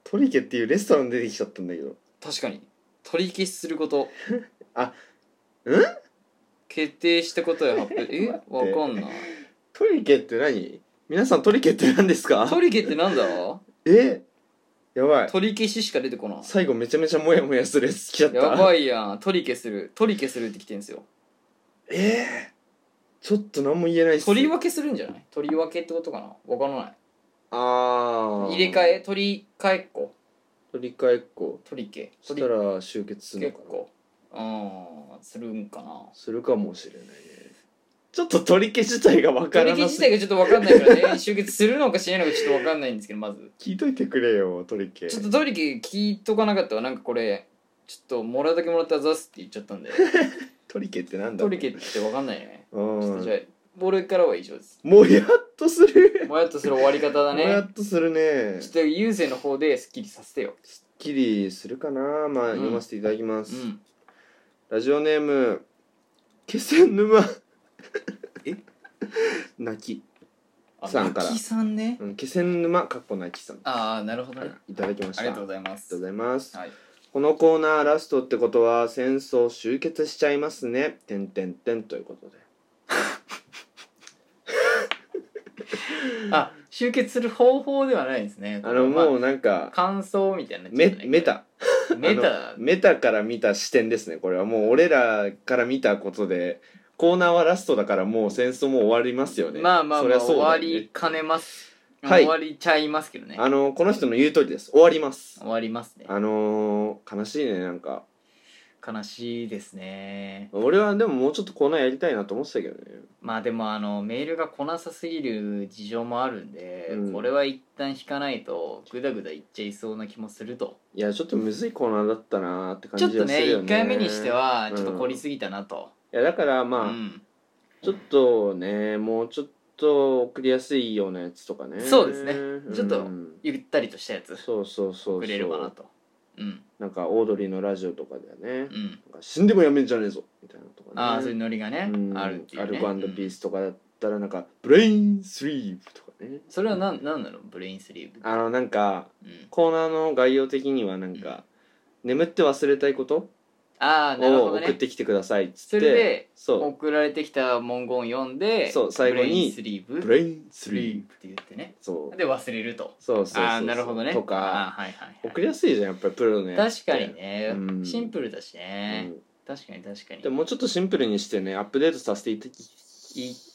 [SPEAKER 2] トリケっていうレストラン出てきちゃったんだけど
[SPEAKER 1] 確かに取り消しすること
[SPEAKER 2] あん
[SPEAKER 1] 決定したことや発表 えわかんない
[SPEAKER 2] トリケって何皆さんトリケって何ですか
[SPEAKER 1] 取り消ってなんだ
[SPEAKER 2] えやばい
[SPEAKER 1] 取り消ししか出てこない
[SPEAKER 2] 最後めちゃめちゃモヤモヤするやつ来ちゃった
[SPEAKER 1] やばいやん取り消する取り消するってきてんすよ
[SPEAKER 2] ええちょっと何も言えないっす
[SPEAKER 1] 取り分けするんじゃない取り分けってことかなわからない
[SPEAKER 2] ああ
[SPEAKER 1] 入れ替え取り替えっこ
[SPEAKER 2] 取り替えっこ
[SPEAKER 1] 取り消
[SPEAKER 2] そし
[SPEAKER 1] 取
[SPEAKER 2] た
[SPEAKER 1] り
[SPEAKER 2] ら集結する
[SPEAKER 1] 結
[SPEAKER 2] のかな
[SPEAKER 1] 構うんするんかな
[SPEAKER 2] するかもしれないねちょっと取り消し自体が分か
[SPEAKER 1] 取り
[SPEAKER 2] ら
[SPEAKER 1] 消
[SPEAKER 2] な
[SPEAKER 1] し自
[SPEAKER 2] す
[SPEAKER 1] 体
[SPEAKER 2] ぎ
[SPEAKER 1] がちょっとわかんないからね 集結するのかしないのかちょっとわかんないんですけどまず
[SPEAKER 2] 聞いといてくれよ取り消
[SPEAKER 1] ちょっ
[SPEAKER 2] し
[SPEAKER 1] と取り消聞いとかなかったわなんかこれちょっともらうだけもらったらざすって言っちゃったん で
[SPEAKER 2] 取り消ってなんだ
[SPEAKER 1] 取り消ってわかんないね
[SPEAKER 2] う
[SPEAKER 1] ちょっとじゃ
[SPEAKER 2] ん
[SPEAKER 1] あボールからは以上です
[SPEAKER 2] もやっとする
[SPEAKER 1] もやっとする終わり方だ
[SPEAKER 2] もや
[SPEAKER 1] ね
[SPEAKER 2] っとするね
[SPEAKER 1] ちょっと優勢の方ですっきりさせてよ
[SPEAKER 2] すっきりするかなまあ、
[SPEAKER 1] うん
[SPEAKER 2] 読ませていただきま
[SPEAKER 1] う
[SPEAKER 2] す、
[SPEAKER 1] ん
[SPEAKER 2] ラジオネーム気仙沼え泣き
[SPEAKER 1] あ
[SPEAKER 2] さんから
[SPEAKER 1] 泣きさんね
[SPEAKER 2] うん気仙沼かっこ泣きさん
[SPEAKER 1] ああなるほど
[SPEAKER 2] か
[SPEAKER 1] ね
[SPEAKER 2] らいただきました
[SPEAKER 1] ありがとうご
[SPEAKER 2] あ
[SPEAKER 1] ざいま
[SPEAKER 2] りがとう
[SPEAKER 1] す
[SPEAKER 2] ございます
[SPEAKER 1] はい
[SPEAKER 2] このコーナーラストってことは戦争終結しちゃいますね。てんてんてんということで。
[SPEAKER 1] あ集結する方法ではないですね
[SPEAKER 2] あの
[SPEAKER 1] ま
[SPEAKER 2] もうなんか
[SPEAKER 1] 感想みたいになっちゃ
[SPEAKER 2] め
[SPEAKER 1] うね
[SPEAKER 2] メタ
[SPEAKER 1] メ
[SPEAKER 2] あの
[SPEAKER 1] タ
[SPEAKER 2] メタから見た視点ですねこれはもう俺らから見たことでコーナーはラストだからもう戦争も終わりますよね
[SPEAKER 1] まあまあ
[SPEAKER 2] そ
[SPEAKER 1] ま
[SPEAKER 2] り
[SPEAKER 1] あ
[SPEAKER 2] ゃそ
[SPEAKER 1] 終
[SPEAKER 2] うだ
[SPEAKER 1] わ
[SPEAKER 2] よね
[SPEAKER 1] りかねます、
[SPEAKER 2] はい
[SPEAKER 1] 終わりちゃいますけどね
[SPEAKER 2] あのこの人の言う通りです終わります
[SPEAKER 1] 終わりますね
[SPEAKER 2] あのー悲しいねなんか
[SPEAKER 1] 悲しいですね
[SPEAKER 2] 俺はでももうちょっとコーナーやりたいなと思ってたけどね
[SPEAKER 1] まあでもあのメールが来なさすぎる事情もあるんで、
[SPEAKER 2] うん
[SPEAKER 1] これは一旦引かないとグダグダいっちゃいそうな気もすると
[SPEAKER 2] いやちょっとむずいコーナーだったなーって感
[SPEAKER 1] ち
[SPEAKER 2] じ
[SPEAKER 1] ょっと
[SPEAKER 2] はす
[SPEAKER 1] ね
[SPEAKER 2] るよね
[SPEAKER 1] 1回目にしてはちょっと
[SPEAKER 2] うん
[SPEAKER 1] 凝りすぎたなと、
[SPEAKER 2] いやだから
[SPEAKER 1] う
[SPEAKER 2] まあ、
[SPEAKER 1] ん
[SPEAKER 2] ちょっとねもうちょっと送りやすいようなやつとかね
[SPEAKER 1] そうですね
[SPEAKER 2] ん
[SPEAKER 1] ちょっとゆったりとしたやつ
[SPEAKER 2] そうそうそうそう
[SPEAKER 1] くれればなとうん
[SPEAKER 2] なんかオードリーのラジオとかではね、
[SPEAKER 1] うん
[SPEAKER 2] なんか死んでもやめんじゃねえぞみたいなとかね
[SPEAKER 1] ああそういうノリがね、
[SPEAKER 2] うん
[SPEAKER 1] あるっていう、ね、
[SPEAKER 2] アルコピー
[SPEAKER 1] うん
[SPEAKER 2] スとかだったらなんか、ブレインスリープとかね
[SPEAKER 1] それは何なんなのブレインスリーブ
[SPEAKER 2] あのなんか
[SPEAKER 1] うん、
[SPEAKER 2] コーナーの概要的にはなんか、眠って忘れたいこと
[SPEAKER 1] ああなるほ
[SPEAKER 2] を
[SPEAKER 1] ど
[SPEAKER 2] 送っ
[SPEAKER 1] ね
[SPEAKER 2] てきてくださいっつっ
[SPEAKER 1] そ
[SPEAKER 2] て
[SPEAKER 1] れで
[SPEAKER 2] そう
[SPEAKER 1] 送られてきた文言を読んで
[SPEAKER 2] そう最後に
[SPEAKER 1] ブレインスリーブ
[SPEAKER 2] ブレインス
[SPEAKER 1] スリ
[SPEAKER 2] リ
[SPEAKER 1] ー
[SPEAKER 2] ープ
[SPEAKER 1] ブって言ってね
[SPEAKER 2] そう
[SPEAKER 1] で忘れると
[SPEAKER 2] そうそうそう
[SPEAKER 1] ああなるほどね
[SPEAKER 2] とか
[SPEAKER 1] あーはいはいはい
[SPEAKER 2] 送りやすいじゃんやっぱりプロのやつ
[SPEAKER 1] 確かにね、
[SPEAKER 2] うん
[SPEAKER 1] シンプルだしね、
[SPEAKER 2] う
[SPEAKER 1] 確かに確かに
[SPEAKER 2] んでももうちょっとシンプルにしてねアップデートさせていただき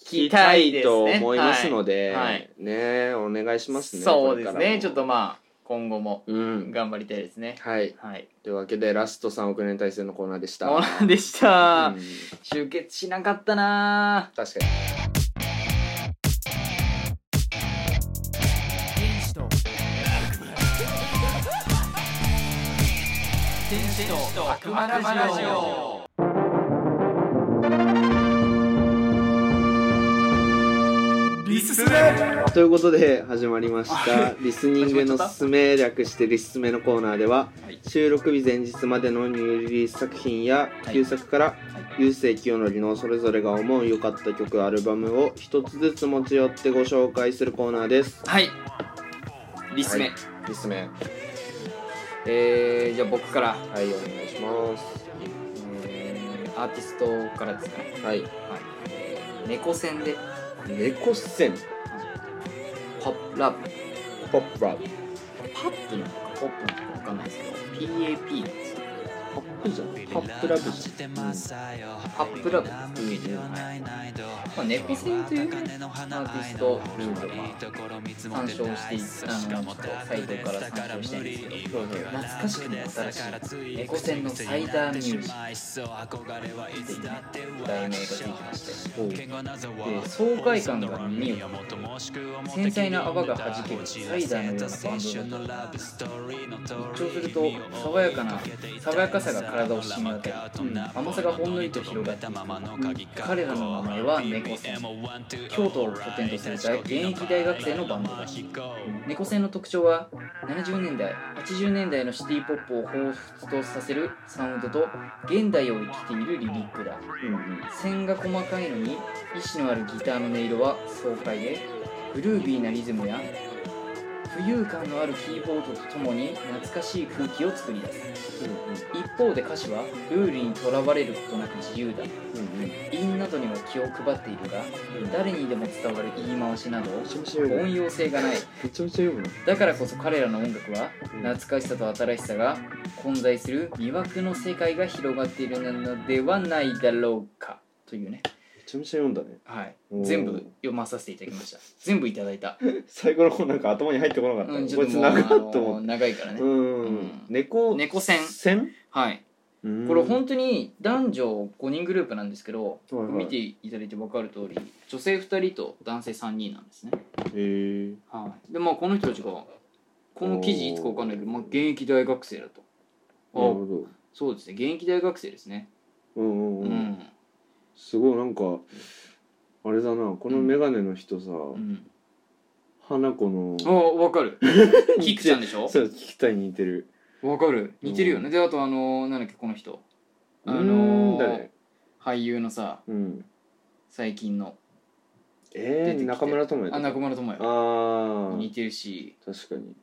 [SPEAKER 1] きたいですね
[SPEAKER 2] と思いますので、
[SPEAKER 1] はいはい
[SPEAKER 2] ねお願いしますね
[SPEAKER 1] そうです
[SPEAKER 2] これから
[SPEAKER 1] ね
[SPEAKER 2] も
[SPEAKER 1] ちょっとまあ今後も
[SPEAKER 2] うん
[SPEAKER 1] 頑張りたいですね、
[SPEAKER 2] はい
[SPEAKER 1] はい
[SPEAKER 2] というわけでラスト3億年体制のコーナーでした
[SPEAKER 1] そうなんでした、
[SPEAKER 2] うん
[SPEAKER 1] 集結しなかったな
[SPEAKER 2] 確かに
[SPEAKER 3] 天使と悪魔天使と悪魔ラジオリスス
[SPEAKER 2] ということで始まりました「リスニングのすすめ」略して「リスすめ」のコーナーでは
[SPEAKER 1] はい
[SPEAKER 2] 収録日前日までのニューリリース作品や
[SPEAKER 1] はい
[SPEAKER 2] 旧作から郵政清則のそれぞれが思う良かった曲アルバムを一つずつ持ち寄ってご紹介するコーナーです
[SPEAKER 1] はいリスメ、
[SPEAKER 2] はいリスめ
[SPEAKER 1] えー、じゃあ僕から、
[SPEAKER 2] はいお願いします
[SPEAKER 1] えーアーティストからですかね
[SPEAKER 2] はい
[SPEAKER 1] はい、えー、猫戦で
[SPEAKER 2] 猫線
[SPEAKER 1] ポップラブ
[SPEAKER 2] ポップラブ
[SPEAKER 1] パップなのかポップなのかわかんないですけど PAP なんですよ
[SPEAKER 2] ポップじゃんポップラブじゃん、うん
[SPEAKER 1] パップラブですね、はいまあ、猫戦というねアーティストをちょっとまあ参照していあのちょっとサイトから参照したいんですけど懐かしくも新しい猫戦のサイダーミュージックっていうね題名ができまして
[SPEAKER 2] おう
[SPEAKER 1] で爽快感が耳を繊細な泡が弾けるサイダーのようなバンドだと一聴すると爽やかな爽やかさが体を染み渡り、
[SPEAKER 2] うん
[SPEAKER 1] 甘さがほんのりと広がっていく、彼らの名前は猫戦京都を拠点とする大現役大学生のバンドだ猫戦の特徴は70年代80年代のシティポップを彷彿とさせるサウンドと現代を生きているリリックだ
[SPEAKER 2] うんうん
[SPEAKER 1] 線が細かいのに意志のあるギターの音色は爽快でグルービーなリズムや浮遊感のあるキーボードとともに懐かしい空気を作り出す一方で歌詞はルールにとらわれることなく自由だ
[SPEAKER 2] うんうん
[SPEAKER 1] 韻などにも気を配っているが誰にでも伝わる言い回しなど
[SPEAKER 2] めちゃめちゃ読む
[SPEAKER 1] 音用性がない
[SPEAKER 2] めちゃめちゃ読むな
[SPEAKER 1] だからこそ彼らの音楽は懐かしさと新しさが混在する魅惑の世界が広がっているのではないだろうかというね
[SPEAKER 2] めちゃめちゃ読んだね
[SPEAKER 1] はい
[SPEAKER 2] お、ー
[SPEAKER 1] 全部読まさせていただきました全部いただいた、
[SPEAKER 2] 最後の方なんか頭に入ってこなかった、
[SPEAKER 1] うん、ち
[SPEAKER 2] こ
[SPEAKER 1] ょっ
[SPEAKER 2] い
[SPEAKER 1] と
[SPEAKER 2] つ
[SPEAKER 1] もうあ
[SPEAKER 2] 長っ
[SPEAKER 1] の
[SPEAKER 2] と思って、
[SPEAKER 1] 長いからね、
[SPEAKER 2] うん、
[SPEAKER 1] うん
[SPEAKER 2] 猫
[SPEAKER 1] 猫戦
[SPEAKER 2] 戦
[SPEAKER 1] はい
[SPEAKER 2] うん
[SPEAKER 1] これ本当に男女5人グループなんですけど、
[SPEAKER 2] はいはい
[SPEAKER 1] 見ていただいて分かる通り女性2人と男性3人なんですね、
[SPEAKER 2] へえ
[SPEAKER 1] はい、でまあこの人たちがこの記事いつか分かんないけど、まあ、現役大学生だと
[SPEAKER 2] なるほど
[SPEAKER 1] そうですね現役大学生ですね
[SPEAKER 2] うんうん
[SPEAKER 1] う
[SPEAKER 2] うん、
[SPEAKER 1] ん、
[SPEAKER 2] すごいなんかあれだなこのメガネの人さ、
[SPEAKER 1] うん、
[SPEAKER 2] 花子の
[SPEAKER 1] あ分か るキクちゃんでしょ
[SPEAKER 2] そう聞きたいに似てる
[SPEAKER 1] 分かる似てるよねであとあのーなんだっけこの人あの
[SPEAKER 2] うーん
[SPEAKER 1] ー
[SPEAKER 2] 誰
[SPEAKER 1] 俳優のさ
[SPEAKER 2] うん
[SPEAKER 1] 最近の出てき
[SPEAKER 2] えー、
[SPEAKER 1] て
[SPEAKER 2] 中村智也
[SPEAKER 1] あ
[SPEAKER 2] だ
[SPEAKER 1] 中村智也
[SPEAKER 2] あ
[SPEAKER 1] 似
[SPEAKER 2] ー
[SPEAKER 1] てるし
[SPEAKER 2] 確かに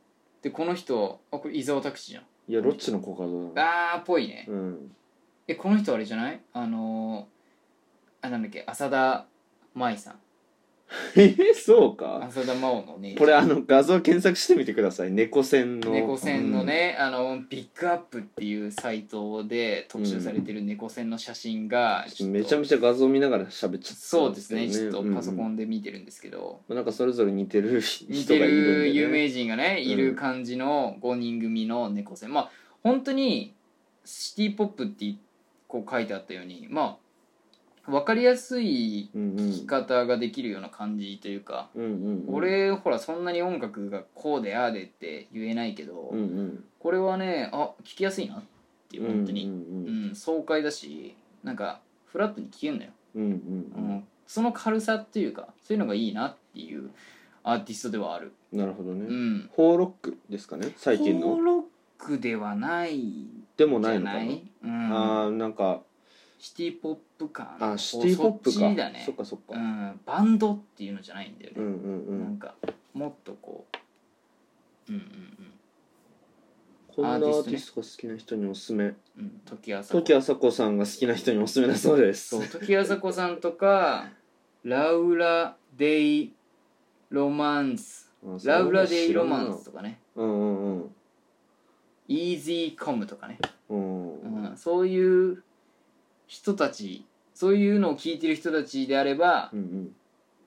[SPEAKER 1] でこの人あこれ伊沢拓司じゃん
[SPEAKER 2] いやロッチのコカドだな
[SPEAKER 1] あーっぽいね
[SPEAKER 2] うん
[SPEAKER 1] えこの人あれじゃないあのー、あなんだっけ浅田舞さん
[SPEAKER 2] え そうか
[SPEAKER 1] 浅田真央のお姉ちゃん
[SPEAKER 2] これあの画像検索してみてください猫線の
[SPEAKER 1] 猫線の、ね、あのピックアップっていうサイトで特集されてる猫線の写真が
[SPEAKER 2] うんめちゃめちゃ画像見ながら喋っちゃったん
[SPEAKER 1] そうですねちょっとパソコ
[SPEAKER 2] ン、
[SPEAKER 1] ンで見てるんですけど、
[SPEAKER 2] うんなんかそれぞれ似てる人がいる
[SPEAKER 1] 似
[SPEAKER 2] んで、
[SPEAKER 1] て
[SPEAKER 2] ね、
[SPEAKER 1] る有名人がねい
[SPEAKER 2] うん
[SPEAKER 1] る感じの5人組の猫線、まあ本当にシティ・ポップってこう書いてあったようにまあ分かりやすい
[SPEAKER 2] うんう
[SPEAKER 1] 聴き
[SPEAKER 2] ん
[SPEAKER 1] 方ができるような感じというか、
[SPEAKER 2] うんうんうん、
[SPEAKER 1] 俺ほらそんなに音楽がこうでああでって言えないけど、
[SPEAKER 2] うんうん
[SPEAKER 1] これはねあ聞きやすいなっていう本当に、
[SPEAKER 2] うん
[SPEAKER 1] うん爽快だしなんかフラットに消えんのよ、
[SPEAKER 2] うんうん
[SPEAKER 1] うんその軽さっていうかそういうのがいいなっていうアーティストではある、
[SPEAKER 2] うんなるほど
[SPEAKER 1] う
[SPEAKER 2] ね、
[SPEAKER 1] ん、
[SPEAKER 2] ホーロックですかね最近
[SPEAKER 1] ホー
[SPEAKER 2] の
[SPEAKER 1] ロックではないじ
[SPEAKER 2] でもない
[SPEAKER 1] ゃ
[SPEAKER 2] のか
[SPEAKER 1] な
[SPEAKER 2] ない
[SPEAKER 1] うん、
[SPEAKER 2] あーなんか
[SPEAKER 1] シティ・ポップ感
[SPEAKER 2] あシティ・ポップか
[SPEAKER 1] そっちだね
[SPEAKER 2] そっかそっ
[SPEAKER 1] う
[SPEAKER 2] か、
[SPEAKER 1] ん、バンドっていうのじゃないんだよね、
[SPEAKER 2] うん、うんう
[SPEAKER 1] なんんかもっとこううんうん
[SPEAKER 2] こんなア
[SPEAKER 1] ア
[SPEAKER 2] ー
[SPEAKER 1] ー
[SPEAKER 2] テ
[SPEAKER 1] ティストね
[SPEAKER 2] ィストが好きな人におすすめ
[SPEAKER 1] うんうん時朝子
[SPEAKER 2] 時あさこさんが好きな人におすすめだそうです
[SPEAKER 1] そう時あさこさんとか ラウラ・デイ・ロマンス
[SPEAKER 2] あそれ
[SPEAKER 1] ラ
[SPEAKER 2] は
[SPEAKER 1] ウラ・デイ・ロマンス
[SPEAKER 2] 知
[SPEAKER 1] とかね
[SPEAKER 2] らんなうんうんうん
[SPEAKER 1] イージー・コムとかね、
[SPEAKER 2] うん
[SPEAKER 1] うん、そういう人たちそういうのを聞いてる人たちであれば
[SPEAKER 2] うん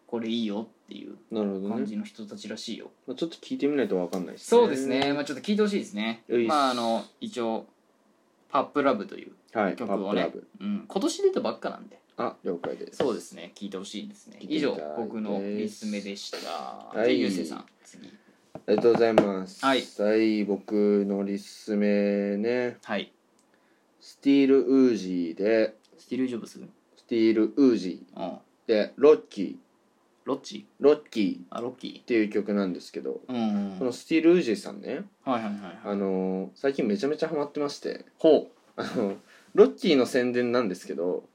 [SPEAKER 1] これいいよっていう
[SPEAKER 2] うん、なるほど
[SPEAKER 1] 感
[SPEAKER 2] ね、
[SPEAKER 1] じの人たちらしいよ、
[SPEAKER 2] まあ、ちょっと聞いてみないとわかんないですね
[SPEAKER 1] そうですね、まあ、ちょっと聞いてほしいですね
[SPEAKER 2] よいしょ
[SPEAKER 1] まああの一応「パップラブ」という、
[SPEAKER 2] はいパ
[SPEAKER 1] 曲
[SPEAKER 2] ッ
[SPEAKER 1] を
[SPEAKER 2] プ
[SPEAKER 1] ね
[SPEAKER 2] ラブ
[SPEAKER 1] うん、今年出たばっかなんで
[SPEAKER 2] あ了解です
[SPEAKER 1] そうですね聞いてほしいですね
[SPEAKER 2] 聞いて
[SPEAKER 1] 以
[SPEAKER 2] みたい
[SPEAKER 1] 上僕のリスメでしたじゃあ
[SPEAKER 2] い
[SPEAKER 1] ゆうせいさん次
[SPEAKER 2] ありがとうございます
[SPEAKER 1] はい
[SPEAKER 2] はい僕のリスメね
[SPEAKER 1] はい
[SPEAKER 2] スティールウージーで
[SPEAKER 1] スティール・ジョブスうん
[SPEAKER 2] スティールウージーでロッキ
[SPEAKER 1] ロッチ
[SPEAKER 2] ーロッキーっ
[SPEAKER 1] あロッキ
[SPEAKER 2] ていう曲なんですけど
[SPEAKER 1] ーうん
[SPEAKER 2] こ
[SPEAKER 1] は
[SPEAKER 2] の
[SPEAKER 1] い
[SPEAKER 2] スティールウージーさんね
[SPEAKER 1] はいはい
[SPEAKER 2] あのー最近めちゃめちゃハマってまして
[SPEAKER 1] ほう
[SPEAKER 2] あのロッキーの宣伝なんですけど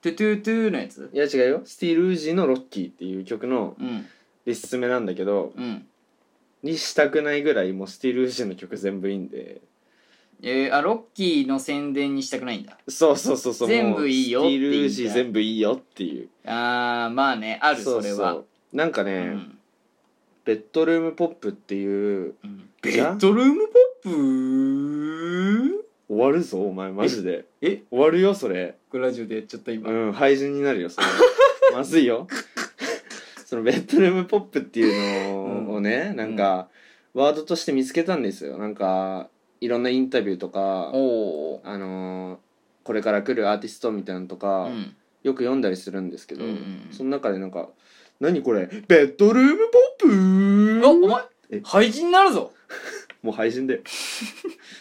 [SPEAKER 1] トゥトゥトゥのやつ
[SPEAKER 2] いや違うよスティールウージーのロッキーっていう曲の
[SPEAKER 1] うん
[SPEAKER 2] リスメなんだけど
[SPEAKER 1] うん
[SPEAKER 2] にしたくないぐらいもうスティールウージーの曲全部いいんで
[SPEAKER 1] えー、あロッキーの宣伝にしたくないんだ
[SPEAKER 2] そうそうそうそう
[SPEAKER 1] 全部いいよ
[SPEAKER 2] も
[SPEAKER 1] っ
[SPEAKER 2] う
[SPEAKER 1] て
[SPEAKER 2] ステ
[SPEAKER 1] 言い
[SPEAKER 2] ィー
[SPEAKER 1] たい
[SPEAKER 2] ルウージー全部いいよっていう
[SPEAKER 1] あーまあねある
[SPEAKER 2] そ
[SPEAKER 1] そうれ
[SPEAKER 2] そう
[SPEAKER 1] は
[SPEAKER 2] なんか
[SPEAKER 1] う
[SPEAKER 2] ね、
[SPEAKER 1] ん
[SPEAKER 2] ベッドルームポップっていう
[SPEAKER 1] うんベ
[SPEAKER 2] じゃ
[SPEAKER 1] ッドルームポップ
[SPEAKER 2] 終わるぞお前マジで
[SPEAKER 1] ええ
[SPEAKER 2] 終わるよそれ
[SPEAKER 1] これラジオでやっちゃった今
[SPEAKER 2] うん廃人になるよ それまずいよそのベッドルームポップっていうのをね、なんか、ワードとして見つけたんですよなんかいろんなインタビューとか
[SPEAKER 1] おお
[SPEAKER 2] あのーこれから来るアーティストみたいなのとか、
[SPEAKER 1] うん
[SPEAKER 2] よく読んだりするんですけど、
[SPEAKER 1] うんうんうん
[SPEAKER 2] その中でなんか「何これベッドルームポップ
[SPEAKER 1] あお前
[SPEAKER 2] え
[SPEAKER 1] 廃人になるぞ
[SPEAKER 2] もう廃 人だよ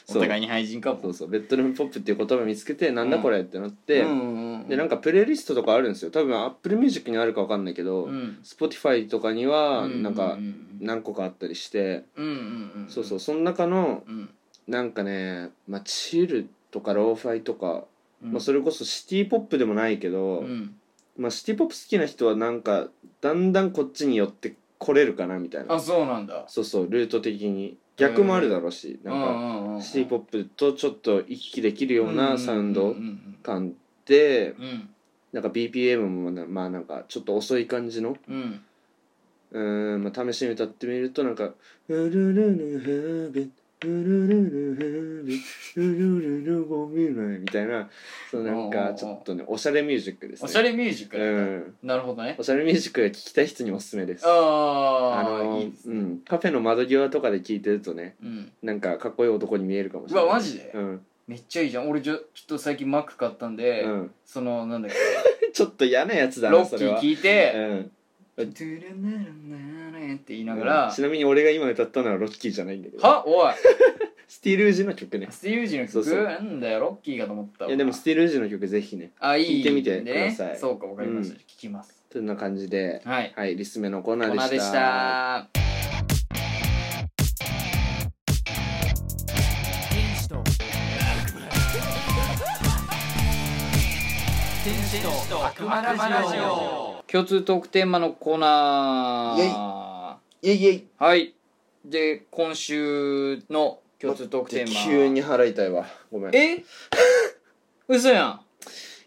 [SPEAKER 1] お
[SPEAKER 2] そう
[SPEAKER 1] 互いに廃人かも
[SPEAKER 2] そうそうベッドルームポップっていう言葉見つけてなんだこれってなって、
[SPEAKER 1] うんうんうん、
[SPEAKER 2] でなん
[SPEAKER 1] か、
[SPEAKER 2] かプレイリストとかあるんですよ多分 Apple Music にあるか分かんないけど、
[SPEAKER 1] うん
[SPEAKER 2] Spotify とかにはなんか
[SPEAKER 1] うん
[SPEAKER 2] 何個かあったりして、
[SPEAKER 1] うんうんうん、
[SPEAKER 2] そうそうその中の
[SPEAKER 1] うん、うん
[SPEAKER 2] なんかね、まあ、チルとかローファイとか、
[SPEAKER 1] うん、
[SPEAKER 2] まあ、それこそシティポップでもないけど、
[SPEAKER 1] うん、
[SPEAKER 2] まあ、シティポップ好きな人はなんかだんだんこっちに寄ってこれるかなみたいな
[SPEAKER 1] あそうなんだ
[SPEAKER 2] そうそうルート的に逆もあるだろうし、なんか、
[SPEAKER 1] うんうん、
[SPEAKER 2] シティポッ
[SPEAKER 1] ッ
[SPEAKER 2] プとちょっと行き来できる
[SPEAKER 1] プ
[SPEAKER 2] ようなサウン
[SPEAKER 1] う
[SPEAKER 2] ド
[SPEAKER 1] ん
[SPEAKER 2] 感で
[SPEAKER 1] うんうん
[SPEAKER 2] なんか BPM もなまあなんかちょっと遅い感じの
[SPEAKER 1] うんうん
[SPEAKER 2] うーん、まあ、試しに歌ってみるとなんか「ルルルルハーベルルルルハーベルルルルゴミライ」みたいなそうなんかちょっとねおしゃれミュージックですね
[SPEAKER 1] おしゃれミュージック
[SPEAKER 2] う
[SPEAKER 1] だね
[SPEAKER 2] ん
[SPEAKER 1] なるほどね
[SPEAKER 2] おしゃれミュージックが聴きたい人におすすめです
[SPEAKER 1] ああ
[SPEAKER 2] あの
[SPEAKER 1] いいです
[SPEAKER 2] う
[SPEAKER 1] ね
[SPEAKER 2] ん、カフェの窓際とかで聴いてるとね
[SPEAKER 1] うん、
[SPEAKER 2] なんかかっこいい男に見えるかもし
[SPEAKER 1] う
[SPEAKER 2] れない
[SPEAKER 1] わマジで、
[SPEAKER 2] うん、
[SPEAKER 1] めっちゃいいじゃん俺じゃちょっと最近マック買ったんで、
[SPEAKER 2] うん、
[SPEAKER 1] そのなんだっ
[SPEAKER 2] ちょっと嫌なやつ
[SPEAKER 1] け
[SPEAKER 2] だ
[SPEAKER 1] ロ
[SPEAKER 2] な
[SPEAKER 1] ッ
[SPEAKER 2] そ
[SPEAKER 1] キ
[SPEAKER 2] れ
[SPEAKER 1] ー
[SPEAKER 2] は
[SPEAKER 1] 聞いて
[SPEAKER 2] うん
[SPEAKER 1] 「トゥルナルナルナ」って言いなが
[SPEAKER 2] う
[SPEAKER 1] ら
[SPEAKER 2] んちなみに俺が今歌ったのはロッキーじゃないんだけ
[SPEAKER 1] 「
[SPEAKER 2] ど
[SPEAKER 1] はおい
[SPEAKER 2] スティールージの曲ね
[SPEAKER 1] スティールージの曲
[SPEAKER 2] そうそう
[SPEAKER 1] なんだよロッキーかと思ったわ
[SPEAKER 2] いやでもスティールージの曲ぜひね
[SPEAKER 1] あいい
[SPEAKER 2] 聞いてみてください
[SPEAKER 1] ねそうかわかりました、
[SPEAKER 2] うん
[SPEAKER 1] 聞きます
[SPEAKER 2] そんな感じで
[SPEAKER 1] はい
[SPEAKER 2] はいリスメのコーナ
[SPEAKER 1] コ
[SPEAKER 2] ー
[SPEAKER 1] ー
[SPEAKER 2] で
[SPEAKER 1] ナ
[SPEAKER 2] し
[SPEAKER 1] ー
[SPEAKER 2] た
[SPEAKER 1] でした
[SPEAKER 3] 天使と天使と悪魔ラジオ
[SPEAKER 1] 共通トークテーマのコーナ
[SPEAKER 2] イ
[SPEAKER 1] ー
[SPEAKER 2] イエイイエイ
[SPEAKER 1] はいで今週の共通トークテーマ
[SPEAKER 2] 急に払いたいわごめんい
[SPEAKER 1] え嘘やん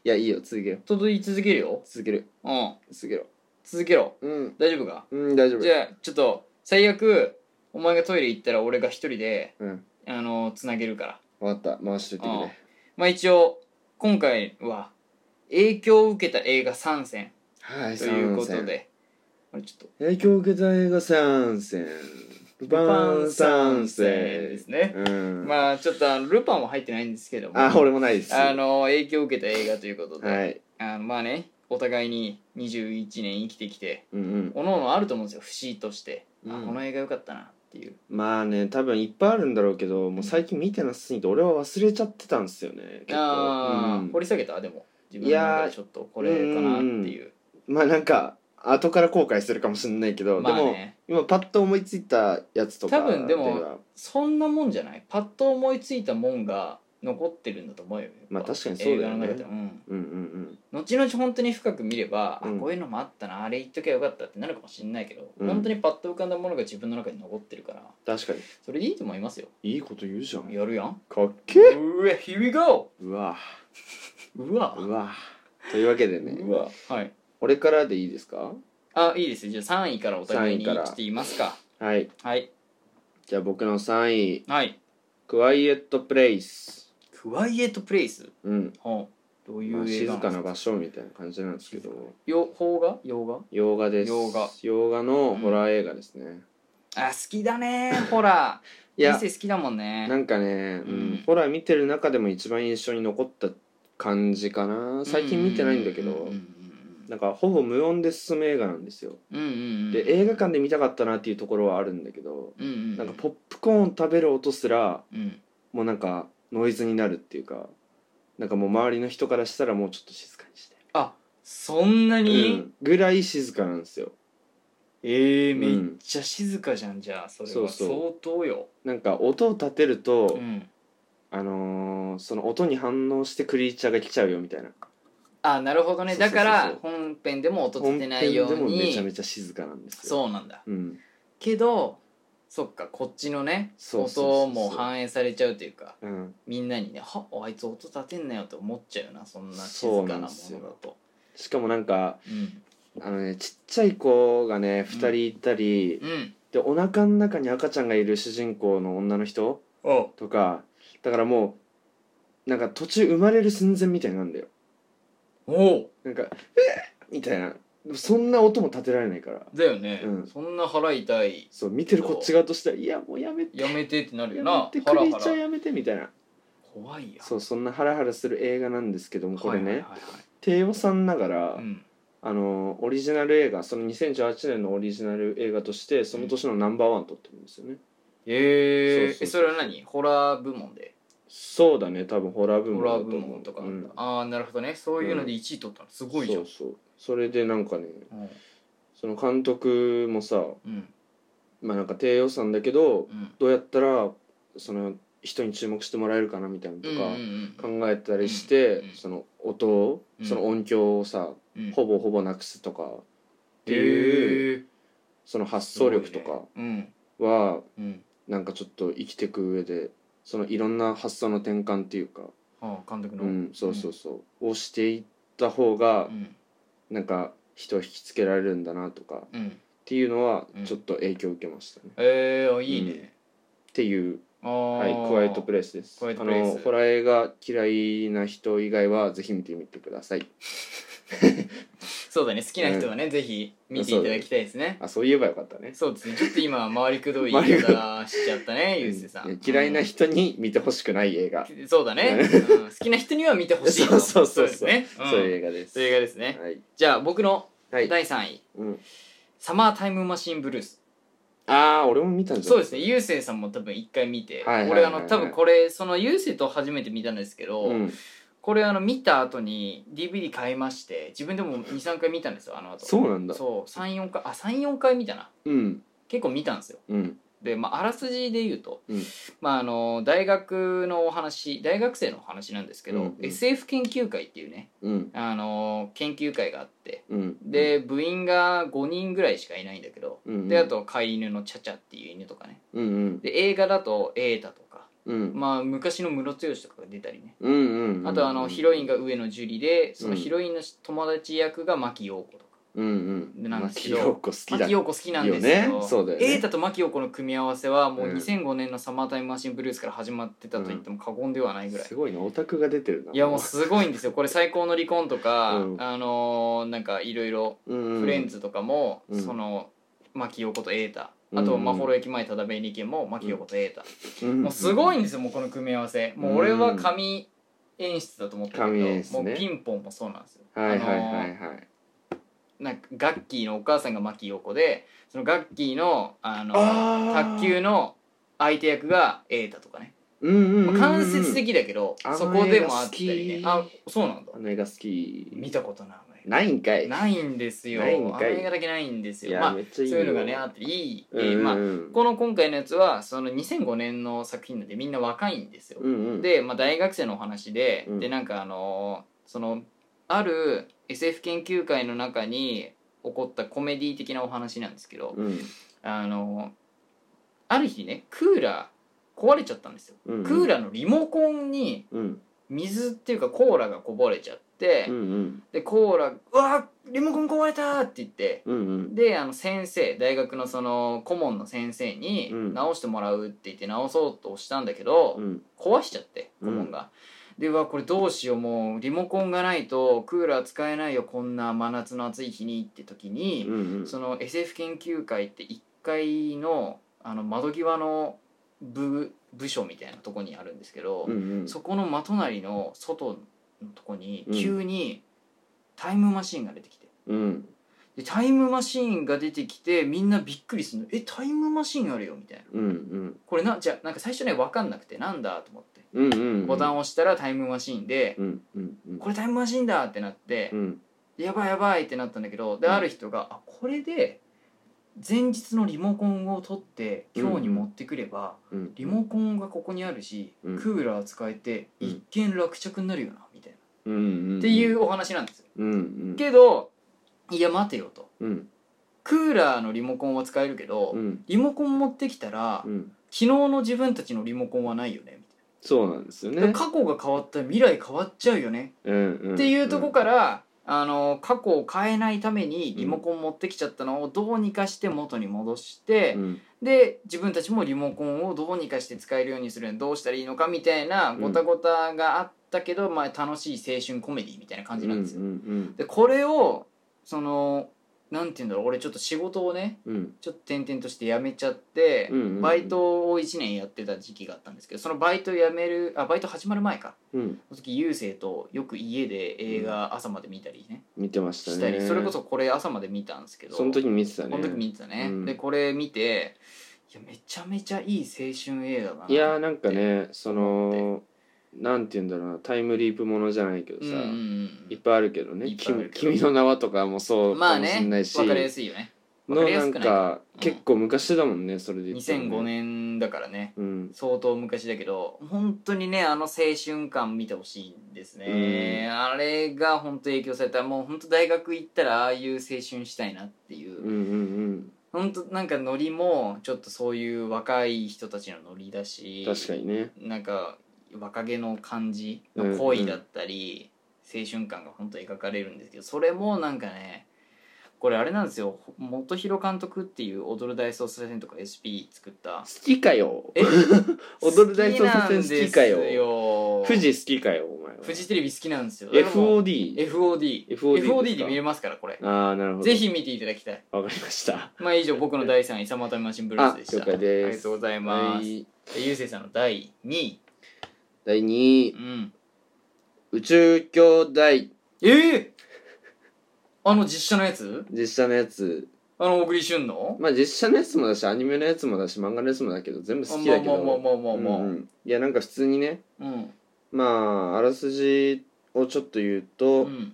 [SPEAKER 2] やいいよ続けよ
[SPEAKER 1] 届い続けるよ
[SPEAKER 2] 続ける
[SPEAKER 1] うん
[SPEAKER 2] 続けろ
[SPEAKER 1] 続けろ
[SPEAKER 2] うん
[SPEAKER 1] 大丈夫か
[SPEAKER 2] うん大丈夫
[SPEAKER 1] じゃあちょっと最悪お前がトイレ行ったら俺が一人で
[SPEAKER 2] うん
[SPEAKER 1] あのつなげるから
[SPEAKER 2] 分かった回してってく
[SPEAKER 1] うん
[SPEAKER 2] れ
[SPEAKER 1] まあ一応今回は影響を受けた映画3選
[SPEAKER 2] はい
[SPEAKER 1] ということ
[SPEAKER 2] 参戦
[SPEAKER 1] でこれちょっと
[SPEAKER 2] 影響を受けた映画参戦ルパン参戦
[SPEAKER 1] ですね、
[SPEAKER 2] うん
[SPEAKER 1] まあちょっとあのルパンは入ってないんですけども
[SPEAKER 2] あ俺もないです
[SPEAKER 1] あの影響を受けた映画ということで、
[SPEAKER 2] はい
[SPEAKER 1] あのまあねお互いに21年生きてきて
[SPEAKER 2] うんうん
[SPEAKER 1] おののあると思うんですよ節として、あ
[SPEAKER 2] うん
[SPEAKER 1] この映画良かったなっていう
[SPEAKER 2] まあね多分いっぱいあるんだろうけどもう最近見てなさすぎて俺は忘れちゃってたんですよね結構
[SPEAKER 1] ああ、
[SPEAKER 2] うん
[SPEAKER 1] 掘り下げたでも自分の中でちょっとこれかなっていう
[SPEAKER 2] まあなんか後から後悔するかもしれないけど、
[SPEAKER 1] まあ
[SPEAKER 2] でも
[SPEAKER 1] ね
[SPEAKER 2] 今パッと思いついたやつとか
[SPEAKER 1] 多分でも
[SPEAKER 2] っていうのは
[SPEAKER 1] そんなもんじゃないパッと思いついたもんが残ってるんだと思うよ
[SPEAKER 2] まあ確かにそう
[SPEAKER 1] 映
[SPEAKER 2] だよね
[SPEAKER 1] 画の中ではうん
[SPEAKER 2] うんうん
[SPEAKER 1] 後々本当に深く見れば、
[SPEAKER 2] うん
[SPEAKER 1] あこういうのもあったなあれ言っときゃよかったってなるかもしれないけど、
[SPEAKER 2] うん
[SPEAKER 1] 本当にパッと浮かんだものが自分の中に残ってるから
[SPEAKER 2] 確かに
[SPEAKER 1] それでいいと思いますよ
[SPEAKER 2] いいこと言うじゃん
[SPEAKER 1] やるやん
[SPEAKER 2] かっけえ
[SPEAKER 1] うえ here we go
[SPEAKER 2] うわ
[SPEAKER 1] うわ
[SPEAKER 2] うわというわけでね
[SPEAKER 1] うわはい
[SPEAKER 2] 俺からでいいですか
[SPEAKER 1] あいいですよじゃあ3位からお互いに
[SPEAKER 2] 三位から
[SPEAKER 1] 来ていますか
[SPEAKER 2] はい
[SPEAKER 1] はい
[SPEAKER 2] じゃあ僕の3位
[SPEAKER 1] はい
[SPEAKER 2] 「クワイエット・プレイス
[SPEAKER 1] クワイエットプレイス」
[SPEAKER 2] うん、
[SPEAKER 1] ほうどうい
[SPEAKER 2] まあ
[SPEAKER 1] う映
[SPEAKER 2] 静
[SPEAKER 1] 画
[SPEAKER 2] か
[SPEAKER 1] ん
[SPEAKER 2] な
[SPEAKER 1] です
[SPEAKER 2] 場所みたいな感じなんですけ
[SPEAKER 1] 静か
[SPEAKER 2] ど
[SPEAKER 1] よ邦画洋画
[SPEAKER 2] 洋画です
[SPEAKER 1] 洋画
[SPEAKER 2] 洋画のホラー映画ですね、
[SPEAKER 1] あ好きだねホラ
[SPEAKER 2] い
[SPEAKER 1] ー
[SPEAKER 2] や
[SPEAKER 1] 店好きだもんね
[SPEAKER 2] なんかね、うん
[SPEAKER 1] うん
[SPEAKER 2] ホラー見てる中でも一番印象に残った感じかな最近見てないんだけど、
[SPEAKER 1] うん
[SPEAKER 2] なんかほぼ無音で進む映画なんですよ、
[SPEAKER 1] うんうんうん
[SPEAKER 2] で映画館で見たかったなっていうところはあるんだけど、
[SPEAKER 1] うんうん
[SPEAKER 2] なんかポップコーン食べる音すら
[SPEAKER 1] うん
[SPEAKER 2] もうなんかノイズになるっていうかなんかもう周りの人からしたらもうちょっと静かにして、
[SPEAKER 1] あそんなに、
[SPEAKER 2] うんぐらい静かなんですよ
[SPEAKER 1] えー、
[SPEAKER 2] うん
[SPEAKER 1] めっちゃ静かじゃんじゃあそれは
[SPEAKER 2] そうそう
[SPEAKER 1] 相当よ
[SPEAKER 2] なんか音を立てる
[SPEAKER 1] う
[SPEAKER 2] と、
[SPEAKER 1] ん
[SPEAKER 2] あのーその音に反応してクリーチャーが来ちゃうよみたいな
[SPEAKER 1] あなるほどね
[SPEAKER 2] そうそ
[SPEAKER 1] だ
[SPEAKER 2] うそうそ
[SPEAKER 1] か
[SPEAKER 2] う
[SPEAKER 1] ら本編でも音立てないよ
[SPEAKER 2] 本
[SPEAKER 1] う
[SPEAKER 2] 編でもめちゃ
[SPEAKER 1] に
[SPEAKER 2] めちゃ静かなんですよ
[SPEAKER 1] そうなんだ
[SPEAKER 2] うん、
[SPEAKER 1] けどそっかこっちのね
[SPEAKER 2] そうそうそう
[SPEAKER 1] 音も反映されちゃうというか
[SPEAKER 2] うん、
[SPEAKER 1] みんなにね「はあいつ音立てんなよ」って思っちゃうよなそんな静
[SPEAKER 2] そう
[SPEAKER 1] か
[SPEAKER 2] なん
[SPEAKER 1] なも
[SPEAKER 2] ですよ
[SPEAKER 1] のだと
[SPEAKER 2] しかもなんか
[SPEAKER 1] うん
[SPEAKER 2] あのねちっちゃい子がね2人いたり、
[SPEAKER 1] うん
[SPEAKER 2] でお腹の中に赤ちゃんがいる主人公の女の人
[SPEAKER 1] お
[SPEAKER 2] とかだからもうなんか途中生まれる寸前みたいになるんだよ
[SPEAKER 1] お
[SPEAKER 2] なんか「えっ!」みたいなでもそんな音も立てられないから
[SPEAKER 1] だよね、
[SPEAKER 2] うん
[SPEAKER 1] そんな腹痛い
[SPEAKER 2] そう見てるこっち側としては「いやもうやめて
[SPEAKER 1] やめてってなるよ
[SPEAKER 2] や
[SPEAKER 1] な
[SPEAKER 2] めて
[SPEAKER 1] ハ
[SPEAKER 2] ク
[SPEAKER 1] ラ
[SPEAKER 2] リ
[SPEAKER 1] ハ
[SPEAKER 2] ーチャー
[SPEAKER 1] ラ
[SPEAKER 2] やめて」みたいな
[SPEAKER 1] 怖いや
[SPEAKER 2] そうそんなハラハラする映画なんですけどもこれね、
[SPEAKER 1] はいはいはいはい
[SPEAKER 2] 低予算ながら、
[SPEAKER 1] うん
[SPEAKER 2] あのオリジナル映画その2018年のオリジナル映画としてその年のナンバーワン取ってるんですよね、
[SPEAKER 1] えー
[SPEAKER 2] そうそうそう
[SPEAKER 1] えそれは何ホラー部門で
[SPEAKER 2] そうだね多分ホラー部
[SPEAKER 1] ホ
[SPEAKER 2] 門
[SPEAKER 1] ラ
[SPEAKER 2] だ
[SPEAKER 1] ー
[SPEAKER 2] と
[SPEAKER 1] 部
[SPEAKER 2] 思う
[SPEAKER 1] 門とかあ
[SPEAKER 2] う
[SPEAKER 1] った、
[SPEAKER 2] ん
[SPEAKER 1] ああなるほどねそういうので1位取ったのすごいじゃんう
[SPEAKER 2] そうそうそれでなんかね
[SPEAKER 1] ん
[SPEAKER 2] その監督もさ
[SPEAKER 1] うん
[SPEAKER 2] まあなんか低予算だけど
[SPEAKER 1] うん
[SPEAKER 2] どうやったらその人に注目してもらえるかなみたいなのと
[SPEAKER 1] うん
[SPEAKER 2] か
[SPEAKER 1] うんうん
[SPEAKER 2] 考えたりして、
[SPEAKER 1] うんうん
[SPEAKER 2] その音を
[SPEAKER 1] うん
[SPEAKER 2] その音響をさ、
[SPEAKER 1] うん
[SPEAKER 2] ほぼほぼなくすとかっていう、
[SPEAKER 1] えー
[SPEAKER 2] その発想力とか
[SPEAKER 1] すごいね
[SPEAKER 2] は、
[SPEAKER 1] うんうん
[SPEAKER 2] なんかちょっと生きていく上でそのいろんな発想の転換っていうか、
[SPEAKER 1] あー監督の
[SPEAKER 2] うんそうそうそう、をしていった方が
[SPEAKER 1] うん
[SPEAKER 2] なんか人を引きつけられるんだなとかっ
[SPEAKER 1] うん
[SPEAKER 2] ていうのは
[SPEAKER 1] うん
[SPEAKER 2] ちょっと影響を受けましたね、っ
[SPEAKER 1] えー、あいいね、
[SPEAKER 2] ていう、
[SPEAKER 1] ああ
[SPEAKER 2] はい、クワイエットプレイスです
[SPEAKER 1] クワイエッ
[SPEAKER 2] あ
[SPEAKER 1] トプレイス
[SPEAKER 2] のホラー映画嫌いな人以外はぜひ見てみてください
[SPEAKER 1] そうだね好きな人はね、ぜひ見ていただきたいですね
[SPEAKER 2] あそう言えばよかったね
[SPEAKER 1] そうですねちょっと今回りくどい言
[SPEAKER 2] 回り
[SPEAKER 1] い
[SPEAKER 2] くどい
[SPEAKER 1] 方しちゃったねゆうせいさ
[SPEAKER 2] うんん嫌いな人に見てほしくない映画、
[SPEAKER 1] うんそうだね、うん好きな人には見てほしい
[SPEAKER 2] そうそうそう
[SPEAKER 1] ですね、うん、
[SPEAKER 2] そういう映画です
[SPEAKER 1] そういう映画ですね
[SPEAKER 2] はい、
[SPEAKER 1] じゃあ僕の
[SPEAKER 2] はい
[SPEAKER 1] 第3位、
[SPEAKER 2] うん、
[SPEAKER 1] サマータイムマシンブルース」
[SPEAKER 2] ああ俺も見たんじゃ
[SPEAKER 1] そう
[SPEAKER 2] ない
[SPEAKER 1] ですねゆうせいさんも多分一回見て、
[SPEAKER 2] はいはいはい
[SPEAKER 1] 俺
[SPEAKER 2] は
[SPEAKER 1] あ
[SPEAKER 2] い
[SPEAKER 1] の多分これそのゆうせいと初めて見たんですけど、
[SPEAKER 2] うん、
[SPEAKER 1] これあの見た後に DVD 買いまして自分でも23回見たんですよあの後
[SPEAKER 2] そうなんだ
[SPEAKER 1] そう34回あ34回見たな
[SPEAKER 2] うん
[SPEAKER 1] 結構見たんですよ
[SPEAKER 2] うん
[SPEAKER 1] で、まあ、あらすじで言うと、
[SPEAKER 2] うん
[SPEAKER 1] まあ、あの大学のお話大学生のお話なんですけど、
[SPEAKER 2] うんうん
[SPEAKER 1] SF 研究会っていうね
[SPEAKER 2] うん
[SPEAKER 1] あの研究会があって
[SPEAKER 2] うん
[SPEAKER 1] で部員が5人ぐらいしかいないんだけど、
[SPEAKER 2] うんうん
[SPEAKER 1] であと飼い犬のチャチャっていう犬とかね
[SPEAKER 2] うんうん
[SPEAKER 1] で映画だと瑛太とか、
[SPEAKER 2] うん
[SPEAKER 1] まあ、昔のムロツヨシとかが出たりね
[SPEAKER 2] うんうんうん
[SPEAKER 1] あとあのヒロインが上野樹里でその
[SPEAKER 2] うん
[SPEAKER 1] ヒロインの友達役が牧陽子とか
[SPEAKER 2] うんうん
[SPEAKER 1] なんですけど
[SPEAKER 2] 牧陽子好きだ
[SPEAKER 1] 牧陽子好きなんです
[SPEAKER 2] よねそうだよね
[SPEAKER 1] 瑛太と牧陽子の組み合わせはもううん2005年の「サマータイムマシンブルース」から始まってたと言っても過言ではないぐらい、
[SPEAKER 2] すごいなオタクが出てるない
[SPEAKER 1] いやもうすごいんですよこれ「最高の離婚」とか、
[SPEAKER 2] うん
[SPEAKER 1] あのーなんかいろいろ
[SPEAKER 2] うんうん、
[SPEAKER 1] 「フレンズ」とかも、
[SPEAKER 2] うん
[SPEAKER 1] その牧陽子と瑛太
[SPEAKER 2] うん
[SPEAKER 1] あと「まほろ駅前ただべにけ」も牧陽子と瑛太、
[SPEAKER 2] んんん
[SPEAKER 1] もうすごいんですよもうこの組み合わせもう俺は神演出だと思ってるけ
[SPEAKER 2] 神
[SPEAKER 1] ど、
[SPEAKER 2] 演出ね
[SPEAKER 1] もうピンポンもそうなんですよ、
[SPEAKER 2] はいは
[SPEAKER 1] あ
[SPEAKER 2] い
[SPEAKER 1] の
[SPEAKER 2] は
[SPEAKER 1] ー
[SPEAKER 2] いはい
[SPEAKER 1] なんかガッキーのお母さんが牧陽子でそのガッキーのあの
[SPEAKER 2] あー
[SPEAKER 1] 卓球の相手役が瑛太とかね、
[SPEAKER 2] うんうんうんうん
[SPEAKER 1] まあ間接的だけど、
[SPEAKER 2] あの
[SPEAKER 1] そこでもあったりね
[SPEAKER 2] 映画
[SPEAKER 1] あ
[SPEAKER 2] 好き
[SPEAKER 1] そうなんだ
[SPEAKER 2] あの映画好き
[SPEAKER 1] 見たことない
[SPEAKER 2] ないんかい
[SPEAKER 1] ないんですよ
[SPEAKER 2] ないん
[SPEAKER 1] あ
[SPEAKER 2] か
[SPEAKER 1] の
[SPEAKER 2] い
[SPEAKER 1] 映画だけないんです
[SPEAKER 2] い
[SPEAKER 1] よ
[SPEAKER 2] や、
[SPEAKER 1] まあ
[SPEAKER 2] めっち
[SPEAKER 1] そ
[SPEAKER 2] ゃ
[SPEAKER 1] うい
[SPEAKER 2] いい
[SPEAKER 1] うのがねあっていい、
[SPEAKER 2] うん
[SPEAKER 1] え
[SPEAKER 2] うん
[SPEAKER 1] ー
[SPEAKER 2] うん
[SPEAKER 1] まあこの今回のやつはその2005年の作品なんでみんな若いんですよ、
[SPEAKER 2] うんうん、
[SPEAKER 1] で、まあ、大学生のお話で、
[SPEAKER 2] うん
[SPEAKER 1] でなんかあのーそのある SF 研究会の中に起こったコメディ的なお話なんですけど、
[SPEAKER 2] うん
[SPEAKER 1] あのーある日ねクーラー壊れちゃったんですよ、
[SPEAKER 2] うんうん、
[SPEAKER 1] クーラーのリモコンに
[SPEAKER 2] うん
[SPEAKER 1] 水っていうかコーラがこぼれちゃって、
[SPEAKER 2] うんうん
[SPEAKER 1] でコーラ「うわーリモコン壊れた!」って言って
[SPEAKER 2] うんうん
[SPEAKER 1] であの先生大学のその顧問の先生に
[SPEAKER 2] うん
[SPEAKER 1] 直してもらうって言って直そうとしたんだけど、
[SPEAKER 2] うん
[SPEAKER 1] 壊しちゃって顧問が。でうわこれどうしようもうリモコンがないとクーラー使えないよこんな真夏の暑い日にって時
[SPEAKER 2] う
[SPEAKER 1] に、
[SPEAKER 2] んうん
[SPEAKER 1] その SF 研究会って1階のあの窓際の部部署みたいなとこにあるんですけど、
[SPEAKER 2] うんうん
[SPEAKER 1] そこの真隣の外のとこに
[SPEAKER 2] うん
[SPEAKER 1] 急にタイムマシーンが出てきて。
[SPEAKER 2] うん
[SPEAKER 1] でタイムマシーンが出てきてみんなびっくりするの「えタイムマシーンあるよ」みたいな
[SPEAKER 2] うんうん
[SPEAKER 1] これなじゃあなんか最初ね分かんなくてなんだと思って
[SPEAKER 2] うんうん
[SPEAKER 1] ボタンを
[SPEAKER 2] を
[SPEAKER 1] 押したらタイムマシーンで
[SPEAKER 2] うんうんう
[SPEAKER 1] 「
[SPEAKER 2] ん
[SPEAKER 1] これタイムマシーンだ!」ってなって
[SPEAKER 2] うん
[SPEAKER 1] 「やばいやばい!」ってなったんだけどで
[SPEAKER 2] うん
[SPEAKER 1] ある人が「あこれで前日のリモコンを取って今日に持ってくれば
[SPEAKER 2] うん
[SPEAKER 1] リモコンがここにあるしク
[SPEAKER 2] うん
[SPEAKER 1] ーラー使えて
[SPEAKER 2] うん
[SPEAKER 1] 一見落着になるよなみたいな
[SPEAKER 2] うんうん
[SPEAKER 1] っていうお話なんですよ。
[SPEAKER 2] うんうん
[SPEAKER 1] けどいや待てよと。
[SPEAKER 2] うん
[SPEAKER 1] クーラーのリモコンは使えるけど、
[SPEAKER 2] うん
[SPEAKER 1] リモコン持ってきたら、
[SPEAKER 2] う
[SPEAKER 1] 昨
[SPEAKER 2] ん
[SPEAKER 1] 日の自分たちのリモコンはないよねみ
[SPEAKER 2] そうなんですよ
[SPEAKER 1] たいな、
[SPEAKER 2] ね
[SPEAKER 1] 過去が変わったら未来変わっちゃうよね、
[SPEAKER 2] うんうん
[SPEAKER 1] っていうとこからあの過去を変えないためにリモコン持ってきちゃったのをどうにかして元に戻して
[SPEAKER 2] う、ん
[SPEAKER 1] で自分たちもリモコンをどうにかして使えるようにするのどうしたらいいのかみたいな
[SPEAKER 2] うん
[SPEAKER 1] ごたごたがあったけど、まあ、楽しい青春コメディみたいな感じなんですよ。
[SPEAKER 2] うんうん
[SPEAKER 1] でこれをそのなんて言うんだろう俺ちょっと仕事をね
[SPEAKER 2] うん
[SPEAKER 1] ちょっと転々として辞めちゃって、
[SPEAKER 2] うんうんうん
[SPEAKER 1] バイトを1年やってた時期があったんですけどそのバイト辞めるあバイト始まる前か
[SPEAKER 2] うん
[SPEAKER 1] その時優勢とよく家で映画朝まで見たりね、
[SPEAKER 2] 見てましたね
[SPEAKER 1] したりそれこそこれ朝まで見たんですけど
[SPEAKER 2] その時見てたね
[SPEAKER 1] この時見てたね、
[SPEAKER 2] うん
[SPEAKER 1] でこれ見ていやめちゃめちゃいい青春映画だない
[SPEAKER 2] やーなんかねそ
[SPEAKER 1] 思
[SPEAKER 2] のなんて言うんだろうなタイムリープものじゃないけど
[SPEAKER 1] うん
[SPEAKER 2] さ、
[SPEAKER 1] うん
[SPEAKER 2] いっぱいあるけどね
[SPEAKER 1] いっぱいあるけど
[SPEAKER 2] 君君の名は」とかも
[SPEAKER 1] う
[SPEAKER 2] そ
[SPEAKER 1] ん
[SPEAKER 2] う
[SPEAKER 1] ま
[SPEAKER 2] か
[SPEAKER 1] あ
[SPEAKER 2] もし
[SPEAKER 1] ね
[SPEAKER 2] れないし、
[SPEAKER 1] 分かりやすいよねわか
[SPEAKER 2] の
[SPEAKER 1] りや
[SPEAKER 2] な
[SPEAKER 1] す
[SPEAKER 2] ん
[SPEAKER 1] く
[SPEAKER 2] か
[SPEAKER 1] ないか
[SPEAKER 2] 結構昔だもんねそれで言ったらね
[SPEAKER 1] 2005年だからね
[SPEAKER 2] うん
[SPEAKER 1] 相当昔だけど本当にねあの青春感見てほしいんですね、あれが本当影響されたもう本当大学行ったらああいう青春したいなっていうう、
[SPEAKER 2] んうん
[SPEAKER 1] 本当なんかノリもちょっとそういう若い人たちのノリだ
[SPEAKER 2] う
[SPEAKER 1] し
[SPEAKER 2] ん確かにね
[SPEAKER 1] なんか若気の感じの恋だったり、青春感が本当描かれるんですけどそれもなんかねこれあれなんですよ本広監督っていう「踊る大捜査線」とか SP 作った
[SPEAKER 2] 好きかよ
[SPEAKER 1] え
[SPEAKER 2] 踊る大捜査線好きかよ
[SPEAKER 1] 好きなんですよ
[SPEAKER 2] 富士好きかよお前は
[SPEAKER 1] フジテレビ好きなんですよ
[SPEAKER 2] FOD
[SPEAKER 1] FOD
[SPEAKER 2] FOD ですか
[SPEAKER 1] FOD で見れますからこれ
[SPEAKER 2] ああなるほど
[SPEAKER 1] ぜひ見ていただきたい
[SPEAKER 2] わかりました
[SPEAKER 1] まあ以上僕の第3位「サマータイムマシンブルース」
[SPEAKER 2] あ
[SPEAKER 1] でした
[SPEAKER 2] 了解です
[SPEAKER 1] ありがとうございま
[SPEAKER 2] は
[SPEAKER 1] す、
[SPEAKER 2] い
[SPEAKER 1] でゆうせいさんの第2位
[SPEAKER 2] 第2
[SPEAKER 1] う
[SPEAKER 2] 位
[SPEAKER 1] ん
[SPEAKER 2] 宇宙兄弟
[SPEAKER 1] ええあの実写のやつ
[SPEAKER 2] 実写のやつ
[SPEAKER 1] あの小栗旬の
[SPEAKER 2] まあ実写のやつもだしアニメのやつもだし漫画のやつもだけど全部好きだけ
[SPEAKER 1] あまあ
[SPEAKER 2] ど
[SPEAKER 1] まあまあまあ
[SPEAKER 2] うん
[SPEAKER 1] ま
[SPEAKER 2] うんいやなんか普通にね
[SPEAKER 1] あうん
[SPEAKER 2] まああらすじをちょっと言うと、
[SPEAKER 1] うん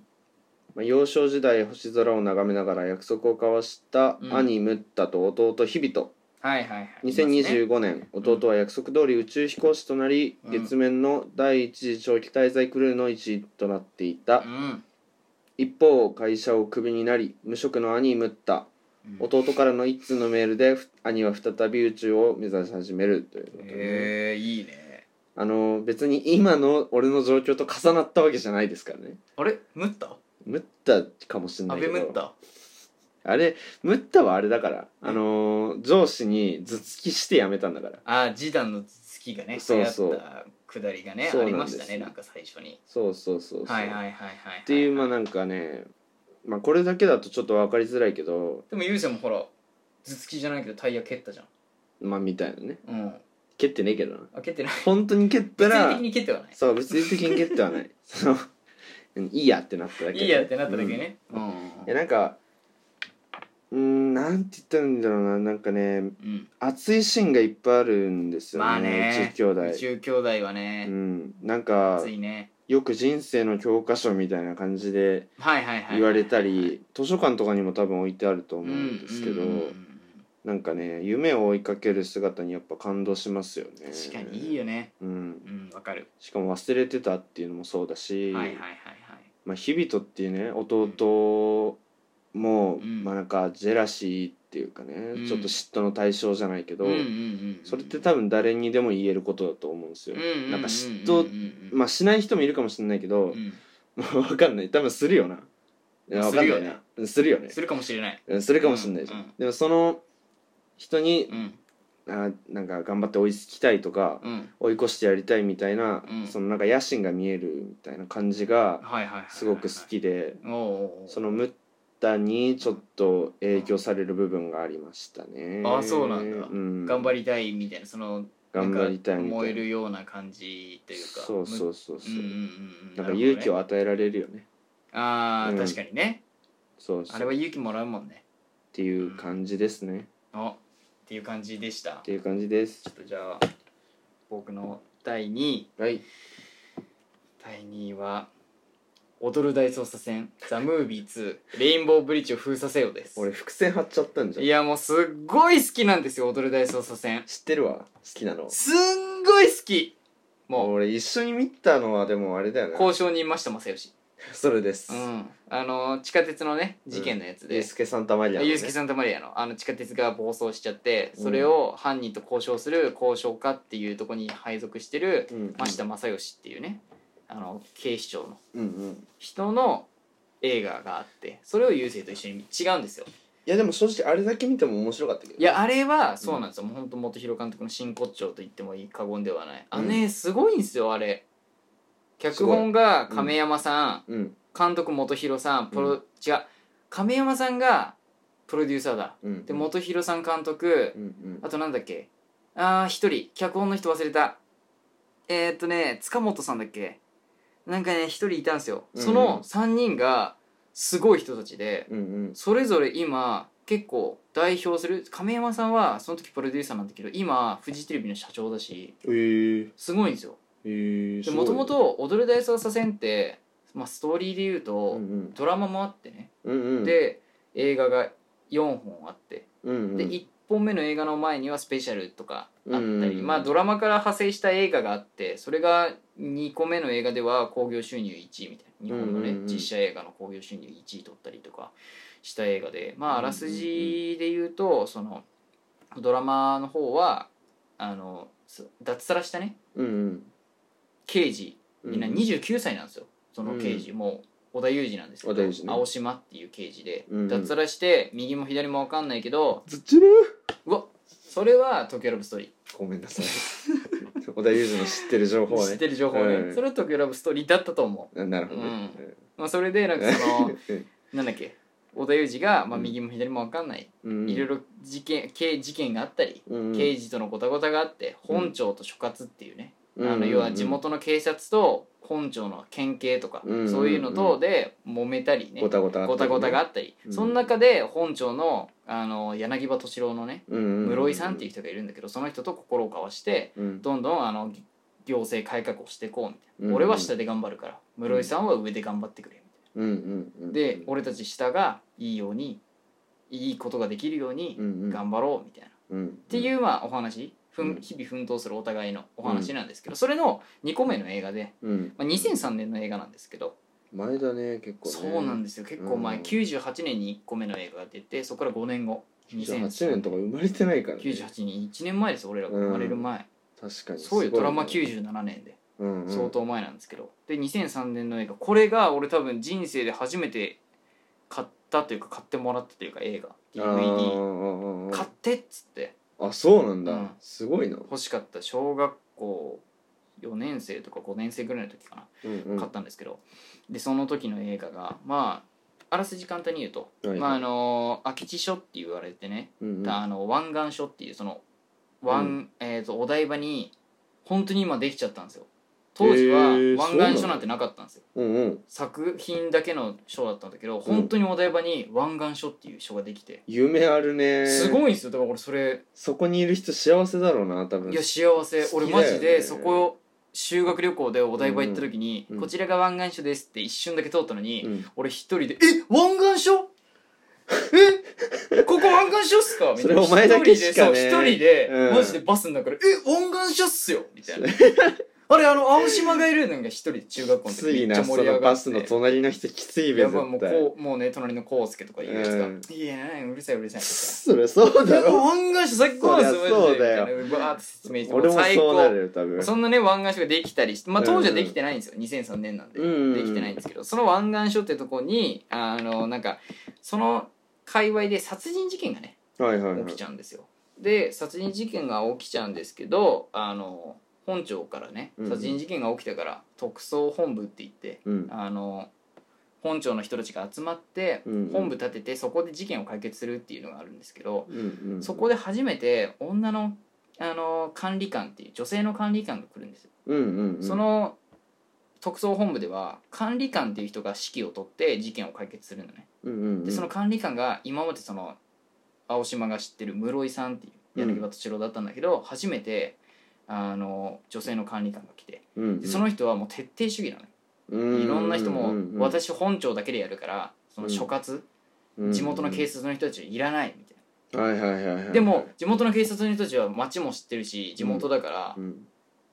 [SPEAKER 2] まあ、幼少時代星空を眺めながら約束を交わした
[SPEAKER 1] うん
[SPEAKER 2] 兄ムッタと弟ヒビト、
[SPEAKER 1] はいはいはい
[SPEAKER 2] 2025年弟は約束通り宇宙飛行士となり、
[SPEAKER 1] うん
[SPEAKER 2] 月面の第一次長期滞在クルーの一員となっていた、
[SPEAKER 1] うん
[SPEAKER 2] 一方会社をクビになり無職の兄ムッタ
[SPEAKER 1] うん
[SPEAKER 2] 弟からの一通のメールでふ兄は再び宇宙を目指し始めるということでね、
[SPEAKER 1] ええいいね
[SPEAKER 2] あの別に今の俺の状況と重なったわけじゃないですからね
[SPEAKER 1] あれムッタ
[SPEAKER 2] ムッタかもしれな
[SPEAKER 1] 安
[SPEAKER 2] いけ
[SPEAKER 1] 倍
[SPEAKER 2] ど
[SPEAKER 1] ムッタ
[SPEAKER 2] あれムッタはあれだから、あのー上司に頭突きして辞めたんだから
[SPEAKER 1] ああ示談の月がね
[SPEAKER 2] そうそう
[SPEAKER 1] 流行った下りがね
[SPEAKER 2] そう
[SPEAKER 1] あ
[SPEAKER 2] な
[SPEAKER 1] り
[SPEAKER 2] んで
[SPEAKER 1] ますしたねなんか最初に
[SPEAKER 2] そうそうそうそう、
[SPEAKER 1] はいはいはいはいはい
[SPEAKER 2] っていうまあなんかねまあこれだけだとちょっと分かりづらいけど
[SPEAKER 1] でもゆうせんもほら頭突きじゃないけどタイヤ蹴ったじゃん
[SPEAKER 2] まあみたいなね
[SPEAKER 1] うん
[SPEAKER 2] 蹴ってねえけどな
[SPEAKER 1] あ蹴ってない
[SPEAKER 2] 本当に蹴った
[SPEAKER 1] 物理
[SPEAKER 2] ら
[SPEAKER 1] 的に蹴ってはない
[SPEAKER 2] そう物理的に蹴ってはないそのうんいいやってなっただけ
[SPEAKER 1] いいやってなっただけねう
[SPEAKER 2] うん
[SPEAKER 1] ん
[SPEAKER 2] いやなんかうーんなんて言ったらいいんだろうななんかね
[SPEAKER 1] うん
[SPEAKER 2] 熱いシーンがいっぱいあるんですよね,、
[SPEAKER 1] まあね
[SPEAKER 2] 宇宙兄
[SPEAKER 1] 宇
[SPEAKER 2] 弟
[SPEAKER 1] 宙兄弟はね
[SPEAKER 2] うん、なんか
[SPEAKER 1] ついね
[SPEAKER 2] よく人生の教科書みたいな感じで
[SPEAKER 1] はいはいはい
[SPEAKER 2] 言われたり図書館とかにも多分置いてあると思うんですけど、
[SPEAKER 1] うんうんうんうん
[SPEAKER 2] なんかね夢を追いかける姿にやっぱ感動しますよね
[SPEAKER 1] 確かにいいよね
[SPEAKER 2] うん、
[SPEAKER 1] うんわかる
[SPEAKER 2] しかも忘れてたっていうのもそうだし、
[SPEAKER 1] はいはいはいはい
[SPEAKER 2] まあ、日々とっていうね弟も、
[SPEAKER 1] うん
[SPEAKER 2] まあなんかジェラシーっていうかね、
[SPEAKER 1] うん
[SPEAKER 2] ちょっと嫉妬の対象じゃないけど、
[SPEAKER 1] うんうんうんうん
[SPEAKER 2] それって多分誰にでも言えることだと思うんですよ、なんか嫉妬ま
[SPEAKER 1] あ
[SPEAKER 2] あしない人もいるかもしれないけど、わかんない多分するよなわかんないなうんするよね
[SPEAKER 1] するかもしれない
[SPEAKER 2] うんするかもしれないじゃん、
[SPEAKER 1] うんうん
[SPEAKER 2] でもその人に
[SPEAKER 1] うん
[SPEAKER 2] あなんか頑張って追いつきたいとか、
[SPEAKER 1] うん
[SPEAKER 2] 追い越してやりたいみたいな、
[SPEAKER 1] うん
[SPEAKER 2] そのなんか野心が見えるみたいな感じ
[SPEAKER 1] はいはい
[SPEAKER 2] が
[SPEAKER 1] はいはい
[SPEAKER 2] すごく好きで、
[SPEAKER 1] おうおうおう
[SPEAKER 2] そのムッタにちょっと影響される部分がありましたね、
[SPEAKER 1] あそうなんだ
[SPEAKER 2] うん、
[SPEAKER 1] 頑張りたいみたいなその
[SPEAKER 2] 頑張りたい
[SPEAKER 1] なん
[SPEAKER 2] み
[SPEAKER 1] か
[SPEAKER 2] た
[SPEAKER 1] 燃え
[SPEAKER 2] いな
[SPEAKER 1] るような感じというか
[SPEAKER 2] そうそうそう
[SPEAKER 1] う
[SPEAKER 2] そ
[SPEAKER 1] んう
[SPEAKER 2] う、
[SPEAKER 1] んうんうん
[SPEAKER 2] なんか勇気
[SPEAKER 1] なるほどね
[SPEAKER 2] を与えられるよね
[SPEAKER 1] ああ
[SPEAKER 2] うん
[SPEAKER 1] 確かにね
[SPEAKER 2] そうそう
[SPEAKER 1] あれは勇気もらうもんね
[SPEAKER 2] っていう感じですね、っ
[SPEAKER 1] あっていう感じでした
[SPEAKER 2] ていう感じです
[SPEAKER 1] ちょっとじゃあ僕の第2位
[SPEAKER 2] はい
[SPEAKER 1] 第2位は「踊る大捜査線ザ・ムービー2レ インボーブリッジを封鎖せよ」です
[SPEAKER 2] 俺伏線張っちゃったんじゃん
[SPEAKER 1] いやもうすっごい好きなんですよ「踊る大捜査線
[SPEAKER 2] 知ってるわ好きな」の
[SPEAKER 1] すんごい好きもう
[SPEAKER 2] 俺一緒に見たのはでもあれだよね
[SPEAKER 1] 交渉人真下正義
[SPEAKER 2] それです、
[SPEAKER 1] うんあの地下鉄のね事件のやつ
[SPEAKER 2] ゆ
[SPEAKER 1] で、
[SPEAKER 2] うすけさんたまりや
[SPEAKER 1] ユースケ・
[SPEAKER 2] ん
[SPEAKER 1] サンタマリアのあの地下鉄が暴走しちゃってそれを犯人と交渉する交渉家っていうところに配属してる
[SPEAKER 2] うん
[SPEAKER 1] 真下正義っていうねあの警視庁の
[SPEAKER 2] うんうん
[SPEAKER 1] 人の映画があってそれを優勢と一緒に違うんですよ
[SPEAKER 2] いやでも正直あれだけ見ても面白かったけど
[SPEAKER 1] いやあれはそうなんですよ、もうほんと元広監督の真骨頂と言ってもいい過言ではないあね、すごいんですよあれ脚本が
[SPEAKER 2] すごいうん
[SPEAKER 1] 亀山さん、
[SPEAKER 2] うん
[SPEAKER 1] 監督元広さんプロ、
[SPEAKER 2] う
[SPEAKER 1] 違う亀山さんがプロデューサーだ
[SPEAKER 2] うん
[SPEAKER 1] で元広さん監督
[SPEAKER 2] うんうん
[SPEAKER 1] あとなんだっけあー一人脚本の人忘れたえー、っとね塚本さんだっけなんかね一人いたんですよ
[SPEAKER 2] うんうん
[SPEAKER 1] その3人がすごい人たちで
[SPEAKER 2] うんうん
[SPEAKER 1] それぞれ今結構代表する亀山さんはその時プロデューサーなんだけど今フジテレビの社長だし
[SPEAKER 2] えー、
[SPEAKER 1] すごいんですよ
[SPEAKER 2] えー、
[SPEAKER 1] でもともと「踊る大捜査線」って、まあ、ストーリーで言うと、
[SPEAKER 2] うんうん
[SPEAKER 1] ドラマもあってね、
[SPEAKER 2] うんうん
[SPEAKER 1] で映画が4本あって
[SPEAKER 2] うんうん
[SPEAKER 1] で1本目の映画の前にはスペシャルとかあったり、
[SPEAKER 2] うんうん
[SPEAKER 1] まあ、ドラマから派生した映画があってそれが2個目の映画では興行収入1位みたいな日本のね、
[SPEAKER 2] うんうんうん
[SPEAKER 1] 実写映画の興行収入1位取ったりとかした映画で、まあ、あ
[SPEAKER 2] うんうんうん
[SPEAKER 1] らすじで言うとそのドラマの方はあのす脱サラしたね
[SPEAKER 2] うんうん
[SPEAKER 1] 刑事
[SPEAKER 2] うん
[SPEAKER 1] みんな29歳なんですよその刑事、もう織田裕二なんですけ
[SPEAKER 2] 織田
[SPEAKER 1] ど、
[SPEAKER 2] 裕二ね
[SPEAKER 1] 青島っていう刑事で、
[SPEAKER 2] うんうん
[SPEAKER 1] 脱サラして右も左も分かんないけど
[SPEAKER 2] ずっちる
[SPEAKER 1] うわそれは東京ラブストーリー。
[SPEAKER 2] ごめんなさい 小田裕二の知ってる情報
[SPEAKER 1] 知っ
[SPEAKER 2] ね
[SPEAKER 1] てる情報ね、
[SPEAKER 2] うん
[SPEAKER 1] それと比べストーリーだったと思
[SPEAKER 2] あなるほどね、
[SPEAKER 1] う、まあ、それでなんかその
[SPEAKER 2] うん
[SPEAKER 1] なんだっけ織田裕二が、まあ、
[SPEAKER 2] うん
[SPEAKER 1] 右も左も分かんない、
[SPEAKER 2] うん
[SPEAKER 1] いろいろ事件刑事件があったり、
[SPEAKER 2] うん
[SPEAKER 1] 刑事とのごたごたがあって本庁と所轄っていうね、あ
[SPEAKER 2] うんうんう
[SPEAKER 1] の
[SPEAKER 2] ん
[SPEAKER 1] 要は地元の警察と本庁の県警とか、
[SPEAKER 2] うんうんうん
[SPEAKER 1] そういうの等で揉めたりね、
[SPEAKER 2] ごたごたあ
[SPEAKER 1] ご
[SPEAKER 2] ったり
[SPEAKER 1] た
[SPEAKER 2] ね
[SPEAKER 1] ごたがあったり、
[SPEAKER 2] うん
[SPEAKER 1] その中で本庁のあの柳葉敏郎のね
[SPEAKER 2] うんうんうん
[SPEAKER 1] 室井さんっていう人がいるんだけどその人と心を交わして
[SPEAKER 2] うん
[SPEAKER 1] どんどんあの行政改革をしていこうみたいな、
[SPEAKER 2] うん
[SPEAKER 1] 俺は下で頑張るから室井さんは上で頑張ってくれみ
[SPEAKER 2] うんうんうん
[SPEAKER 1] たいな、で俺たち下がいいようにいいことができるように
[SPEAKER 2] うんうん
[SPEAKER 1] 頑張ろうみたいな、っ
[SPEAKER 2] うんって
[SPEAKER 1] いううまあお話ふん
[SPEAKER 2] うん
[SPEAKER 1] 日々奮闘するお互いのお話なんですけど、それの2個目の映画で、
[SPEAKER 2] ん
[SPEAKER 1] まあ、2003年の映画なんですけど、
[SPEAKER 2] 前だね結構ね
[SPEAKER 1] そうなんで
[SPEAKER 2] だ
[SPEAKER 1] すよ結構前、
[SPEAKER 2] うん
[SPEAKER 1] 98年に1個目の映画が出てそこから5年後
[SPEAKER 2] 98年と
[SPEAKER 1] か
[SPEAKER 2] か生まれてないからね
[SPEAKER 1] 98年1年前です俺らが生まれる前、
[SPEAKER 2] 確かに
[SPEAKER 1] そうよ
[SPEAKER 2] すごい
[SPEAKER 1] ド
[SPEAKER 2] ね
[SPEAKER 1] ラマ97年で
[SPEAKER 2] うんうん
[SPEAKER 1] 相当前なんですけど、で2003年の映画これが俺多分人生で初めて買っったというか買ってもらったというか映画
[SPEAKER 2] あー
[SPEAKER 1] DVD
[SPEAKER 2] あー
[SPEAKER 1] 買ってっつって
[SPEAKER 2] あーあそうなんだ、
[SPEAKER 1] うん
[SPEAKER 2] すごいな、
[SPEAKER 1] 欲しかった小学校4年生とか5年生ぐらいの時か
[SPEAKER 2] うんう、
[SPEAKER 1] なん買ったんですけどでその時の映画がまああらすじ簡単に言うと、
[SPEAKER 2] はいはい
[SPEAKER 1] まああの空き地所って言われてね、
[SPEAKER 2] うんうん
[SPEAKER 1] あの湾岸所っていうその湾、えー、とお台場に本当に今できちゃったんですよ当時は
[SPEAKER 2] へー
[SPEAKER 1] 湾岸
[SPEAKER 2] そうな
[SPEAKER 1] 所
[SPEAKER 2] の
[SPEAKER 1] なんてなかったんですよ
[SPEAKER 2] うんうん
[SPEAKER 1] 作品だけの賞だったんだけど本当にお台場に湾岸書っていう書ができて、
[SPEAKER 2] 夢あるね
[SPEAKER 1] す
[SPEAKER 2] い
[SPEAKER 1] ごいんですよだから俺それ
[SPEAKER 2] そこにいる人幸せだろうな多分
[SPEAKER 1] いや幸せ
[SPEAKER 2] 好
[SPEAKER 1] 俺
[SPEAKER 2] きだよ
[SPEAKER 1] マ
[SPEAKER 2] ね
[SPEAKER 1] ジでそこ修学旅行でお台場行った時に、
[SPEAKER 2] うんうん
[SPEAKER 1] こちらが湾岸書ですって一瞬だけ通ったのに、
[SPEAKER 2] うん
[SPEAKER 1] 俺一人で「え湾岸書えここ湾岸書っすか?」みたいな
[SPEAKER 2] それお前だけしかね
[SPEAKER 1] 一人でそう一人で、
[SPEAKER 2] うん
[SPEAKER 1] マジでバスの中で「え湾岸書っすよ」みた いなあれあの青島がいるのが一人で中学校
[SPEAKER 2] き
[SPEAKER 1] の
[SPEAKER 2] つ
[SPEAKER 1] 時め
[SPEAKER 2] い
[SPEAKER 1] っちゃ
[SPEAKER 2] な
[SPEAKER 1] 盛
[SPEAKER 2] そ
[SPEAKER 1] り上がっ
[SPEAKER 2] の
[SPEAKER 1] て
[SPEAKER 2] バスの隣の人きついべ
[SPEAKER 1] やばいも
[SPEAKER 2] 絶
[SPEAKER 1] う
[SPEAKER 2] 対
[SPEAKER 1] こうもうね隣のコウスケとかいうやつが
[SPEAKER 2] うん
[SPEAKER 1] 「いやうるさいうるさい」
[SPEAKER 2] それそうだ ろ
[SPEAKER 1] 湾岸市最高なんですよ
[SPEAKER 2] そりゃそうだよ
[SPEAKER 1] マジでみたいなバーって説明して
[SPEAKER 2] 俺も
[SPEAKER 1] 最
[SPEAKER 2] そうなる
[SPEAKER 1] 高
[SPEAKER 2] よ多分
[SPEAKER 1] そんなね湾岸署ができたりしてまあ当時はできてないんですよ2003年なんで
[SPEAKER 2] うんうんうん
[SPEAKER 1] できてないんですけどその湾岸署ってとこにあのなんかその界隈で殺人事件がね
[SPEAKER 2] はいはいはい
[SPEAKER 1] 起きちゃうんですよで殺人事件が起きちゃうんですけどあの本庁からね
[SPEAKER 2] うんうん
[SPEAKER 1] 殺人事件が起きたから特捜本部って言って
[SPEAKER 2] うん
[SPEAKER 1] あの本庁の人たちが集まって
[SPEAKER 2] うんうん
[SPEAKER 1] 本部立ててそこで事件を解決するっていうのがあるんですけど
[SPEAKER 2] うんうん
[SPEAKER 1] そこで初めて女のあの管理官っていう女性の管理官が来るんですよ
[SPEAKER 2] うんうんうん
[SPEAKER 1] その特捜本部では管理官っていう人が指揮を取って事件を解決するのね
[SPEAKER 2] うんうんうん
[SPEAKER 1] でその管理官が今までその青島が知ってる室井さんっていう柳葉敏郎だったんだけど初めてあの女性の管理官が来て
[SPEAKER 2] うんうん
[SPEAKER 1] でその人はもう徹底主義なの
[SPEAKER 2] うん
[SPEAKER 1] いろんな人も
[SPEAKER 2] うんうんうん
[SPEAKER 1] 私本庁だけでやるからその所轄、
[SPEAKER 2] うん
[SPEAKER 1] 地元の警察の人たちはいらないみたい
[SPEAKER 2] はいはいはいは
[SPEAKER 1] な、
[SPEAKER 2] い
[SPEAKER 1] でも地元の警察の人たちは町も知ってるし地元だから
[SPEAKER 2] うん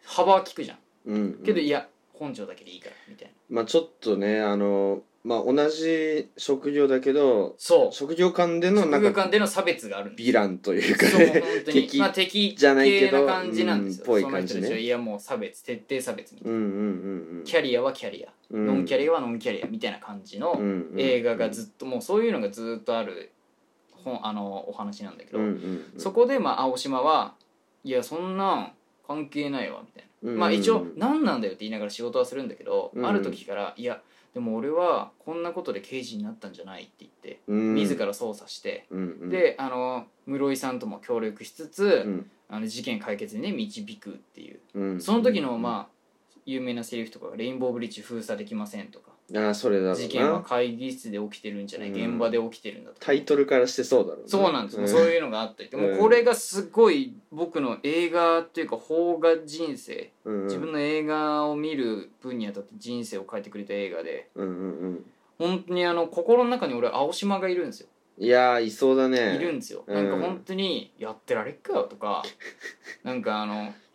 [SPEAKER 1] 幅は利くじゃん
[SPEAKER 2] うん
[SPEAKER 1] けどいや本庁だけでいいからみたいな
[SPEAKER 2] まあちょっとねあのまあ同じ職業だけど
[SPEAKER 1] そう
[SPEAKER 2] 職業間での
[SPEAKER 1] 職
[SPEAKER 2] なん
[SPEAKER 1] 業
[SPEAKER 2] か
[SPEAKER 1] 間での差別があるん
[SPEAKER 2] ヴィランというか
[SPEAKER 1] そう本
[SPEAKER 2] ね
[SPEAKER 1] 当に
[SPEAKER 2] 敵
[SPEAKER 1] まあ、敵
[SPEAKER 2] じゃないけ
[SPEAKER 1] 系
[SPEAKER 2] ど
[SPEAKER 1] な感じなんですよ、
[SPEAKER 2] うんぽい
[SPEAKER 1] その
[SPEAKER 2] 感
[SPEAKER 1] 人
[SPEAKER 2] じ
[SPEAKER 1] た
[SPEAKER 2] ね
[SPEAKER 1] ちはいやもう差別徹底差別みたいな、
[SPEAKER 2] うんうんうんうん
[SPEAKER 1] キャリアはキャリア、ノンキャリアはノンキャリアみたいな感じの映画がずっともうそういうのがずっとある本あのお話なんだけど、そこでまあ青島はいやそんなん関係ないわみたいな、まあ一応何なんだよって言いながら仕事はするんだけど、
[SPEAKER 2] うん
[SPEAKER 1] ある時からいやでも俺はこんなことで刑事になったんじゃないって言って自ら捜査して、であの室井さんとも協力しつつ、あの事件解決にね導くっていうその時のまあ有名なセリフとかが「レインボーブリッジ封鎖できません」とか
[SPEAKER 2] ああそれだろう
[SPEAKER 1] 「
[SPEAKER 2] な
[SPEAKER 1] 事件は会議室で起きてるんじゃない
[SPEAKER 2] うん
[SPEAKER 1] 現場で起きてるんだ」とか
[SPEAKER 2] タイトルからしてそうだろう
[SPEAKER 1] そうなんです、もうそういうのがあったりでも
[SPEAKER 2] うん
[SPEAKER 1] うこれがすごい僕の映画っていうか邦画人生
[SPEAKER 2] うん
[SPEAKER 1] 自分の映画を見る分にあたって人生を変えてくれた映画で
[SPEAKER 2] うんうんうん
[SPEAKER 1] 本当にあの心の中に俺青島がいるんですよ
[SPEAKER 2] いやーいそうだね
[SPEAKER 1] いるんですよ
[SPEAKER 2] うん
[SPEAKER 1] なんか本当に「やってられっか」と かなんかあの「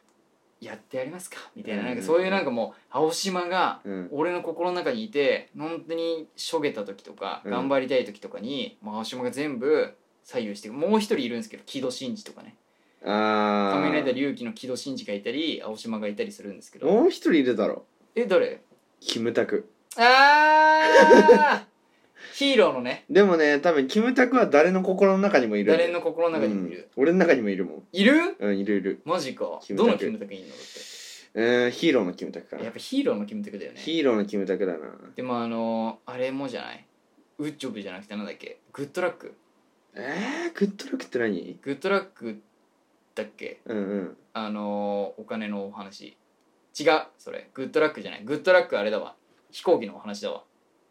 [SPEAKER 1] やってやりますか」みたいななんかそういうなんかもう青島が
[SPEAKER 2] うん
[SPEAKER 1] 俺の心の中にいて本当にしょげた時とか
[SPEAKER 2] うん
[SPEAKER 1] 頑張りたい時とかに、まあ、青島が全部左右してもう一人いるんですけど木戸真治とかね「
[SPEAKER 2] ああ
[SPEAKER 1] 仮面ライダー龍騎」の木戸真治がいたり青島がいたりするんですけど
[SPEAKER 2] もう一人いるだろ
[SPEAKER 1] え誰
[SPEAKER 2] キムタク
[SPEAKER 1] あーヒーローのね
[SPEAKER 2] でもね多分キムタクは誰の心の中にもいる
[SPEAKER 1] 誰の心の中にもいる、
[SPEAKER 2] うん俺の中にもいるもん
[SPEAKER 1] いる
[SPEAKER 2] うんいるいる
[SPEAKER 1] マジか
[SPEAKER 2] キムタ
[SPEAKER 1] ど
[SPEAKER 2] ク
[SPEAKER 1] のキムタクいいのだっ
[SPEAKER 2] うんヒーローのキムタクか
[SPEAKER 1] てや
[SPEAKER 2] な
[SPEAKER 1] っぱヒーローのキムタクだよね
[SPEAKER 2] ヒーローのキムタクだな
[SPEAKER 1] でもあのーあれもじゃないウッジョブじゃなくてなんだっけグッドラック
[SPEAKER 2] えーグッドラックって何
[SPEAKER 1] グッドラックだっけ
[SPEAKER 2] うんうん
[SPEAKER 1] あのーお金のお話違うそれグッドラックじゃないグッドラックあれだわ飛行機のお話だわ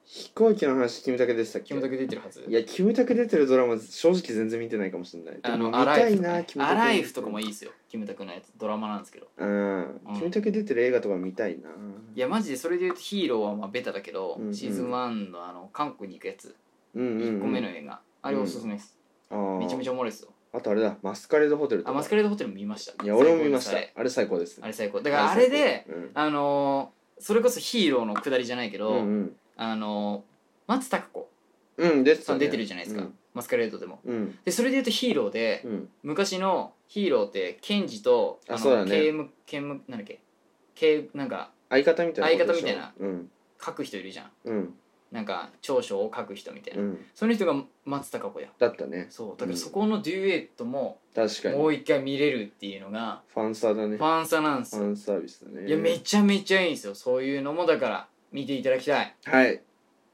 [SPEAKER 2] 飛行機の話キムタクでしたっけ
[SPEAKER 1] キムタク出てるはず
[SPEAKER 2] いやキムタク出てるドラマ正直全然見てないかもしれない
[SPEAKER 1] あ
[SPEAKER 2] でも
[SPEAKER 1] の
[SPEAKER 2] 見
[SPEAKER 1] アラ
[SPEAKER 2] た
[SPEAKER 1] イ
[SPEAKER 2] い
[SPEAKER 1] フとかね
[SPEAKER 2] なキムタク
[SPEAKER 1] アライフとかもいい
[SPEAKER 2] い
[SPEAKER 1] ですよキムタクのやつドラマなんですけど
[SPEAKER 2] うん
[SPEAKER 1] うん
[SPEAKER 2] キムタク出てる映画とか見たいない
[SPEAKER 1] やマジでそれで言うとヒーローはまあベタだけど、
[SPEAKER 2] うんうん
[SPEAKER 1] シーズン1のあの韓国に行くやつ
[SPEAKER 2] うんうんうん
[SPEAKER 1] 1個目の映画、あれおすすめです、
[SPEAKER 2] あー
[SPEAKER 1] めちゃめちゃおもろいですよ
[SPEAKER 2] あとあれだマスカレードホテルと
[SPEAKER 1] あ
[SPEAKER 2] か
[SPEAKER 1] マスカレードホテル見ました
[SPEAKER 2] いや俺も見ました
[SPEAKER 1] 最高ですあれ
[SPEAKER 2] あれ最高です
[SPEAKER 1] あれ最高だからあれで
[SPEAKER 2] うん
[SPEAKER 1] あのーそれこそヒーローのくだりじゃないけど、
[SPEAKER 2] うん
[SPEAKER 1] あのー松たか子
[SPEAKER 2] うんうん出て
[SPEAKER 1] さ
[SPEAKER 2] た
[SPEAKER 1] ん
[SPEAKER 2] ね
[SPEAKER 1] 出てるじゃないですか、
[SPEAKER 2] うん
[SPEAKER 1] マスカレードでも
[SPEAKER 2] うん
[SPEAKER 1] でそれで言うとヒーローで、
[SPEAKER 2] うん
[SPEAKER 1] 昔のヒーローって検事と
[SPEAKER 2] あ
[SPEAKER 1] の
[SPEAKER 2] そうだね
[SPEAKER 1] 刑務刑務なんだっけ刑なんか
[SPEAKER 2] 相方みたいなことでしょ
[SPEAKER 1] 相方みたいな
[SPEAKER 2] うん
[SPEAKER 1] 書く人いるじゃん
[SPEAKER 2] うん
[SPEAKER 1] なんか長所を書く人みたいな、
[SPEAKER 2] うん、
[SPEAKER 1] その人が松たか子や
[SPEAKER 2] だったね
[SPEAKER 1] そうだからそこのデュエットも
[SPEAKER 2] 確かに
[SPEAKER 1] もう一回見れるっていうのが
[SPEAKER 2] ファンサーだね
[SPEAKER 1] フ
[SPEAKER 2] フ
[SPEAKER 1] ァンサなんですよ
[SPEAKER 2] ァンサービスだね
[SPEAKER 1] いやめちゃめちゃいいんですよそういうのもだから見ていただきたい
[SPEAKER 2] はい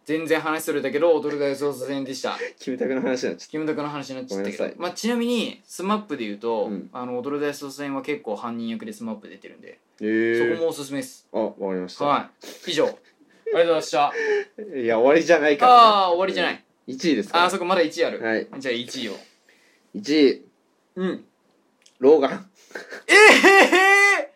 [SPEAKER 1] 全然話するだけど踊る大捜査線で した
[SPEAKER 2] キムタクの話になっちゃっ
[SPEAKER 1] キムタクの話になっちゃったけ
[SPEAKER 2] ごめん
[SPEAKER 1] ど
[SPEAKER 2] なさい
[SPEAKER 1] まあ、ちなみにスマップで言うと、
[SPEAKER 2] うん
[SPEAKER 1] あの踊る大捜査線は結構犯人役でスマップ出てるんで、
[SPEAKER 2] たえ
[SPEAKER 1] そこもおすすめです
[SPEAKER 2] あわかりました、
[SPEAKER 1] はい以上ありがとうございました
[SPEAKER 2] い、や終わりじゃないから、
[SPEAKER 1] ああ終わりじゃない、
[SPEAKER 2] 1位ですか
[SPEAKER 1] あーそこまだ1位ある、
[SPEAKER 2] はい
[SPEAKER 1] じゃあ1位を
[SPEAKER 2] 1位
[SPEAKER 1] うん
[SPEAKER 2] ローガン
[SPEAKER 1] ええ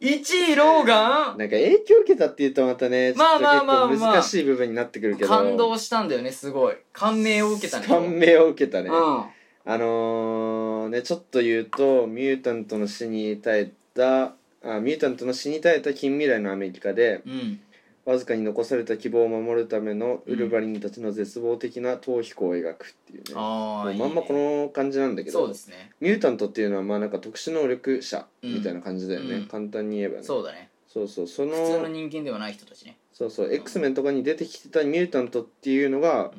[SPEAKER 1] ー、1位ローガン
[SPEAKER 2] なんか影響受けたっていうとまたねちょ
[SPEAKER 1] まあ
[SPEAKER 2] っと
[SPEAKER 1] まあ
[SPEAKER 2] 結
[SPEAKER 1] まあまあ
[SPEAKER 2] 構難しい部分になってくるけど
[SPEAKER 1] 感動したんだよねすごい感銘を受けたね
[SPEAKER 2] 感銘を受けたね、
[SPEAKER 1] うん
[SPEAKER 2] あのー、ねちょっと言うとミュータントの死に耐えたあミュータントの死に耐えた近未来のアメリカで
[SPEAKER 1] うん
[SPEAKER 2] わずかに残された希望を守るためのウルヴァリンたちの絶望的な逃避行を描くっていうね、
[SPEAKER 1] ああ
[SPEAKER 2] もうまんまこの感じなんだけ
[SPEAKER 1] そ
[SPEAKER 2] ど
[SPEAKER 1] うですね
[SPEAKER 2] ミュータントっていうのはまあなんか特殊能力者みたいな感じだよね、
[SPEAKER 1] うん
[SPEAKER 2] 簡単に言えばね
[SPEAKER 1] そうだね
[SPEAKER 2] そうそうそ
[SPEAKER 1] 普通の
[SPEAKER 2] の
[SPEAKER 1] 人間ではない人たちね
[SPEAKER 2] そうそう X メンとかに出てきてたミュータントっていうのが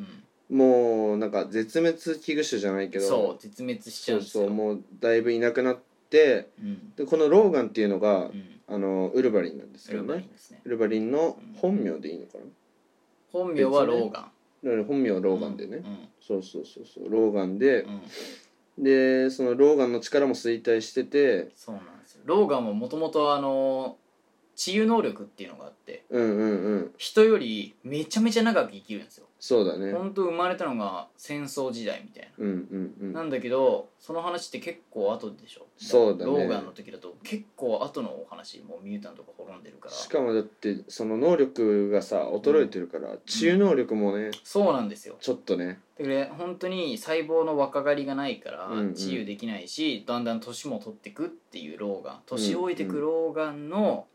[SPEAKER 1] うん
[SPEAKER 2] もうなんか絶滅危惧種じゃないけど
[SPEAKER 1] そう絶滅しちゃ
[SPEAKER 2] そううん
[SPEAKER 1] ですよ
[SPEAKER 2] そうもうだいぶいなくなって
[SPEAKER 1] うん
[SPEAKER 2] でこのローガンっていうの
[SPEAKER 1] う
[SPEAKER 2] が、
[SPEAKER 1] ん
[SPEAKER 2] あのウルヴァリンなんです
[SPEAKER 1] ウ
[SPEAKER 2] よ
[SPEAKER 1] ルバリ
[SPEAKER 2] ね
[SPEAKER 1] ンですね
[SPEAKER 2] ウルヴァリンの本名でいいのかな
[SPEAKER 1] 本名はローガン
[SPEAKER 2] だから本名はローガンでね、
[SPEAKER 1] うん
[SPEAKER 2] そうそうそうそうローガンで
[SPEAKER 1] う、ん
[SPEAKER 2] でそのローガンの力も衰退してて
[SPEAKER 1] そうなんですよローガンはもともとあの治癒能力っていうのがあって
[SPEAKER 2] うんうんうん
[SPEAKER 1] 人よりめちゃめちゃ長く生きるんですよ
[SPEAKER 2] そうだね
[SPEAKER 1] 本当生まれたのが戦争時代みたい
[SPEAKER 2] うんうん
[SPEAKER 1] なな
[SPEAKER 2] う
[SPEAKER 1] んんだけどその話って結構後でしょ
[SPEAKER 2] そうだね
[SPEAKER 1] ローガンの時だと結構後のお話もうミュータントが滅んでるから
[SPEAKER 2] しかもだってその能力がさ衰えてるから治癒能力もね
[SPEAKER 1] そうなんですよ
[SPEAKER 2] ちょっとね
[SPEAKER 1] だから本当に細胞の若返りがないから
[SPEAKER 2] うんうん
[SPEAKER 1] 治癒できないし、だんだん年も取ってくっていう老眼年老いてく老眼の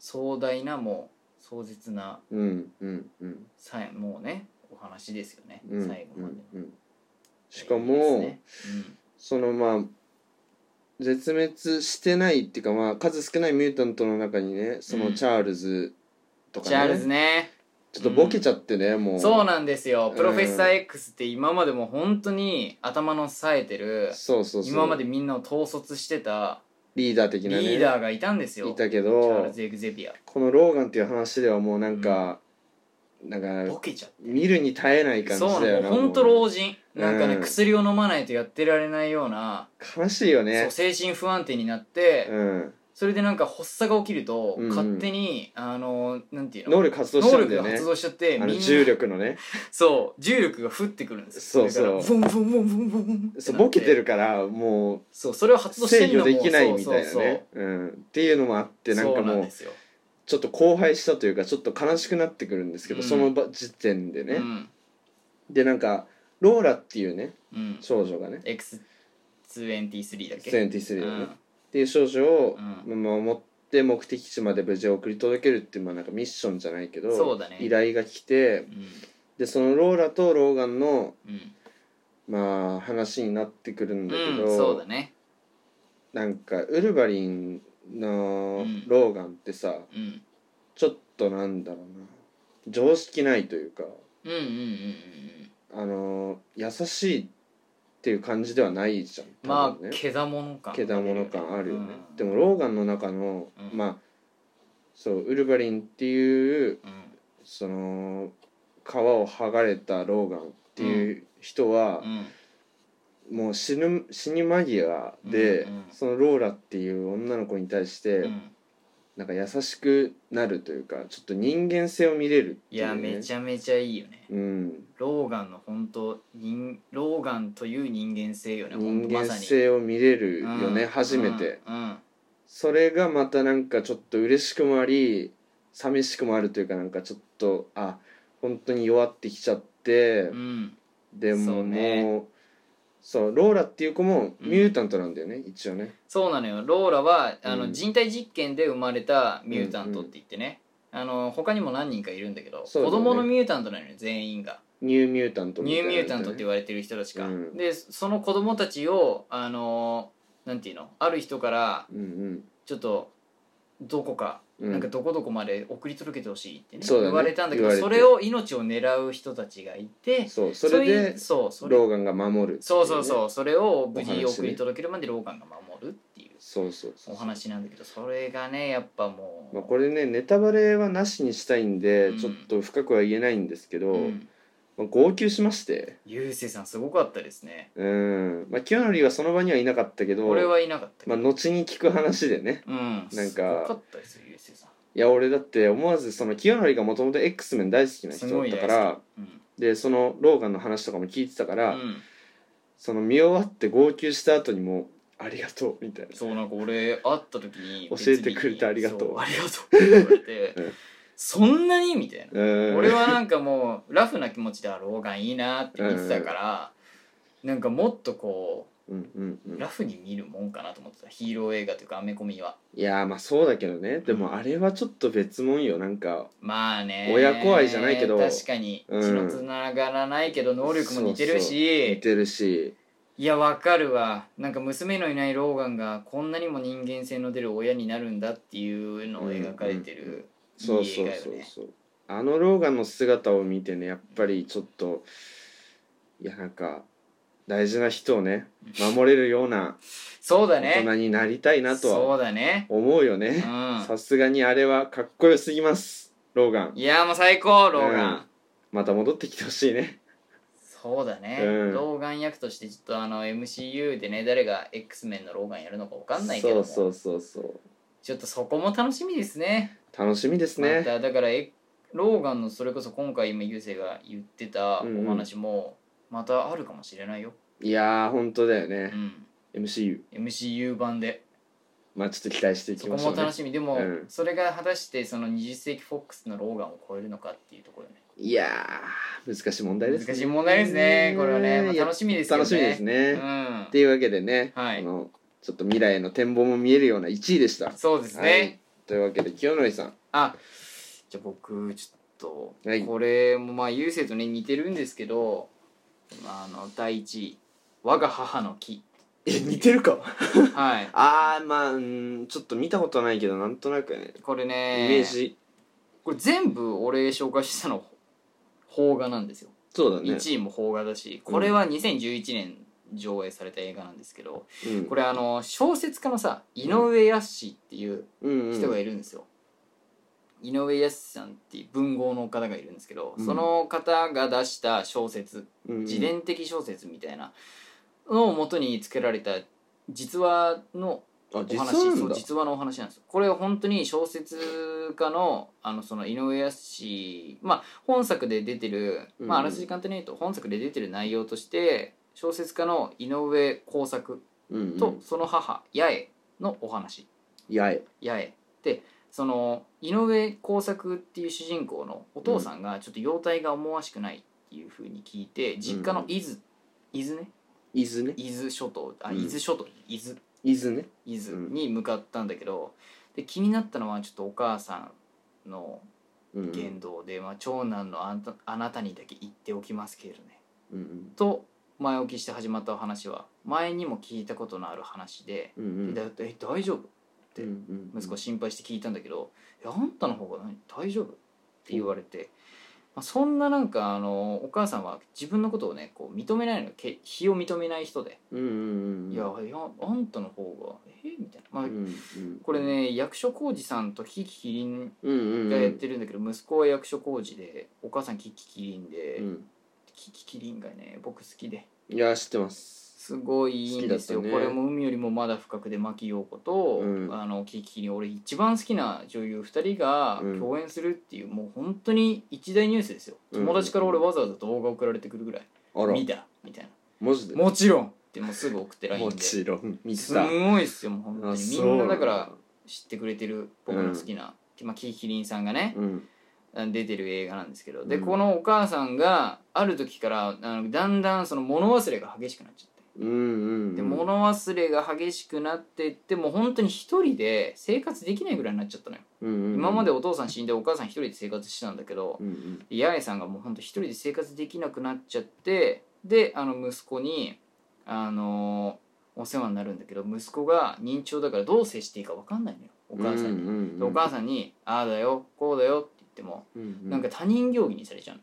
[SPEAKER 1] 壮大なもう壮絶な
[SPEAKER 2] うんうんうん
[SPEAKER 1] さえもうねお話ですよね、
[SPEAKER 2] うん
[SPEAKER 1] 最後まで、
[SPEAKER 2] うんうんしか
[SPEAKER 1] です
[SPEAKER 2] も、
[SPEAKER 1] ね
[SPEAKER 2] そのまあ絶滅してないっていうかまあ数少ないミュータントの中にねそのチャールズ
[SPEAKER 1] う
[SPEAKER 2] と
[SPEAKER 1] ん、
[SPEAKER 2] か
[SPEAKER 1] チャール
[SPEAKER 2] ね、
[SPEAKER 1] ズね
[SPEAKER 2] ちょっとボケちゃってね、もう
[SPEAKER 1] そう
[SPEAKER 2] う
[SPEAKER 1] なんですよプロフェッサー X って今までも本当に頭の冴えてる
[SPEAKER 2] そうそうそう
[SPEAKER 1] 今までみんなを統率してた
[SPEAKER 2] リーダー的なね
[SPEAKER 1] リーダーがいたんですよ
[SPEAKER 2] いた
[SPEAKER 1] チャ
[SPEAKER 2] け
[SPEAKER 1] ー
[SPEAKER 2] ど
[SPEAKER 1] ルズ・エグゼビア
[SPEAKER 2] このローガンっていう話ではもうなんか、なん
[SPEAKER 1] ボ
[SPEAKER 2] か
[SPEAKER 1] ケちゃって
[SPEAKER 2] 見るに耐えない感じ
[SPEAKER 1] そう
[SPEAKER 2] だ
[SPEAKER 1] な
[SPEAKER 2] よ
[SPEAKER 1] の
[SPEAKER 2] な
[SPEAKER 1] ほんと
[SPEAKER 2] もう
[SPEAKER 1] 老人なんかね、
[SPEAKER 2] うん
[SPEAKER 1] 薬を飲まないとやってられないような、
[SPEAKER 2] 悲しいよね
[SPEAKER 1] そう精神不安定になって、
[SPEAKER 2] うん
[SPEAKER 1] それでなんか発作が起きると、
[SPEAKER 2] うんうん
[SPEAKER 1] 勝手にあのなんていうの
[SPEAKER 2] 能力発動してるん
[SPEAKER 1] 能
[SPEAKER 2] だ
[SPEAKER 1] 力
[SPEAKER 2] よ
[SPEAKER 1] が
[SPEAKER 2] ね
[SPEAKER 1] 発動しちゃって
[SPEAKER 2] あ
[SPEAKER 1] みん
[SPEAKER 2] の
[SPEAKER 1] な
[SPEAKER 2] 重力のね
[SPEAKER 1] そう重力が降ってくるんですよ
[SPEAKER 2] そうそう
[SPEAKER 1] それからブンブンブンブンブンブン
[SPEAKER 2] そうボケて
[SPEAKER 1] る
[SPEAKER 2] るからも
[SPEAKER 1] そうそれを発
[SPEAKER 2] う
[SPEAKER 1] 動して
[SPEAKER 2] 制
[SPEAKER 1] る
[SPEAKER 2] 御
[SPEAKER 1] のも
[SPEAKER 2] できないみたいな
[SPEAKER 1] そうそうそう
[SPEAKER 2] ねうんっていうのもあってなんか
[SPEAKER 1] そうなん
[SPEAKER 2] もう
[SPEAKER 1] ですよ、
[SPEAKER 2] ちょっと荒廃したというかちょっと悲しくなってくるんですけど、
[SPEAKER 1] うん
[SPEAKER 2] その場時点でね、
[SPEAKER 1] うん
[SPEAKER 2] でなんかローラっていうね
[SPEAKER 1] うん、
[SPEAKER 2] 少女がね
[SPEAKER 1] X23 だっけ
[SPEAKER 2] 23
[SPEAKER 1] う
[SPEAKER 2] だね、っ
[SPEAKER 1] ん
[SPEAKER 2] ていう少女を
[SPEAKER 1] う
[SPEAKER 2] 守って目的地まで無事送り届けるっていうまあなんかミッションじゃないけど
[SPEAKER 1] そうだね
[SPEAKER 2] 依頼が来て
[SPEAKER 1] うん
[SPEAKER 2] でそのローラとローガンの
[SPEAKER 1] うん
[SPEAKER 2] まあ話になってくるんだけど、
[SPEAKER 1] うん、そうだね
[SPEAKER 2] なんかウルヴァリンの
[SPEAKER 1] うん
[SPEAKER 2] ローガンってさ、
[SPEAKER 1] うん
[SPEAKER 2] ちょっとなんだろうな常識ないというか。
[SPEAKER 1] うんうんうんうんうん
[SPEAKER 2] あの優しいっていう感じではないじゃん多
[SPEAKER 1] ま
[SPEAKER 2] 分
[SPEAKER 1] あ、
[SPEAKER 2] ね
[SPEAKER 1] けだもの感
[SPEAKER 2] けだもの感あるよね、
[SPEAKER 1] うん
[SPEAKER 2] でもローガンの中の、
[SPEAKER 1] うん
[SPEAKER 2] まあそうウルヴァリンっていう
[SPEAKER 1] うん
[SPEAKER 2] その皮を剥がれたローガンっていう人は
[SPEAKER 1] う、ん
[SPEAKER 2] もう死ぬ死に間際で、
[SPEAKER 1] うんうん
[SPEAKER 2] そのローラっていう女の子に対して、
[SPEAKER 1] うん
[SPEAKER 2] なんか優しくなるというかちょっと人間性を見れるって
[SPEAKER 1] い
[SPEAKER 2] いう、
[SPEAKER 1] やめちゃめちゃいいよね
[SPEAKER 2] うん、
[SPEAKER 1] ローガンの本当人ローガンという人間性よねほん
[SPEAKER 2] 人
[SPEAKER 1] とま
[SPEAKER 2] 間
[SPEAKER 1] さに
[SPEAKER 2] 性を見れるよね、
[SPEAKER 1] うん
[SPEAKER 2] 初めて、
[SPEAKER 1] うんうん
[SPEAKER 2] それがまたなんかちょっと嬉しくもあり寂しくもあるというかなんかちょっとあ本当に弱ってきちゃって
[SPEAKER 1] う、ん
[SPEAKER 2] でも
[SPEAKER 1] そうね
[SPEAKER 2] もうそうローラっていう子も
[SPEAKER 1] うん
[SPEAKER 2] ミュータントなんだよね、一応ね
[SPEAKER 1] そうなのよローラはあ
[SPEAKER 2] う
[SPEAKER 1] の
[SPEAKER 2] ん
[SPEAKER 1] 人体実験で生まれたミュータントって言ってねあの他にも何人かいるんだけど
[SPEAKER 2] そうだ
[SPEAKER 1] 子
[SPEAKER 2] ね
[SPEAKER 1] 供のミュータントなのよ全員が
[SPEAKER 2] ニューミュータント
[SPEAKER 1] ニューミュータントって言
[SPEAKER 2] わ
[SPEAKER 1] われてる人たちか
[SPEAKER 2] うん
[SPEAKER 1] でその子供たちをあのなんていうのある人から
[SPEAKER 2] れうん
[SPEAKER 1] ちょっとどこか
[SPEAKER 2] うん
[SPEAKER 1] なんかどこどこまで送り届けてほしいってね
[SPEAKER 2] そうだね
[SPEAKER 1] 言われたんだけ
[SPEAKER 2] 言わ
[SPEAKER 1] ど
[SPEAKER 2] れて
[SPEAKER 1] それを命を狙う人たちがいて
[SPEAKER 2] そうそれ
[SPEAKER 1] うい
[SPEAKER 2] で
[SPEAKER 1] うそうそれ
[SPEAKER 2] ローガンが守る
[SPEAKER 1] そうそうそううそれを無
[SPEAKER 2] お話
[SPEAKER 1] 事
[SPEAKER 2] ね
[SPEAKER 1] 送り届けるまでローガンが守るっていう
[SPEAKER 2] そうそうそう
[SPEAKER 1] お話なんだけどそれがねやっぱもう、
[SPEAKER 2] まあ、これねネタバレはなしにしたいんで、
[SPEAKER 1] うん
[SPEAKER 2] ちょっと深くは言えないんですけど、
[SPEAKER 1] うん
[SPEAKER 2] まあ、号泣しまして
[SPEAKER 1] ゆうせいさんすごかったですね
[SPEAKER 2] うんまあ清則はその場にはいなかったけど
[SPEAKER 1] 俺はいなかったけ
[SPEAKER 2] ま
[SPEAKER 1] ど
[SPEAKER 2] あ、後に聞く話でね
[SPEAKER 1] うん
[SPEAKER 2] なんか
[SPEAKER 1] すごかったですよゆうせいさん
[SPEAKER 2] いや俺だって思わずその清則がもともと X メン大好きな人だった
[SPEAKER 1] す
[SPEAKER 2] か
[SPEAKER 1] ごい大
[SPEAKER 2] ら
[SPEAKER 1] うん
[SPEAKER 2] でそのローガンの話とかも聞いてたか
[SPEAKER 1] う
[SPEAKER 2] ら、
[SPEAKER 1] ん
[SPEAKER 2] その見終わって号泣した後にもう「ありがとう」みたいな
[SPEAKER 1] そうなんか俺会った時に
[SPEAKER 2] 教えてくれてありがとう
[SPEAKER 1] 別にそありがとうって言われて、
[SPEAKER 2] うん
[SPEAKER 1] そんなにみたいな
[SPEAKER 2] う ん
[SPEAKER 1] 俺はなんかもうラフな気持ちであろうがいいなって見てたから、なんかもっとこ
[SPEAKER 2] うんうんう
[SPEAKER 1] うんラフに見るもんかなと思ってたヒーロー映画というかアメコミはい
[SPEAKER 2] やーまあそうだけどねでもあれはちょっと別もんよなんか
[SPEAKER 1] まあね
[SPEAKER 2] 親子愛じゃないけど
[SPEAKER 1] 確かに血
[SPEAKER 2] うん
[SPEAKER 1] のつながらないけど能力も似てるし、
[SPEAKER 2] 似てるし
[SPEAKER 1] いやわかるわなんか娘のいないローガンがこんなにも人間性の出る親になるんだっていうのを描かれてる、
[SPEAKER 2] うんうんそうそうそう
[SPEAKER 1] いい映
[SPEAKER 2] そうあのローガンの姿を見てねやっぱりちょっといやなんか大事な人を ね守れるような
[SPEAKER 1] そうだ
[SPEAKER 2] 大
[SPEAKER 1] ね
[SPEAKER 2] 人になりたいなと
[SPEAKER 1] そ
[SPEAKER 2] は
[SPEAKER 1] うだね
[SPEAKER 2] 思うよね
[SPEAKER 1] うん
[SPEAKER 2] さすがにあれはかっこよすぎますローガン
[SPEAKER 1] いやもう最高ローガン、
[SPEAKER 2] うんまた戻ってきてほしいね
[SPEAKER 1] そうだね、
[SPEAKER 2] うん
[SPEAKER 1] ローガン役としてちょっとあの MCU でね誰が X メンのローガンやるのかわかんないけども
[SPEAKER 2] そうそうそうそう
[SPEAKER 1] ちょっとそこも楽しみですね
[SPEAKER 2] 楽しみですね、
[SPEAKER 1] まただからえローガンのそれこそ今回今ゆうせいが言ってた
[SPEAKER 2] うんうん
[SPEAKER 1] お話もまたあるかもしれないよ、
[SPEAKER 2] いやー本当だよ
[SPEAKER 1] う
[SPEAKER 2] ね、
[SPEAKER 1] ん
[SPEAKER 2] MCU
[SPEAKER 1] MCU 版で
[SPEAKER 2] まあちょっと期待してい
[SPEAKER 1] そ
[SPEAKER 2] き
[SPEAKER 1] こ
[SPEAKER 2] ましょ
[SPEAKER 1] も
[SPEAKER 2] う、ね
[SPEAKER 1] 楽、しみでも、
[SPEAKER 2] うん
[SPEAKER 1] それが果たしてその20世紀フォックスのローガンを超えるのかっていうところね
[SPEAKER 2] いやー難しい問題ですね
[SPEAKER 1] 難しい問題ですねこれはね、まあ、
[SPEAKER 2] いや
[SPEAKER 1] 楽しみですけどね
[SPEAKER 2] 楽しみですね、
[SPEAKER 1] うん
[SPEAKER 2] っていうわけでね、
[SPEAKER 1] はい
[SPEAKER 2] あのちょっと未来への展望も見えるような1位でした。
[SPEAKER 1] そうですね、
[SPEAKER 2] はいというわけで清則さん
[SPEAKER 1] あじゃあ僕ちょっと、
[SPEAKER 2] はい
[SPEAKER 1] これもまあ優勢とね似てるんですけどあの第一位「我が母の木
[SPEAKER 2] え似てるか」
[SPEAKER 1] はい
[SPEAKER 2] ああまあうんちょっと見たことないけどなんとなくね、
[SPEAKER 1] これね
[SPEAKER 2] イメージ
[SPEAKER 1] これ全部俺紹介したの邦画なんですよ、
[SPEAKER 2] そうだね
[SPEAKER 1] 1位も邦画だしこれは2011年上映された映画なんですけど、
[SPEAKER 2] うん、
[SPEAKER 1] これあの小説家のさ井上康っていう
[SPEAKER 2] うんうん、
[SPEAKER 1] 人がいるんですよ、井上康さんっていう文豪の方がいるんですけど、
[SPEAKER 2] うん
[SPEAKER 1] その方が出した小説
[SPEAKER 2] うんうん
[SPEAKER 1] 自伝的小説みたいなのを元に作られた実話の
[SPEAKER 2] あ
[SPEAKER 1] お
[SPEAKER 2] 実
[SPEAKER 1] 話
[SPEAKER 2] はな
[SPEAKER 1] そ
[SPEAKER 2] ん
[SPEAKER 1] う
[SPEAKER 2] だ
[SPEAKER 1] 実話のお話なんですよこれは本当に小説家のあのその井上康まあ本作で出てる、まあ、
[SPEAKER 2] う
[SPEAKER 1] あ
[SPEAKER 2] んうん
[SPEAKER 1] らすじ簡単に言うと本作で出てる内容として小説家の井上耕作
[SPEAKER 2] うんうん
[SPEAKER 1] とその母八重のお話
[SPEAKER 2] やえ
[SPEAKER 1] 八重でその井上耕作っていう主人公のお父さんがちょっと容体が思わしくないっていうふうに聞いて実家の伊豆、伊豆ね
[SPEAKER 2] 伊豆ね
[SPEAKER 1] 伊豆諸島あ
[SPEAKER 2] うん
[SPEAKER 1] 伊豆諸島、伊豆
[SPEAKER 2] 伊豆ね
[SPEAKER 1] 伊豆
[SPEAKER 2] うん
[SPEAKER 1] に向かったんだけど、で気になったのはちょっとお母さんの
[SPEAKER 2] うんうん
[SPEAKER 1] 言動で、まあ、長男のあんたあなたにだけ言っておきますけれどね
[SPEAKER 2] うん
[SPEAKER 1] と前置きして始まったお話は前にも聞いたことのある話で「
[SPEAKER 2] うんうん
[SPEAKER 1] だえ大丈夫?」て
[SPEAKER 2] うんうんうん
[SPEAKER 1] 息子心配して聞いたんだけど「いやあんたの方が何大丈夫?」って言われて、まあ、そんななんかあのお母さんは自分のことをねこう認めないのけ非を認めない人で
[SPEAKER 2] うんうんう
[SPEAKER 1] 「
[SPEAKER 2] ん
[SPEAKER 1] いやいやあんたの方がえみたいな、まあ
[SPEAKER 2] うんうん
[SPEAKER 1] これね役所広司さんとキキキリン
[SPEAKER 2] うんうんうん
[SPEAKER 1] がやってるんだけど、息子は役所広司でお母さんキキキリンで、
[SPEAKER 2] うん
[SPEAKER 1] キキキリンがね僕好きで
[SPEAKER 2] いや知ってます
[SPEAKER 1] すごいいいんですよ、
[SPEAKER 2] 好きだった
[SPEAKER 1] こ
[SPEAKER 2] ね
[SPEAKER 1] れも海よりもまだ深くで牧陽子と、
[SPEAKER 2] うん
[SPEAKER 1] あのキキキリン俺一番好きな女優2人が
[SPEAKER 2] うん
[SPEAKER 1] 共演するっていう、もう本当に一大ニュースですよ
[SPEAKER 2] うん
[SPEAKER 1] 友達から俺わざわざ動画送られてくるぐらい、
[SPEAKER 2] あら
[SPEAKER 1] 見たみたい
[SPEAKER 2] マジで
[SPEAKER 1] なもちろんってもうすぐ送ってライン
[SPEAKER 2] も
[SPEAKER 1] で
[SPEAKER 2] ちろん見て
[SPEAKER 1] す
[SPEAKER 2] た
[SPEAKER 1] ごいっすよもう本当
[SPEAKER 2] あ
[SPEAKER 1] にみ
[SPEAKER 2] そうん
[SPEAKER 1] な
[SPEAKER 2] な
[SPEAKER 1] んだから知ってくれてる僕の好きな、まあ、キキキリンさんがね、
[SPEAKER 2] うん
[SPEAKER 1] 出てる映画なんですけどで、
[SPEAKER 2] うん
[SPEAKER 1] このお母さんがある時からあのだんだんその物忘れが激しくなっちゃって
[SPEAKER 2] うんうん
[SPEAKER 1] で物忘れが激しくなってってもう本当に一人で生活できないぐらいになっちゃったのよ、今
[SPEAKER 2] 今
[SPEAKER 1] までお父さん死んでお母さん一人で生活してたんだけど
[SPEAKER 2] うんうん
[SPEAKER 1] 八重さんがもう本当一人で生活できなくなっちゃってであの息子にあのお世話になるんだけど息子が認知症だからどう接していいか分かんないのよお母さんに、
[SPEAKER 2] うんうんうん
[SPEAKER 1] でお母さんに「ああだよこうだよ」って言っても、
[SPEAKER 2] うんうん
[SPEAKER 1] なんか他人行儀にされちゃう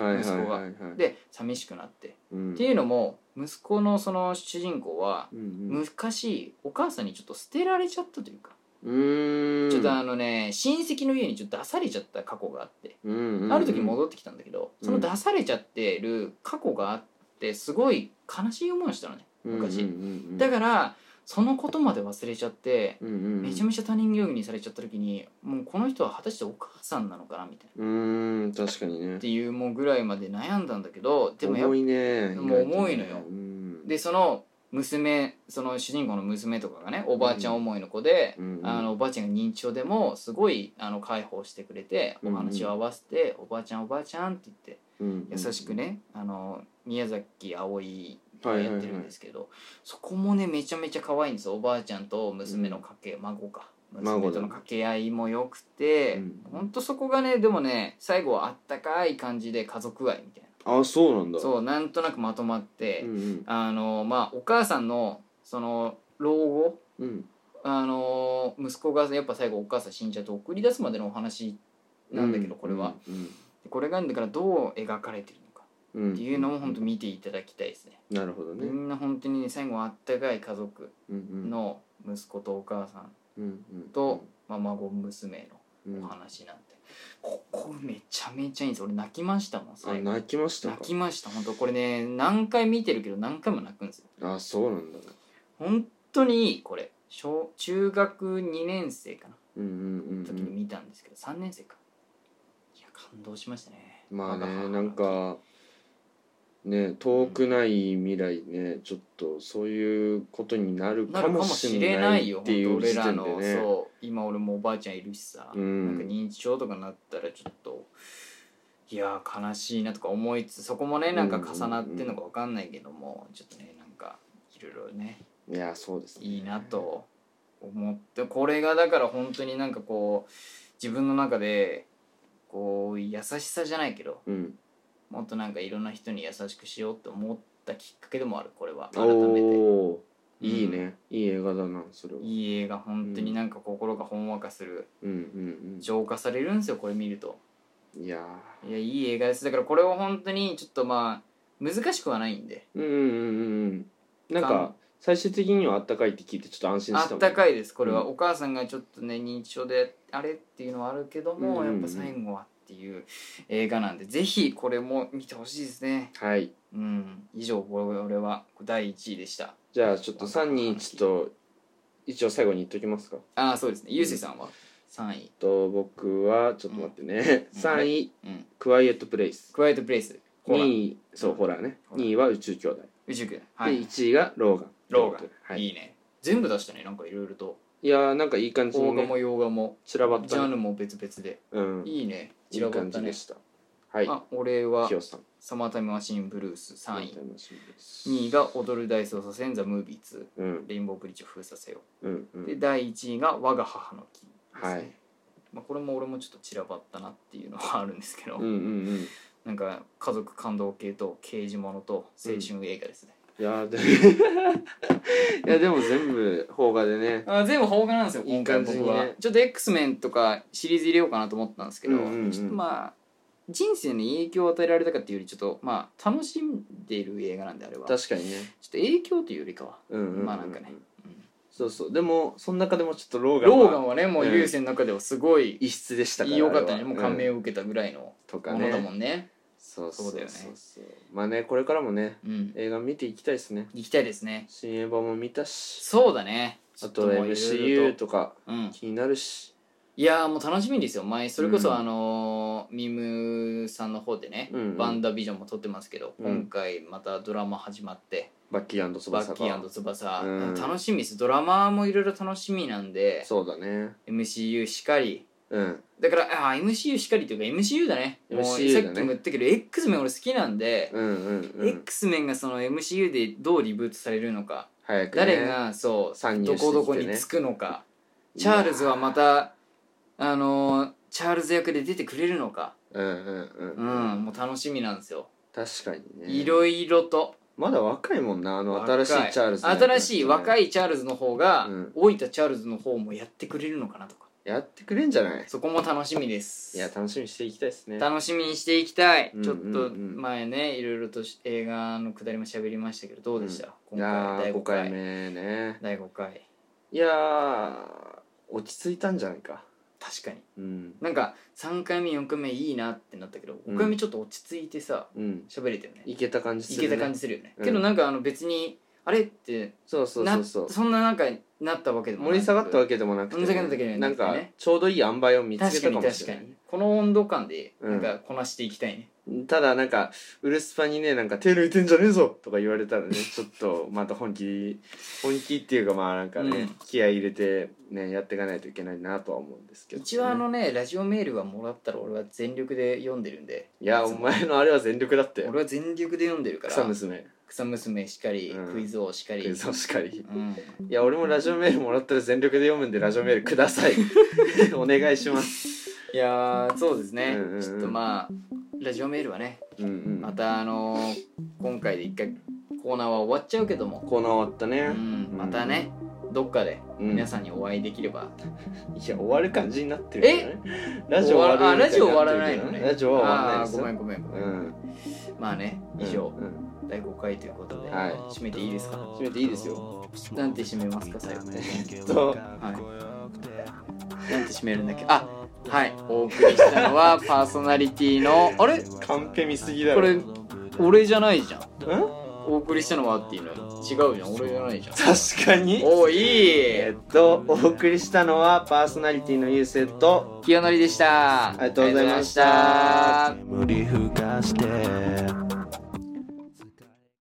[SPEAKER 1] の
[SPEAKER 2] はいはい
[SPEAKER 1] 息子が
[SPEAKER 2] はいはい
[SPEAKER 1] で寂しくなって、
[SPEAKER 2] うん
[SPEAKER 1] っていうのも息子のその主人公は
[SPEAKER 2] うんうん
[SPEAKER 1] 昔お母さんにちょっと捨てられちゃったというか、
[SPEAKER 2] うーん
[SPEAKER 1] ちょっとあのね親戚の家にちょっと出されちゃった過去があって、
[SPEAKER 2] うんうんうん
[SPEAKER 1] ある時戻ってきたんだけどその出されちゃってる過去があってすごい悲しい思いをしたのね昔
[SPEAKER 2] うんうんうんうん
[SPEAKER 1] だからそのことまで忘れちゃって
[SPEAKER 2] うんうんうん
[SPEAKER 1] めちゃめちゃ他人行儀にされちゃった時にもうこの人は果たしてお母さんなのかなみたいな
[SPEAKER 2] うーん確かにね
[SPEAKER 1] っていうもうぐらいまで悩んだんだけどでもやっぱ
[SPEAKER 2] 重いね
[SPEAKER 1] でも重いのよ
[SPEAKER 2] うん
[SPEAKER 1] でその娘その主人公の娘とかがねおばあちゃん思いの子で、
[SPEAKER 2] うん
[SPEAKER 1] あのおばあちゃんが認知症でもすごいあの解放してくれて
[SPEAKER 2] うん
[SPEAKER 1] お話を合わせて「おばあちゃんおばあちゃん」って言
[SPEAKER 2] うん
[SPEAKER 1] って優しくねあの宮崎葵
[SPEAKER 2] は
[SPEAKER 1] が
[SPEAKER 2] いはい
[SPEAKER 1] や
[SPEAKER 2] は
[SPEAKER 1] っ
[SPEAKER 2] い
[SPEAKER 1] てるんですけどそこもねめちゃめちゃ可愛いんですよおばあちゃんと娘の掛け孫か
[SPEAKER 2] 孫だ
[SPEAKER 1] 娘との掛け合いも良くて
[SPEAKER 2] うん
[SPEAKER 1] ほんとそこがねでもね最後はあったかい感じで家族愛みたい
[SPEAKER 2] あそうなんだ
[SPEAKER 1] なそうなんとなくまとまって
[SPEAKER 2] うんうん
[SPEAKER 1] あのまあお母さんのその老後
[SPEAKER 2] うん
[SPEAKER 1] あの息子がやっぱ最後お母さん死んじゃって送り出すまでのお話なんだけど、これは
[SPEAKER 2] うん
[SPEAKER 1] これがだからどう描かれてるのか
[SPEAKER 2] うん
[SPEAKER 1] っていうのも本当見ていただきたいですね、
[SPEAKER 2] なるほど
[SPEAKER 1] み
[SPEAKER 2] ね
[SPEAKER 1] んな本当にね最後はあったかい家族
[SPEAKER 2] うんうん
[SPEAKER 1] の息子とお母さん
[SPEAKER 2] うんうん
[SPEAKER 1] と、まあ、孫娘
[SPEAKER 2] うん
[SPEAKER 1] のお話なんて、ここめちゃめちゃいいんです俺泣きましたもん
[SPEAKER 2] あ
[SPEAKER 1] 最後
[SPEAKER 2] 泣きました
[SPEAKER 1] 泣
[SPEAKER 2] か
[SPEAKER 1] きました本当これね何回見てるけど何回も泣くんですよ
[SPEAKER 2] あそうなんだ
[SPEAKER 1] 本当にいいこれ小中学2年生かな
[SPEAKER 2] うんうんうんうん
[SPEAKER 1] 時に見たんですけど、3年生かいや感動しましたね
[SPEAKER 2] まあね
[SPEAKER 1] 母
[SPEAKER 2] なんかね遠くない未来ねちょっとそういうことになる
[SPEAKER 1] な
[SPEAKER 2] か
[SPEAKER 1] るか
[SPEAKER 2] も
[SPEAKER 1] も
[SPEAKER 2] し
[SPEAKER 1] し
[SPEAKER 2] れ
[SPEAKER 1] れ
[SPEAKER 2] な
[SPEAKER 1] ないい
[SPEAKER 2] っ
[SPEAKER 1] よ
[SPEAKER 2] ていう
[SPEAKER 1] 本当
[SPEAKER 2] 時
[SPEAKER 1] 俺ら
[SPEAKER 2] 点で
[SPEAKER 1] の、
[SPEAKER 2] ね
[SPEAKER 1] そう今俺もおばあちゃんいるしさ、
[SPEAKER 2] うん
[SPEAKER 1] なんか認知症とかなったらちょっといやー悲しいなとか思いつつそこもねなんか重なってんのか分かんないけども、ちょっとねなんかいろいろね
[SPEAKER 2] いやそうですね
[SPEAKER 1] いいなと思ってこれがだから本当になんかこう自分の中でこう優しさじゃないけど
[SPEAKER 2] うん
[SPEAKER 1] もっとなんかいろんな人に優しくしようって思ったきっかけでもあるこれは
[SPEAKER 2] お
[SPEAKER 1] 改めて
[SPEAKER 2] おーいいねいい映画だなそれはい
[SPEAKER 1] い映画本当になんか心がほんわかする
[SPEAKER 2] うんうん
[SPEAKER 1] 浄化されるんですよこれ見ると
[SPEAKER 2] うんいや
[SPEAKER 1] いやいい映画ですだからこれを本当にちょっとまあ難しくはないんで
[SPEAKER 2] ーうんうんうんうんなん
[SPEAKER 1] か
[SPEAKER 2] か最終的にはあったかいって聞いてちょっと安心
[SPEAKER 1] あ
[SPEAKER 2] したも
[SPEAKER 1] っ
[SPEAKER 2] ん
[SPEAKER 1] たか
[SPEAKER 2] い
[SPEAKER 1] いですこれは、
[SPEAKER 2] うん
[SPEAKER 1] お母さんがちょっとね認知症であれっていうのはあるけども、
[SPEAKER 2] うんうんう
[SPEAKER 1] や
[SPEAKER 2] ん
[SPEAKER 1] っぱ最後はっていう映画なんでぜひこれも見てほしいですね
[SPEAKER 2] はい
[SPEAKER 1] うん以上これ俺は第1位でした
[SPEAKER 2] じゃあちょっと3人ちょっと一応最後に言っときますか
[SPEAKER 1] ああそうですねゆうせいさんは3位
[SPEAKER 2] えっと僕はちょっと待って ね、
[SPEAKER 1] うん
[SPEAKER 2] 3位、
[SPEAKER 1] うん
[SPEAKER 2] クワイエットプレイス
[SPEAKER 1] クワイエットプレイス
[SPEAKER 2] 2
[SPEAKER 1] 位
[SPEAKER 2] 位そうホラーね
[SPEAKER 1] ホラー
[SPEAKER 2] 2位は宇宙兄弟、
[SPEAKER 1] 宇宙君はい
[SPEAKER 2] で1位がローガン
[SPEAKER 1] ローガン、、
[SPEAKER 2] はいい、
[SPEAKER 1] いね全部出したねなんかいろいろと
[SPEAKER 2] いやーなんかいい感じ
[SPEAKER 1] 邦
[SPEAKER 2] に、
[SPEAKER 1] 画も
[SPEAKER 2] ね、
[SPEAKER 1] 洋画も
[SPEAKER 2] 散らばっ
[SPEAKER 1] ジャ
[SPEAKER 2] た
[SPEAKER 1] ンル
[SPEAKER 2] ね
[SPEAKER 1] も別々で
[SPEAKER 2] うんい
[SPEAKER 1] いいね
[SPEAKER 2] い
[SPEAKER 1] 散らばっ
[SPEAKER 2] 感
[SPEAKER 1] た
[SPEAKER 2] じ
[SPEAKER 1] ね
[SPEAKER 2] でしたはい
[SPEAKER 1] あ俺は
[SPEAKER 2] ヒヨさん
[SPEAKER 1] 「サマータイムマシンブルース」3位
[SPEAKER 2] 楽しみです
[SPEAKER 1] 2位が「踊る大捜査線ザ・ムービー2」
[SPEAKER 2] うん
[SPEAKER 1] レインボーブリッジを封鎖せよ
[SPEAKER 2] うんう
[SPEAKER 1] う、
[SPEAKER 2] ん
[SPEAKER 1] で第1位が「我が母の木」ですね、
[SPEAKER 2] はい
[SPEAKER 1] まあ、これも俺もちょっと散らばったなっていうのはあるんですけど、
[SPEAKER 2] うんうんうん
[SPEAKER 1] なんか家族感動系と刑事ものと青春映画ですね、
[SPEAKER 2] いやーで いやでも全部邦画でね
[SPEAKER 1] あ全部邦画なんですよ
[SPEAKER 2] い
[SPEAKER 1] 今
[SPEAKER 2] い
[SPEAKER 1] 回
[SPEAKER 2] 感じにね
[SPEAKER 1] 僕はちょっと X メンとかシリーズ入れようかなと思ったんですけど、
[SPEAKER 2] うんうんうん
[SPEAKER 1] ちょっとまあ人生に影響を与えられたかっていうよりちょっとまあ楽しんでいる映画なんであればちょっ
[SPEAKER 2] 確かにね
[SPEAKER 1] と影響というよりかは、
[SPEAKER 2] うんうんうう
[SPEAKER 1] まあなんかね、うん
[SPEAKER 2] そうそうでもその中でもちょっとローガンは
[SPEAKER 1] ローガンはねもう
[SPEAKER 2] うん
[SPEAKER 1] 優先の中ではすごい
[SPEAKER 2] 異質でしたから
[SPEAKER 1] 良かったね
[SPEAKER 2] あれは
[SPEAKER 1] もう感銘
[SPEAKER 2] ん
[SPEAKER 1] を受けたぐらいの
[SPEAKER 2] とか
[SPEAKER 1] ものだも
[SPEAKER 2] ね
[SPEAKER 1] んね
[SPEAKER 2] そうそう
[SPEAKER 1] そうだよね
[SPEAKER 2] そうまあねこれからもね
[SPEAKER 1] うん
[SPEAKER 2] 映画見ていきたいですね
[SPEAKER 1] 行きたいですね
[SPEAKER 2] 新映画も見たし
[SPEAKER 1] そうだね
[SPEAKER 2] あと
[SPEAKER 1] ちょっもう色々
[SPEAKER 2] MCU とか
[SPEAKER 1] うん
[SPEAKER 2] 気になるし
[SPEAKER 1] いやーもう楽しみですよ前それこ
[SPEAKER 2] う
[SPEAKER 1] そ
[SPEAKER 2] ん
[SPEAKER 1] あのーミムさんの方でね
[SPEAKER 2] うんうん
[SPEAKER 1] バンダビジョンも撮ってますけど
[SPEAKER 2] うん
[SPEAKER 1] 今回またドラマ始まって
[SPEAKER 2] バッキー
[SPEAKER 1] バ
[SPEAKER 2] 翼
[SPEAKER 1] ッ
[SPEAKER 2] が
[SPEAKER 1] キー翼
[SPEAKER 2] うん
[SPEAKER 1] 楽しみですドラマもいろいろ楽しみなんで
[SPEAKER 2] そうだね
[SPEAKER 1] MCU しかり
[SPEAKER 2] うん
[SPEAKER 1] だからあー MCU しかりというか MCU だねもう
[SPEAKER 2] MCU
[SPEAKER 1] さ
[SPEAKER 2] だ
[SPEAKER 1] っ
[SPEAKER 2] ね
[SPEAKER 1] きも言ったけど X メン俺好きなんで
[SPEAKER 2] うんうんうん
[SPEAKER 1] X メンがその MCU でどうリブートされるのか、
[SPEAKER 2] 早くね
[SPEAKER 1] 誰がそう、
[SPEAKER 2] 参入
[SPEAKER 1] ど
[SPEAKER 2] してきて
[SPEAKER 1] こ
[SPEAKER 2] ね
[SPEAKER 1] どこにつくのかチャールズはまたあのーチャールズ役で出てくれるのか
[SPEAKER 2] うんうんうん
[SPEAKER 1] うん、もう楽しみなんですよ
[SPEAKER 2] 確かにね
[SPEAKER 1] いろいろと
[SPEAKER 2] まだ若いもんなあの新しいチャールズ、
[SPEAKER 1] 新しい若
[SPEAKER 2] い
[SPEAKER 1] いチャールズの方が、
[SPEAKER 2] うん
[SPEAKER 1] 老いたチャールズの方もやってくれるのかなとか
[SPEAKER 2] やってくれんじゃない
[SPEAKER 1] そこも楽しみです
[SPEAKER 2] いや楽しみにしていきたいですね
[SPEAKER 1] 楽しみにしていきたい、
[SPEAKER 2] うん
[SPEAKER 1] ちょっと
[SPEAKER 2] うんうん
[SPEAKER 1] 前ねいろいろとし映画のくだりも喋りましたけどどうでした、
[SPEAKER 2] い
[SPEAKER 1] 今
[SPEAKER 2] や
[SPEAKER 1] 回第
[SPEAKER 2] ー
[SPEAKER 1] 5
[SPEAKER 2] 5
[SPEAKER 1] 回
[SPEAKER 2] 回目ね
[SPEAKER 1] 第5回
[SPEAKER 2] いやー落ち着いたんじゃないか
[SPEAKER 1] 確かに
[SPEAKER 2] うん
[SPEAKER 1] なんか3回目4回目いいなってなったけど
[SPEAKER 2] うん
[SPEAKER 1] 5回目ちょっと落ち着いてさ
[SPEAKER 2] うん
[SPEAKER 1] 喋れてるね、
[SPEAKER 2] いけた感じ
[SPEAKER 1] い
[SPEAKER 2] す
[SPEAKER 1] け
[SPEAKER 2] る、ね、
[SPEAKER 1] た感じするよね、
[SPEAKER 2] うん
[SPEAKER 1] けどなんかあの別にあれって
[SPEAKER 2] そうそう
[SPEAKER 1] な
[SPEAKER 2] そうそう
[SPEAKER 1] そんななんかなったわけでもな
[SPEAKER 2] 盛
[SPEAKER 1] く
[SPEAKER 2] り下がったわけでもなくて、
[SPEAKER 1] 盛り下がったわけでもな
[SPEAKER 2] な
[SPEAKER 1] く
[SPEAKER 2] ん
[SPEAKER 1] てね
[SPEAKER 2] かちょうどいい塩梅を見つけ
[SPEAKER 1] 確か
[SPEAKER 2] たか
[SPEAKER 1] に
[SPEAKER 2] もし
[SPEAKER 1] 確
[SPEAKER 2] れ
[SPEAKER 1] か
[SPEAKER 2] ない
[SPEAKER 1] にこの温度感で
[SPEAKER 2] う
[SPEAKER 1] なん
[SPEAKER 2] ん
[SPEAKER 1] かこなしていきたいね、
[SPEAKER 2] ただなんかウルスパにねなんか手抜いてんじゃねえぞとか言われたらね ちょっとまた本気本気っていうかまあなんかね、
[SPEAKER 1] うん
[SPEAKER 2] 気合い入れてねやっていかないといけないなとは思うんですけど、ね、
[SPEAKER 1] 一応あのねラジオメールはもらったら俺は全力で読んでるんで
[SPEAKER 2] いや
[SPEAKER 1] つ
[SPEAKER 2] お
[SPEAKER 1] も
[SPEAKER 2] 前のあれは全力だって
[SPEAKER 1] 俺は全力で読んでるから
[SPEAKER 2] 草娘
[SPEAKER 1] 草娘しかり、
[SPEAKER 2] うん
[SPEAKER 1] クイズ王しかり
[SPEAKER 2] クイズをしかり
[SPEAKER 1] うん、
[SPEAKER 2] いや俺もラジオメールもらったら全力で読むんでラジオメールく ださいお願いします
[SPEAKER 1] いやーそうですね、
[SPEAKER 2] うんうんうん
[SPEAKER 1] ちょっとまあラジオメールはね
[SPEAKER 2] うんうん
[SPEAKER 1] またあのー今回で一回コーナーは終わっちゃうけども、
[SPEAKER 2] コーナー終わったね
[SPEAKER 1] う、ん、またねどっかで
[SPEAKER 2] うん
[SPEAKER 1] 皆さんにお会いできれば、
[SPEAKER 2] いや終わる感じになってるけどねラジオ
[SPEAKER 1] 終
[SPEAKER 2] 終
[SPEAKER 1] わ
[SPEAKER 2] わ
[SPEAKER 1] あ
[SPEAKER 2] るみた
[SPEAKER 1] ラ
[SPEAKER 2] い
[SPEAKER 1] ジオ
[SPEAKER 2] に
[SPEAKER 1] 終わ
[SPEAKER 2] な
[SPEAKER 1] ら
[SPEAKER 2] っ
[SPEAKER 1] な
[SPEAKER 2] て
[SPEAKER 1] い
[SPEAKER 2] る
[SPEAKER 1] の
[SPEAKER 2] けど
[SPEAKER 1] ね
[SPEAKER 2] ラジオは終わらない
[SPEAKER 1] あー
[SPEAKER 2] ですよ
[SPEAKER 1] ごめんごめんごめん、
[SPEAKER 2] うん
[SPEAKER 1] まあね以上、
[SPEAKER 2] うんうん
[SPEAKER 1] 第5回ということで、
[SPEAKER 2] はい
[SPEAKER 1] 締めていいですか
[SPEAKER 2] 締めていいですよ
[SPEAKER 1] なんて締めますか最後ね
[SPEAKER 2] えっと
[SPEAKER 1] はい。なんて締めるんだっけあはいお送りしたの はパーソナリティのあれ
[SPEAKER 2] カンペ見すぎだ
[SPEAKER 1] こ
[SPEAKER 2] ろ
[SPEAKER 1] れ
[SPEAKER 2] ん
[SPEAKER 1] 俺じゃないじゃんお送りしたのはっていうの違うじゃん俺じゃないじゃん
[SPEAKER 2] 確かに
[SPEAKER 1] おいい
[SPEAKER 2] えっとお送りしたのはパーソナリティのゆうせいと
[SPEAKER 1] 清則でした
[SPEAKER 2] ありがとうございました
[SPEAKER 1] ありがとうございました
[SPEAKER 4] 眠りふかして